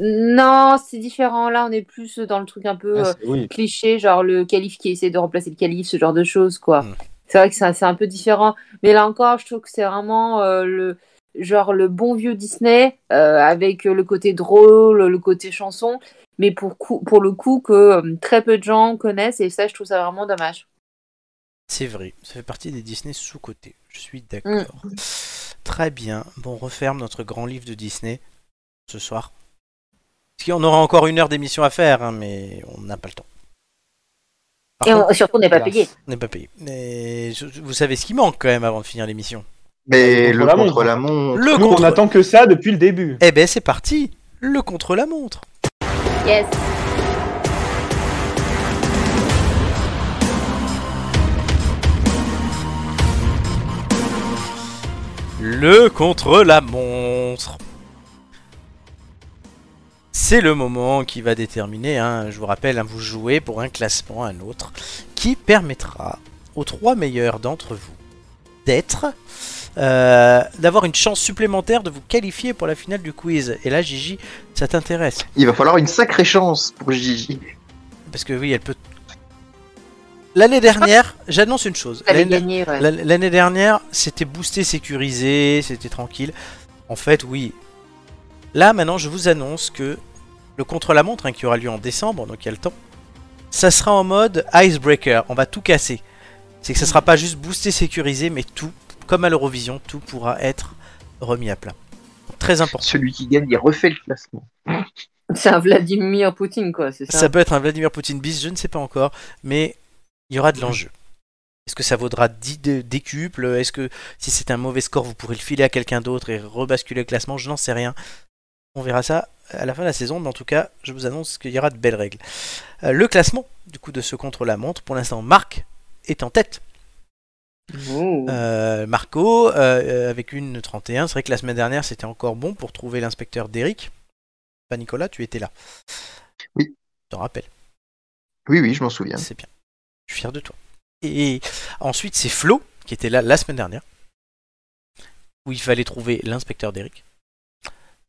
Non, c'est différent. Là, on est plus dans le truc un peu.
Ah,
euh,
c'est- oui.
cliché, genre le calife qui essaie de remplacer le calife, ce genre de choses, quoi.
Mm.
C'est vrai que c'est c'est un peu différent. Mais là encore, je trouve que c'est vraiment euh, le genre le bon vieux Disney euh, avec euh, le côté drôle, le côté chanson, mais pour, coup, pour le coup que euh, très peu de gens connaissent et ça, je trouve ça vraiment dommage.
C'est vrai, ça fait partie des Disney sous-côté. Je suis d'accord. Très bien. Bon, on referme notre grand livre de Disney ce soir. Parce qu'on aura encore une heure d'émission à faire, hein, mais on n'a pas le temps. Par
et
contre,
on- surtout, on n'est pas
Voilà.
payé.
on n'est pas payé. Mais je- vous savez ce qui manque quand même avant de finir l'émission.
Mais le
contre-la-montre.
contre la montre.
Le
Nous,
contre.
on attend que ça depuis le début.
Eh ben c'est parti. Le contre la montre.
Yes.
Le contre la montre. C'est le moment qui va déterminer, hein, je vous rappelle, hein, vous jouez pour un classement, un autre, qui permettra aux trois meilleurs d'entre vous d'être, euh, d'avoir une chance supplémentaire de vous qualifier pour la finale du quiz. Et là, Gigi, ça t'intéresse.
Il va falloir une sacrée chance pour Gigi.
Parce que oui, elle peut... L'année dernière, j'annonce une chose.
Vous avez
L'année-
gagné, ouais.
L'an- L'année dernière, c'était boosté, sécurisé, c'était tranquille. En fait, oui. Là, maintenant, je vous annonce que le contre-la-montre, hein, qui aura lieu en décembre, donc il y a le temps, ça sera en mode icebreaker. On va tout casser. C'est que ça sera pas juste boosté, sécurisé, mais tout, comme à l'Eurovision, tout pourra être remis à plat. Très important.
Celui qui gagne, il refait le classement.
C'est un Vladimir Poutine, quoi, c'est ça.
Ça peut être un Vladimir Poutine bis, je ne sais pas encore, mais il y aura de l'enjeu. Est-ce que ça vaudra 10 dé- décuples Est-ce que si c'est un mauvais score, vous pourrez le filer à quelqu'un d'autre et rebasculer le classement Je n'en sais rien. On verra ça à la fin de la saison, mais en tout cas, je vous annonce qu'il y aura de belles règles. Euh, le classement, du coup, de ce contre-la-montre, pour l'instant, Marc est en tête.
Ouh.
Euh, Marco, euh, euh, avec une 31, c'est vrai que la semaine dernière, c'était encore bon pour trouver l'inspecteur d'Eric. Pas Nicolas, tu étais là.
Oui.
Je t'en rappelle.
Oui, oui, je m'en souviens.
C'est bien. Je suis fier de toi. Et ensuite, c'est Flo, qui était là la semaine dernière, où il fallait trouver l'inspecteur d'Eric.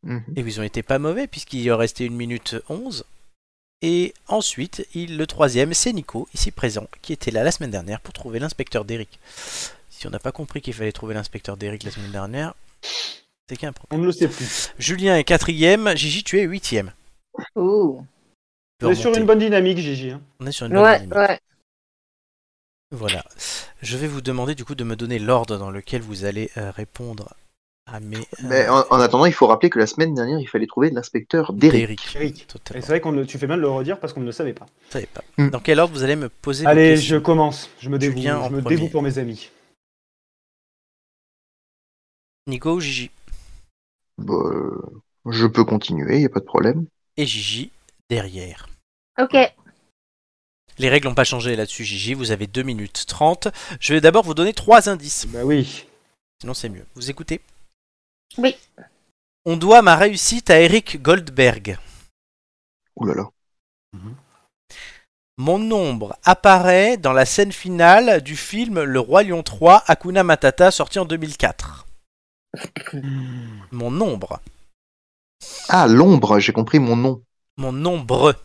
Mhm.
Et ils ont été pas mauvais, puisqu'il restait une minute 11. Et ensuite, il, le troisième, c'est Nico, ici présent, qui était là la semaine dernière pour trouver l'inspecteur d'Eric. Si on n'a pas compris qu'il fallait trouver l'inspecteur d'Eric la semaine dernière, c'est qu'il y a un problème.
On ne le sait plus.
Julien est quatrième, Gigi, tu es huitième.
Oh.
Tu peux
On est sur
remonter.
une bonne dynamique, Gigi. hein.
On est sur une bonne
Ouais,
dynamique.
ouais.
Voilà. Je vais vous demander du coup de me donner l'ordre dans lequel vous allez euh, répondre à mes. euh,
Ben,
Mais en, en attendant, il faut rappeler que la semaine dernière, il fallait trouver l'inspecteur d'Eric.
D'Eric.
Eric. Et
Totalement.
c'est vrai qu'on ne- tu fais mal de le redire parce qu'on ne le savait pas.
Je savais pas.
Mm.
Dans quel ordre vous allez me poser vos
Allez, je
questions
commence. Je me dévoue.
Julien en
Je me
premier.
dévoue pour mes amis.
Nico ou Gigi
Bon, euh, je peux continuer, il n'y a pas de problème.
Et Gigi derrière.
Ok.
Les règles n'ont pas changé là-dessus, Gigi. Vous avez 2 minutes 30. Je vais d'abord vous donner trois indices.
Bah oui.
Sinon, c'est mieux. Vous écoutez
Oui.
On doit ma réussite à Eric Goldberg.
Ouh là là.
Mon nombre apparaît dans la scène finale du film Le Roi Lion 3 Hakuna Matata sorti en 2004. Mon nombre.
Ah, l'ombre, j'ai compris mon nom.
Mon nombre.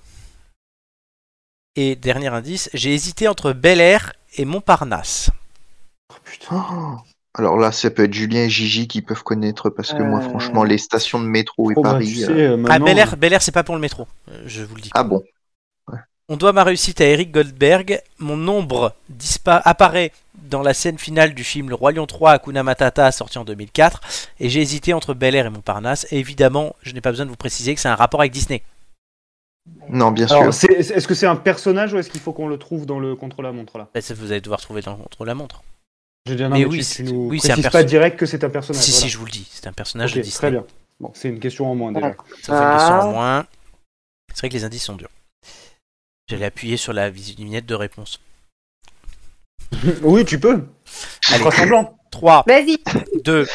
Et dernier indice, j'ai hésité entre Bel Air et Montparnasse.
Oh, putain.
Oh. Alors là, ça peut être Julien et Gigi qui peuvent connaître, parce que moi,
Euh.
franchement, les stations de métro et
Oh, bah,
Paris.
tu
euh,
sais, euh,
ah,
maintenant,
Bel Air, Bel Air, c'est pas pour le métro. Euh, Je vous le dis.
Ah bon
On doit ma réussite à Eric Goldberg. Mon nombre dispa- apparaît dans la scène finale du film Le Roi Lion 3 Hakuna Matata sorti en 2004 et j'ai hésité entre Bel Air et Montparnasse. Et évidemment, je n'ai pas besoin de vous préciser que c'est un rapport avec Disney.
Non, bien
Alors,
sûr.
c'est- est-ce que c'est un personnage ou est-ce qu'il faut qu'on le trouve dans le contre-la-montre là
Bah, ça, vous allez devoir trouver dans contre la montre.
Je veux dire,
Mais
mais
oui,
tu-
c'est-
tu nous
oui, c'est un
précises pas
perso-
direct que c'est un personnage.
si, si,
voilà.
Ah, je vous le dis, c'est un personnage
Ok,
de Disney.
Très bien. Bon, c'est une question en moins déjà.
Ça fait une question
Ah.
en moins. C'est vrai que les indices sont durs. J'allais appuyer sur la vis- vignette de réponse.
oui, tu peux. On
Allez.
fera semblant.
3,
Vas-y.
2,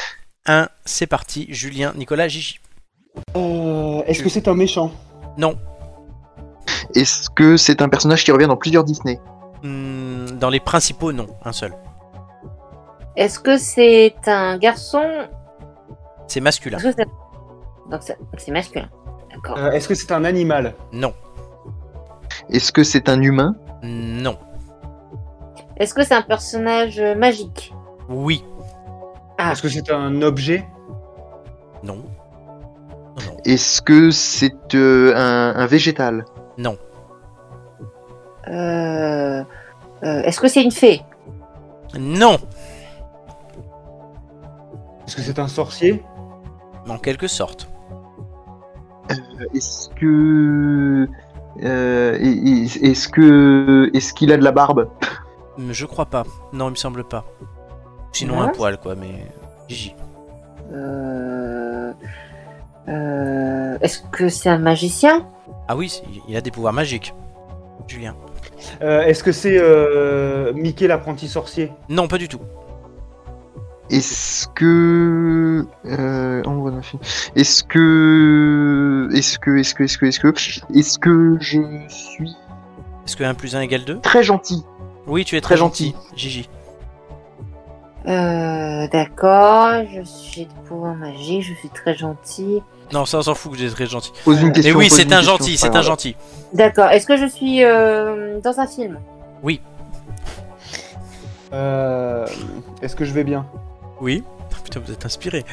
1, c'est parti. Julien, Nicolas, Gigi.
Euh, Est-ce que c'est un méchant
Est-ce que c'est un personnage qui revient dans plusieurs Disney
Hmm, Dans les principaux, non, un seul.
Est-ce que c'est un garçon
C'est masculin.
Est-ce que c'est- Donc c'est- c'est masculin. D'accord.
Euh, Est-ce que c'est un animal
Non,
Est-ce que c'est un humain
non,
Est-ce que c'est un personnage euh, magique
oui,
Ah.
Est-ce que c'est un objet
non. Non,
Est-ce que c'est euh, un, un végétal
Euh, euh, Est-ce que c'est une fée
non,
Est-ce que c'est un sorcier
Non, en quelque sorte.
Euh, Est-ce que euh, est- est-ce que est-ce qu'il a de la barbe
Hmm, Je crois pas. Non, il me semble pas. Sinon,
Ouais.
un poil, quoi, mais. Gigi.
Euh, euh, Est-ce que c'est un magicien
Ah oui, c'est- il a des pouvoirs magiques. Julien.
Euh, Est-ce que c'est euh, Mickey l'apprenti sorcier
Non, pas du tout.
Est-ce que euh, on voit dans le film. Est-ce que est-ce que est-ce que est-ce que est-ce que est-ce que je suis
Est-ce que 1 plus 1 égale 2
très gentil
Oui, tu es très,
Très
gentil.
gentil.
Gigi.
Euh, D'accord, je suis de pouvoir magique, je suis très gentil.
Non, ça on s'en fout que j'ai très gentil.
Pose une
Mais
question.
oui,
pose
c'est
une
un
question,
gentil,
pas
c'est un
grave.
gentil.
D'accord, est-ce que je suis euh, dans un film
Euh, Est-ce que je vais bien
Oui. Ah, Putain, vous êtes inspiré.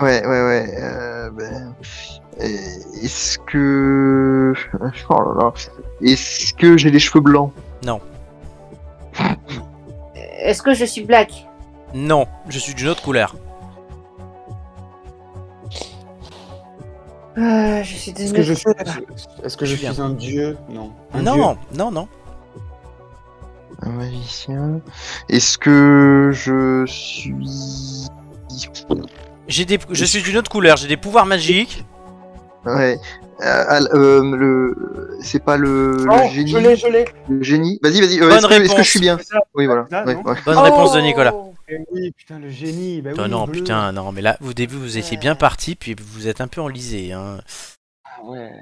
Ouais, ouais, ouais. euh, ben, euh, est-ce que oh là là. Est-ce que j'ai les cheveux blancs
Est-ce que je suis black
Non, je suis d'une autre couleur.
Euh, Je suis de
Est-ce que je
notre
suis,
couleur.
est-ce que je
Julien.
suis un dieu Non. Un dieu
Ah, Non, non, non.
Un magicien. Est-ce que je suis
J'ai des... Je suis d'une autre couleur, j'ai des pouvoirs magiques.
Ouais. Euh, al- euh, le... C'est pas le, le
Oh,
génie.
je l'ai, je l'ai.
Le génie. Vas-y, vas-y. euh,
Bonne
est-ce, que, est-ce que
réponse.
je suis bien
C'est Ah, ça
Oui, voilà.
Ça,
Ouais,
non
ouais.
Bonne réponse de
Oh
Nicolas.
Eh oui, putain, le génie. Bah oui,
Non, non,
bleu.
putain, non, mais là, au début, vous étiez bien parti, puis vous êtes un peu enlisé. Hein.
Ah ouais.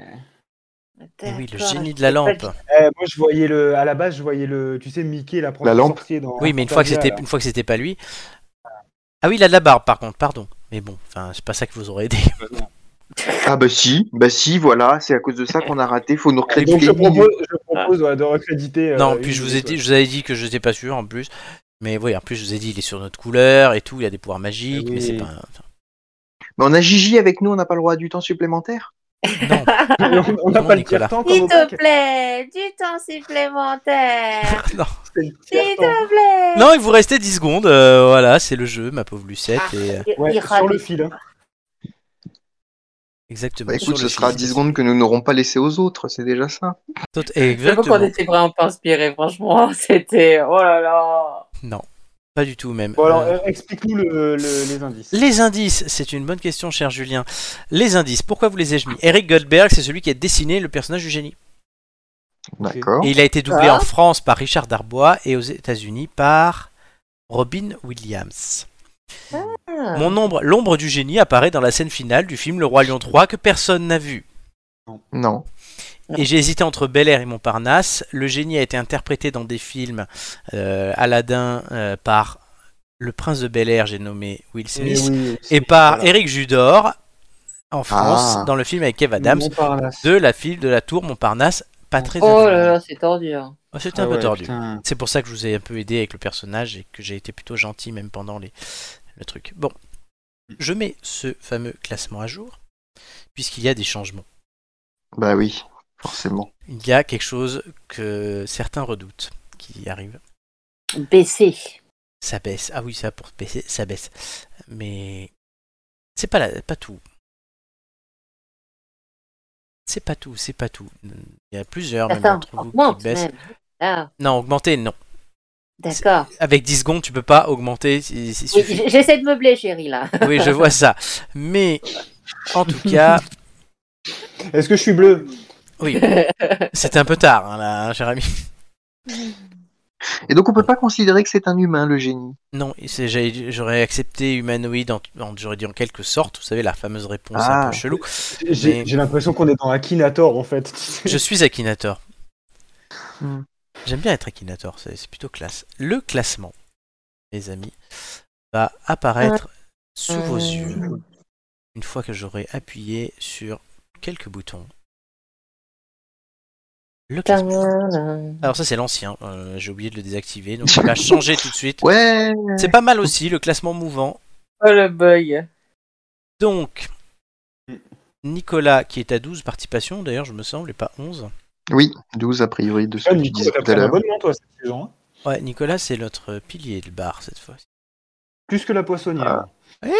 Eh oui, le
D'accord.
génie de la lampe.
Eh, moi, je voyais le. À la base, je voyais le. Tu sais, Mickey, l'apprenti
La lampe.
sorcier dans.
Oui, mais une fois que c'était,
Fantasia, là.
une fois que c'était pas lui. Ah oui, il a de la barbe, par contre, pardon. Mais bon, enfin, c'est pas ça qui vous aurait aidé.
Ah bah si, bah si, voilà, c'est à cause de ça qu'on a raté, faut nous recréditer.
Donc je propose, je propose ouais, de recréditer. euh,
Ah. non,
une
puis je vous, ai
minute,
dit, je vous avais dit que je n'étais pas sûr en plus. Mais oui, en plus, je vous ai dit, il est sur notre couleur et tout, il a des pouvoirs magiques,
Ah
mais c'est
oui.
pas. un-
Mais on a Gigi avec nous, on n'a pas le droit à du temps supplémentaire
Non,
ouais. Et on- On n'a
Non,
pas le
Nicolas.
tiers temps comme
S'il
au
te
bac.
plaît, du temps supplémentaire.
non.
c'est le
S'il
tiers temps.
te plaît.
Non, il vous restait 10 secondes. euh, voilà, c'est le jeu, ma pauvre Lucette. et, euh,
Il-
Ouais,
il
sur le
râle.
fil. hein.
exactement.
Bah écoute,
sur
ce
le
sera
fil.
10 secondes que nous n'aurons pas laissé aux autres, c'est déjà ça.
Tot-
J'avoue qu'on
Exactement.
était vraiment pas inspirés, franchement. C'était. Oh là là.
Non, pas du tout même.
Bon alors,
Euh,
euh, explique-nous le- le- les indices.
Les indices, c'est une bonne question, cher Julien. Les indices, pourquoi vous les ai-je mis Eric Goldberg, c'est celui qui a dessiné le personnage du génie.
D'accord.
Et il a été doublé
Ah.
en France par Richard Darbois et aux États-Unis par Robin Williams.
Ah.
Mon ombre, l'ombre du génie apparaît dans la scène finale du film Le Roi Lion 3 que personne n'a vu.
Non.
Ah.
Et j'ai hésité entre Bel Air et Montparnasse. Le génie a été interprété dans des films euh, Aladdin euh, par le prince de Bel Air, j'ai nommé Will Smith,
Eh oui,
et
c'est-
par
voilà.
Eric Judor en France
Ah.
dans le film avec Kev Adams
Montparnasse.
de la file de la tour Montparnasse. Pas très
Oh
agréable.
là là, c'est tordu. hein.
Oh, C'était
Ah
un peu
ouais,
tordu.
putain.
C'est pour ça que je vous ai un peu aidé avec le personnage et que j'ai été plutôt gentil même pendant les... le truc. Bon, je mets ce fameux classement à jour puisqu'il y a des changements.
Bah oui, forcément.
Il y a quelque chose que certains redoutent qui arrive.
Baissé.
Ça baisse. Ah oui, ça pour baisser, ça baisse. Mais c'est pas la- pas tout. C'est pas tout, c'est pas tout. Il y a plusieurs même
Attends,
d'entre vous qui
augmente
baissent.
même. Ah,
Non, augmenter, non.
d'accord.
Avec 10 secondes, tu peux pas augmenter. Il, il
Oui,
suffit.
j- J'essaie de meubler, chérie, là.
Oui, je vois ça. Mais en tout cas,
Est-ce que je suis bleu
oui, c'était un peu tard, hein, là, hein, cher ami.
Et donc on peut pas considérer que c'est un humain, le génie.
Non, et c'est- j'avais- j'aurais accepté humanoïde, en- en- j'aurais dit en quelque sorte, vous savez, la fameuse réponse un
Ah.
peu chelou.
J'ai
Mais-
j'ai l'impression qu'on est dans Akinator en fait.
Je suis Akinator.
Hmm.
J'aime bien être Akinator, c'est c'est plutôt classe. Le classement, les amis, va apparaître sous vos
Euh.
yeux une fois que j'aurai appuyé sur quelques boutons. Le classement. Alors ça c'est l'ancien, euh, j'ai oublié de le désactiver, donc il va changer tout de suite.
Ouais
C'est pas mal aussi le classement mouvant.
Oh le boy.
Donc,
Mm.
Nicolas qui est à 12 participations, d'ailleurs je me semble, et pas 11.
Oui, 12 a priori de ce
Ah,
que tu
Nico,
disais
t'as
tout
pris
à
un
l'heure.
abonnement toi, cette saison. hein
Ouais, Nicolas c'est notre pilier de bar cette fois.
Plus que la poissonnière.
Ah.
Ouais,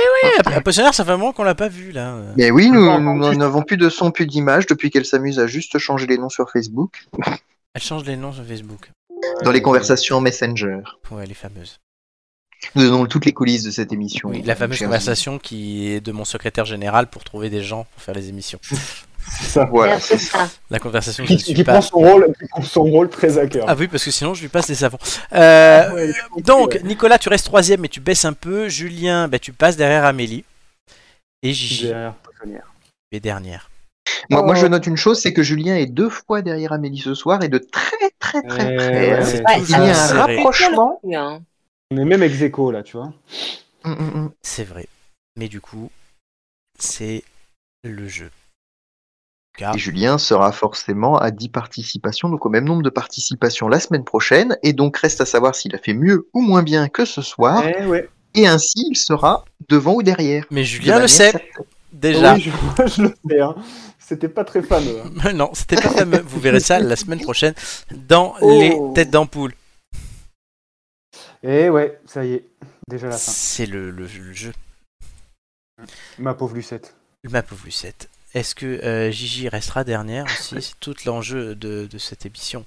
la- la potionnaire, ça fait un moment qu'on l'a pas vu là. Euh,
Mais oui, nous
Bon,
nous
bon,
n'avons plus de son, plus d'image depuis qu'elle s'amuse à juste changer les noms sur Facebook,
Elle change les noms sur Facebook.
dans les conversations Messenger.
Ouais, elle est fameuse.
Nous donnons toutes les coulisses de cette émission.
Oui, la fameuse
chers
conversation qui est de mon secrétaire général pour trouver des gens pour faire les émissions.
C'est ça.
amis. Voilà,
Merde, c'est
c'est ça.
ça.
La conversation, je
Qui,
ne
qui
suis pas.
prend son rôle, qui prend son rôle très à cœur.
Ah oui, parce que sinon je lui passe des savons. Euh,
Ouais,
donc,
ouais.
Nicolas, tu restes troisième mais tu baisses un peu. Julien, bah, tu passes derrière Amélie. Et Gigi, tu
Derrière poissonnière.
es dernière.
Moi, moi, je note une chose, c'est que Julien est deux fois derrière Amélie ce soir et de très très très euh,
Eh
près.
ouais.
C'est
Ouais,
Il y
toujours
a un
c'est
serré.
rapprochement.
Oui, hein.
On est même ex aequo, là, tu vois.
Mm, mm, mm.
C'est vrai. Mais du coup, c'est le jeu. Car
Et Julien sera forcément à 10 participations, donc au même nombre de participations la semaine prochaine. Et donc reste à savoir s'il a fait mieux ou moins bien que ce soir.
Eh ouais.
Et ainsi, il sera devant ou derrière.
Mais
De
Julien le
manière
sait
certaine.
déjà.
Oui, je, je le sais. hein. C'était pas très fameux. hein.
Mais non, c'était pas fameux. Vous verrez ça la semaine prochaine dans
Oh.
les têtes d'ampoule.
Eh ouais, ça y est. Déjà la fin.
C'est le, le- le jeu.
Ma pauvre Lucette.
Ma pauvre Lucette. Est-ce que euh, Gigi restera dernière aussi C'est tout l'enjeu de, de cette émission.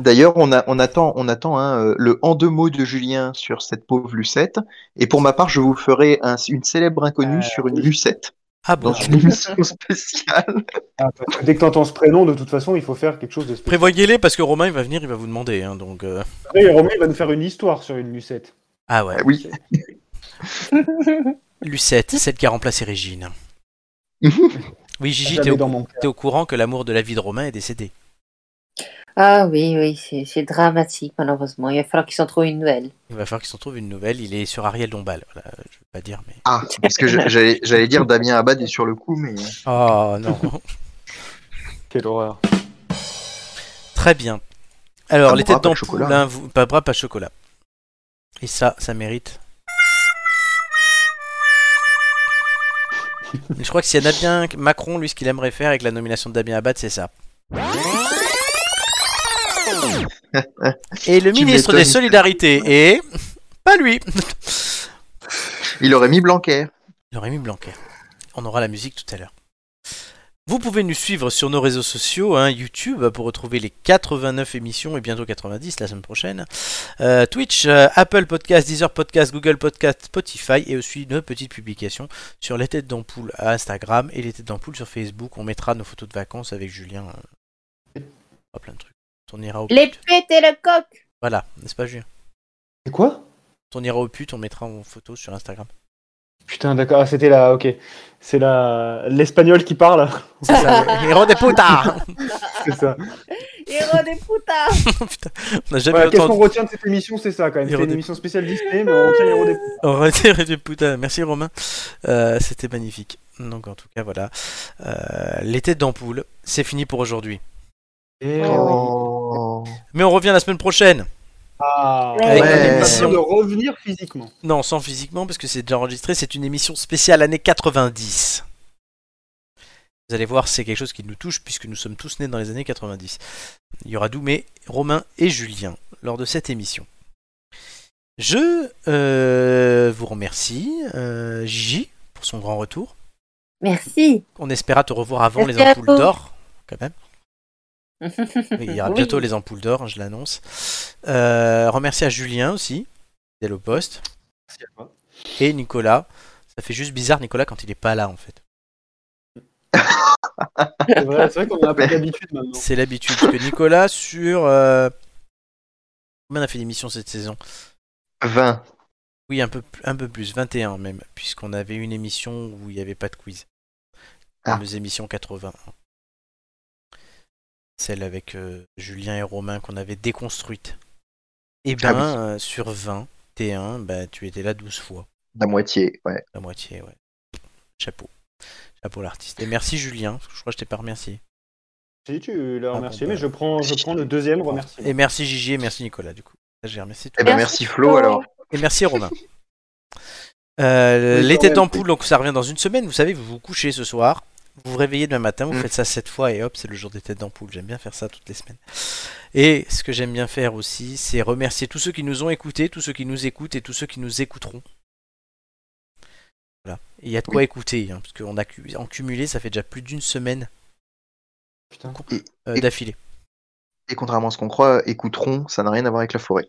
D'ailleurs, on, a- on attend, on attend hein, euh, le en deux mots de Julien sur cette pauvre Lucette. Et pour ma part, je vous ferai un- une célèbre inconnue
Euh,
sur une
oui.
Lucette
Ah
dans
bon
une émission spéciale.
Ah,
bah,
parce que dès que t'entends ce prénom, de toute façon, il faut faire quelque chose de spécial.
Prévoyez-les parce que Romain il va venir, il va vous demander. hein, donc euh.
Après, Romain il va nous faire une histoire sur une Lucette.
Ah ouais.
Ah oui.
Lucette, celle qui a remplacé Régine. Oui, Gigi, t'es
Jamais
au,
dans mon
t'es au courant que l'amour de la vie de Romain est décédé.
Ah oui, oui, c'est c'est dramatique, malheureusement. Il va falloir qu'ils s'en trouvent une nouvelle.
Il va falloir qu'ils s'en trouvent une nouvelle. Il est sur Ariel Dombal. Voilà, je vais pas dire, mais.
Ah, parce que je- j'allais j'allais dire Damien Abad est sur le coup, mais. euh,
Oh non.
Quelle horreur.
Très bien. Alors,
Pas
les
Ah, bras,
têtes
pas de
d'ampoule,
chocolat.
hein, vous- pas bras, pas chocolat. Et ça, ça mérite. Mais je crois que s'il y en a bien, que Macron, lui, ce qu'il aimerait faire avec la nomination de Damien Abad, c'est ça. Et le
Tu
ministre des
m'étonnes.
Solidarités est. Pas lui
Il aurait mis Blanquer.
Il aurait mis Blanquer. On aura la musique tout à l'heure. Vous pouvez nous suivre sur nos réseaux sociaux, hein, YouTube, pour retrouver les 89 émissions et bientôt 90 la semaine prochaine. Euh, Twitch, euh, Apple Podcast, Deezer Podcast, Google Podcast, Spotify et aussi nos petites publications sur les têtes d'ampoule à Instagram et les têtes d'ampoule sur Facebook. On mettra nos photos de vacances avec Julien. euh, oh, plein de trucs. On ira au
Les
pute.
putes et le coq.
Voilà, n'est-ce pas Julien
C'est quoi
On ira au pute, on mettra en photo sur Instagram.
Putain, d'accord. Ah, c'était la. Ok. C'est la. L'espagnol qui parle.
C'est ça, ouais. Héros des putas
C'est ça.
Héros des putas.
Putain, on n'a jamais
Voilà, Qu'est-ce
entendu.
qu'on retient de cette émission C'est ça, quand même.
Héros
C'était une
des-
émission spéciale Disney, mais on retient Héros des
On retire du putain. Merci Romain. Euh, C'était magnifique. Donc en tout cas voilà. Euh, les têtes d'ampoule, c'est fini pour aujourd'hui.
Eh oui.
Oh.
Mais on revient la semaine prochaine.
Ah,
Avec
Ouais.
on a
Si
on-
besoin de revenir physiquement.
Non, sans physiquement parce que c'est déjà enregistré. C'est une émission spéciale année 90. Vous allez voir, c'est quelque chose qui nous touche puisque nous sommes tous nés dans les années 90. Il y aura Doumé, Romain et Julien lors de cette émission. Je euh, vous remercie, euh, Gigi, pour son grand retour.
Merci.
On espéra te revoir avant
Merci
les
à
ampoules
vous.
d'or, quand même. Oui, il y aura
Oui.
bientôt les ampoules d'or, hein, je l'annonce. Euh, remercie à Julien aussi, fidèle au poste,
Merci à toi.
et Nicolas. Ça fait juste bizarre Nicolas quand il n'est pas là en fait.
C'est vrai, c'est vrai qu'on a un peu l'habitude maintenant.
C'est l'habitude parce que Nicolas sur euh, combien on a fait d'émissions cette saison
20.
Oui, un peu plus- un peu plus, 21 même, puisqu'on avait une émission où il n'y avait pas de quiz. La
Ah.
fameuse émission 80. Celle avec euh, Julien et Romain qu'on avait déconstruite. Et ben,
Ah
euh, sur 20, T1, bah, tu étais là 12 fois,
La moitié, ouais.
la moitié, ouais. Chapeau. Chapeau l'artiste. Et merci Julien, parce que je crois que je t'ai pas remercié.
Si tu l'as
Ah,
remercié,
bon,
mais
bah.
je prends, je prends le deuxième remerciement.
Et merci Gigi et merci Nicolas, du coup. Ça, j'ai remercié tout
Eh
le
ben
monde.
merci Flo alors.
Et merci Romain. Euh,
Oui,
les
quand
têtes
même.
d'ampoule, donc ça revient dans une semaine. Vous savez, vous vous couchez ce soir, vous vous réveillez demain matin, vous
Mm.
faites ça sept fois et hop, c'est le jour des têtes d'ampoule. J'aime bien faire ça toutes les semaines. Et ce que j'aime bien faire aussi, c'est remercier tous ceux qui nous ont écoutés, tous ceux qui nous écoutent et tous ceux qui nous écouteront. Voilà. Et Il y a de quoi écouter, hein, parce qu'on a cu- en cumulé, ça fait déjà plus d'une semaine
Putain.
euh,
Et-
d'affilée.
Et contrairement à ce qu'on croit, écouteront, ça n'a rien à voir avec la forêt.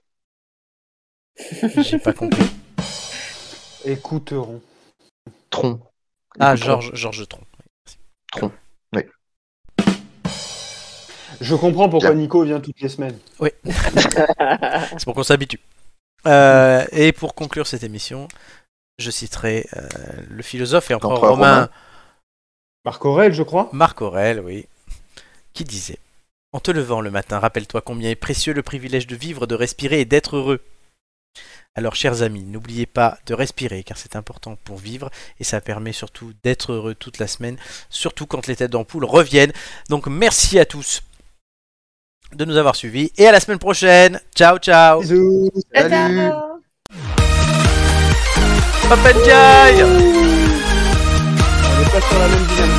J'ai pas compris.
Écouterons.
Tron.
Ah,
Écouteront.
Georges Georges Tron.
Je comprends pourquoi
Bien.
Nico vient toutes les semaines.
C'est pour qu'on s'habitue. Euh, et pour conclure cette émission, je citerai euh, le philosophe et empereur
L'empereur
romain,
romain.
Marc Aurel, je crois.
Marc Aurèle, oui, qui disait En te levant le matin, rappelle-toi combien est précieux le privilège de vivre, de respirer et d'être heureux. Alors, chers amis, n'oubliez pas de respirer, car c'est important pour vivre et ça permet surtout d'être heureux toute la semaine, surtout quand les têtes d'ampoule reviennent. Donc, merci à tous de nous avoir suivis et à la semaine prochaine. Ciao, ciao.
Bisous.
Salut
Papa Ndiaye
On est pas sur la même dynamique. hein.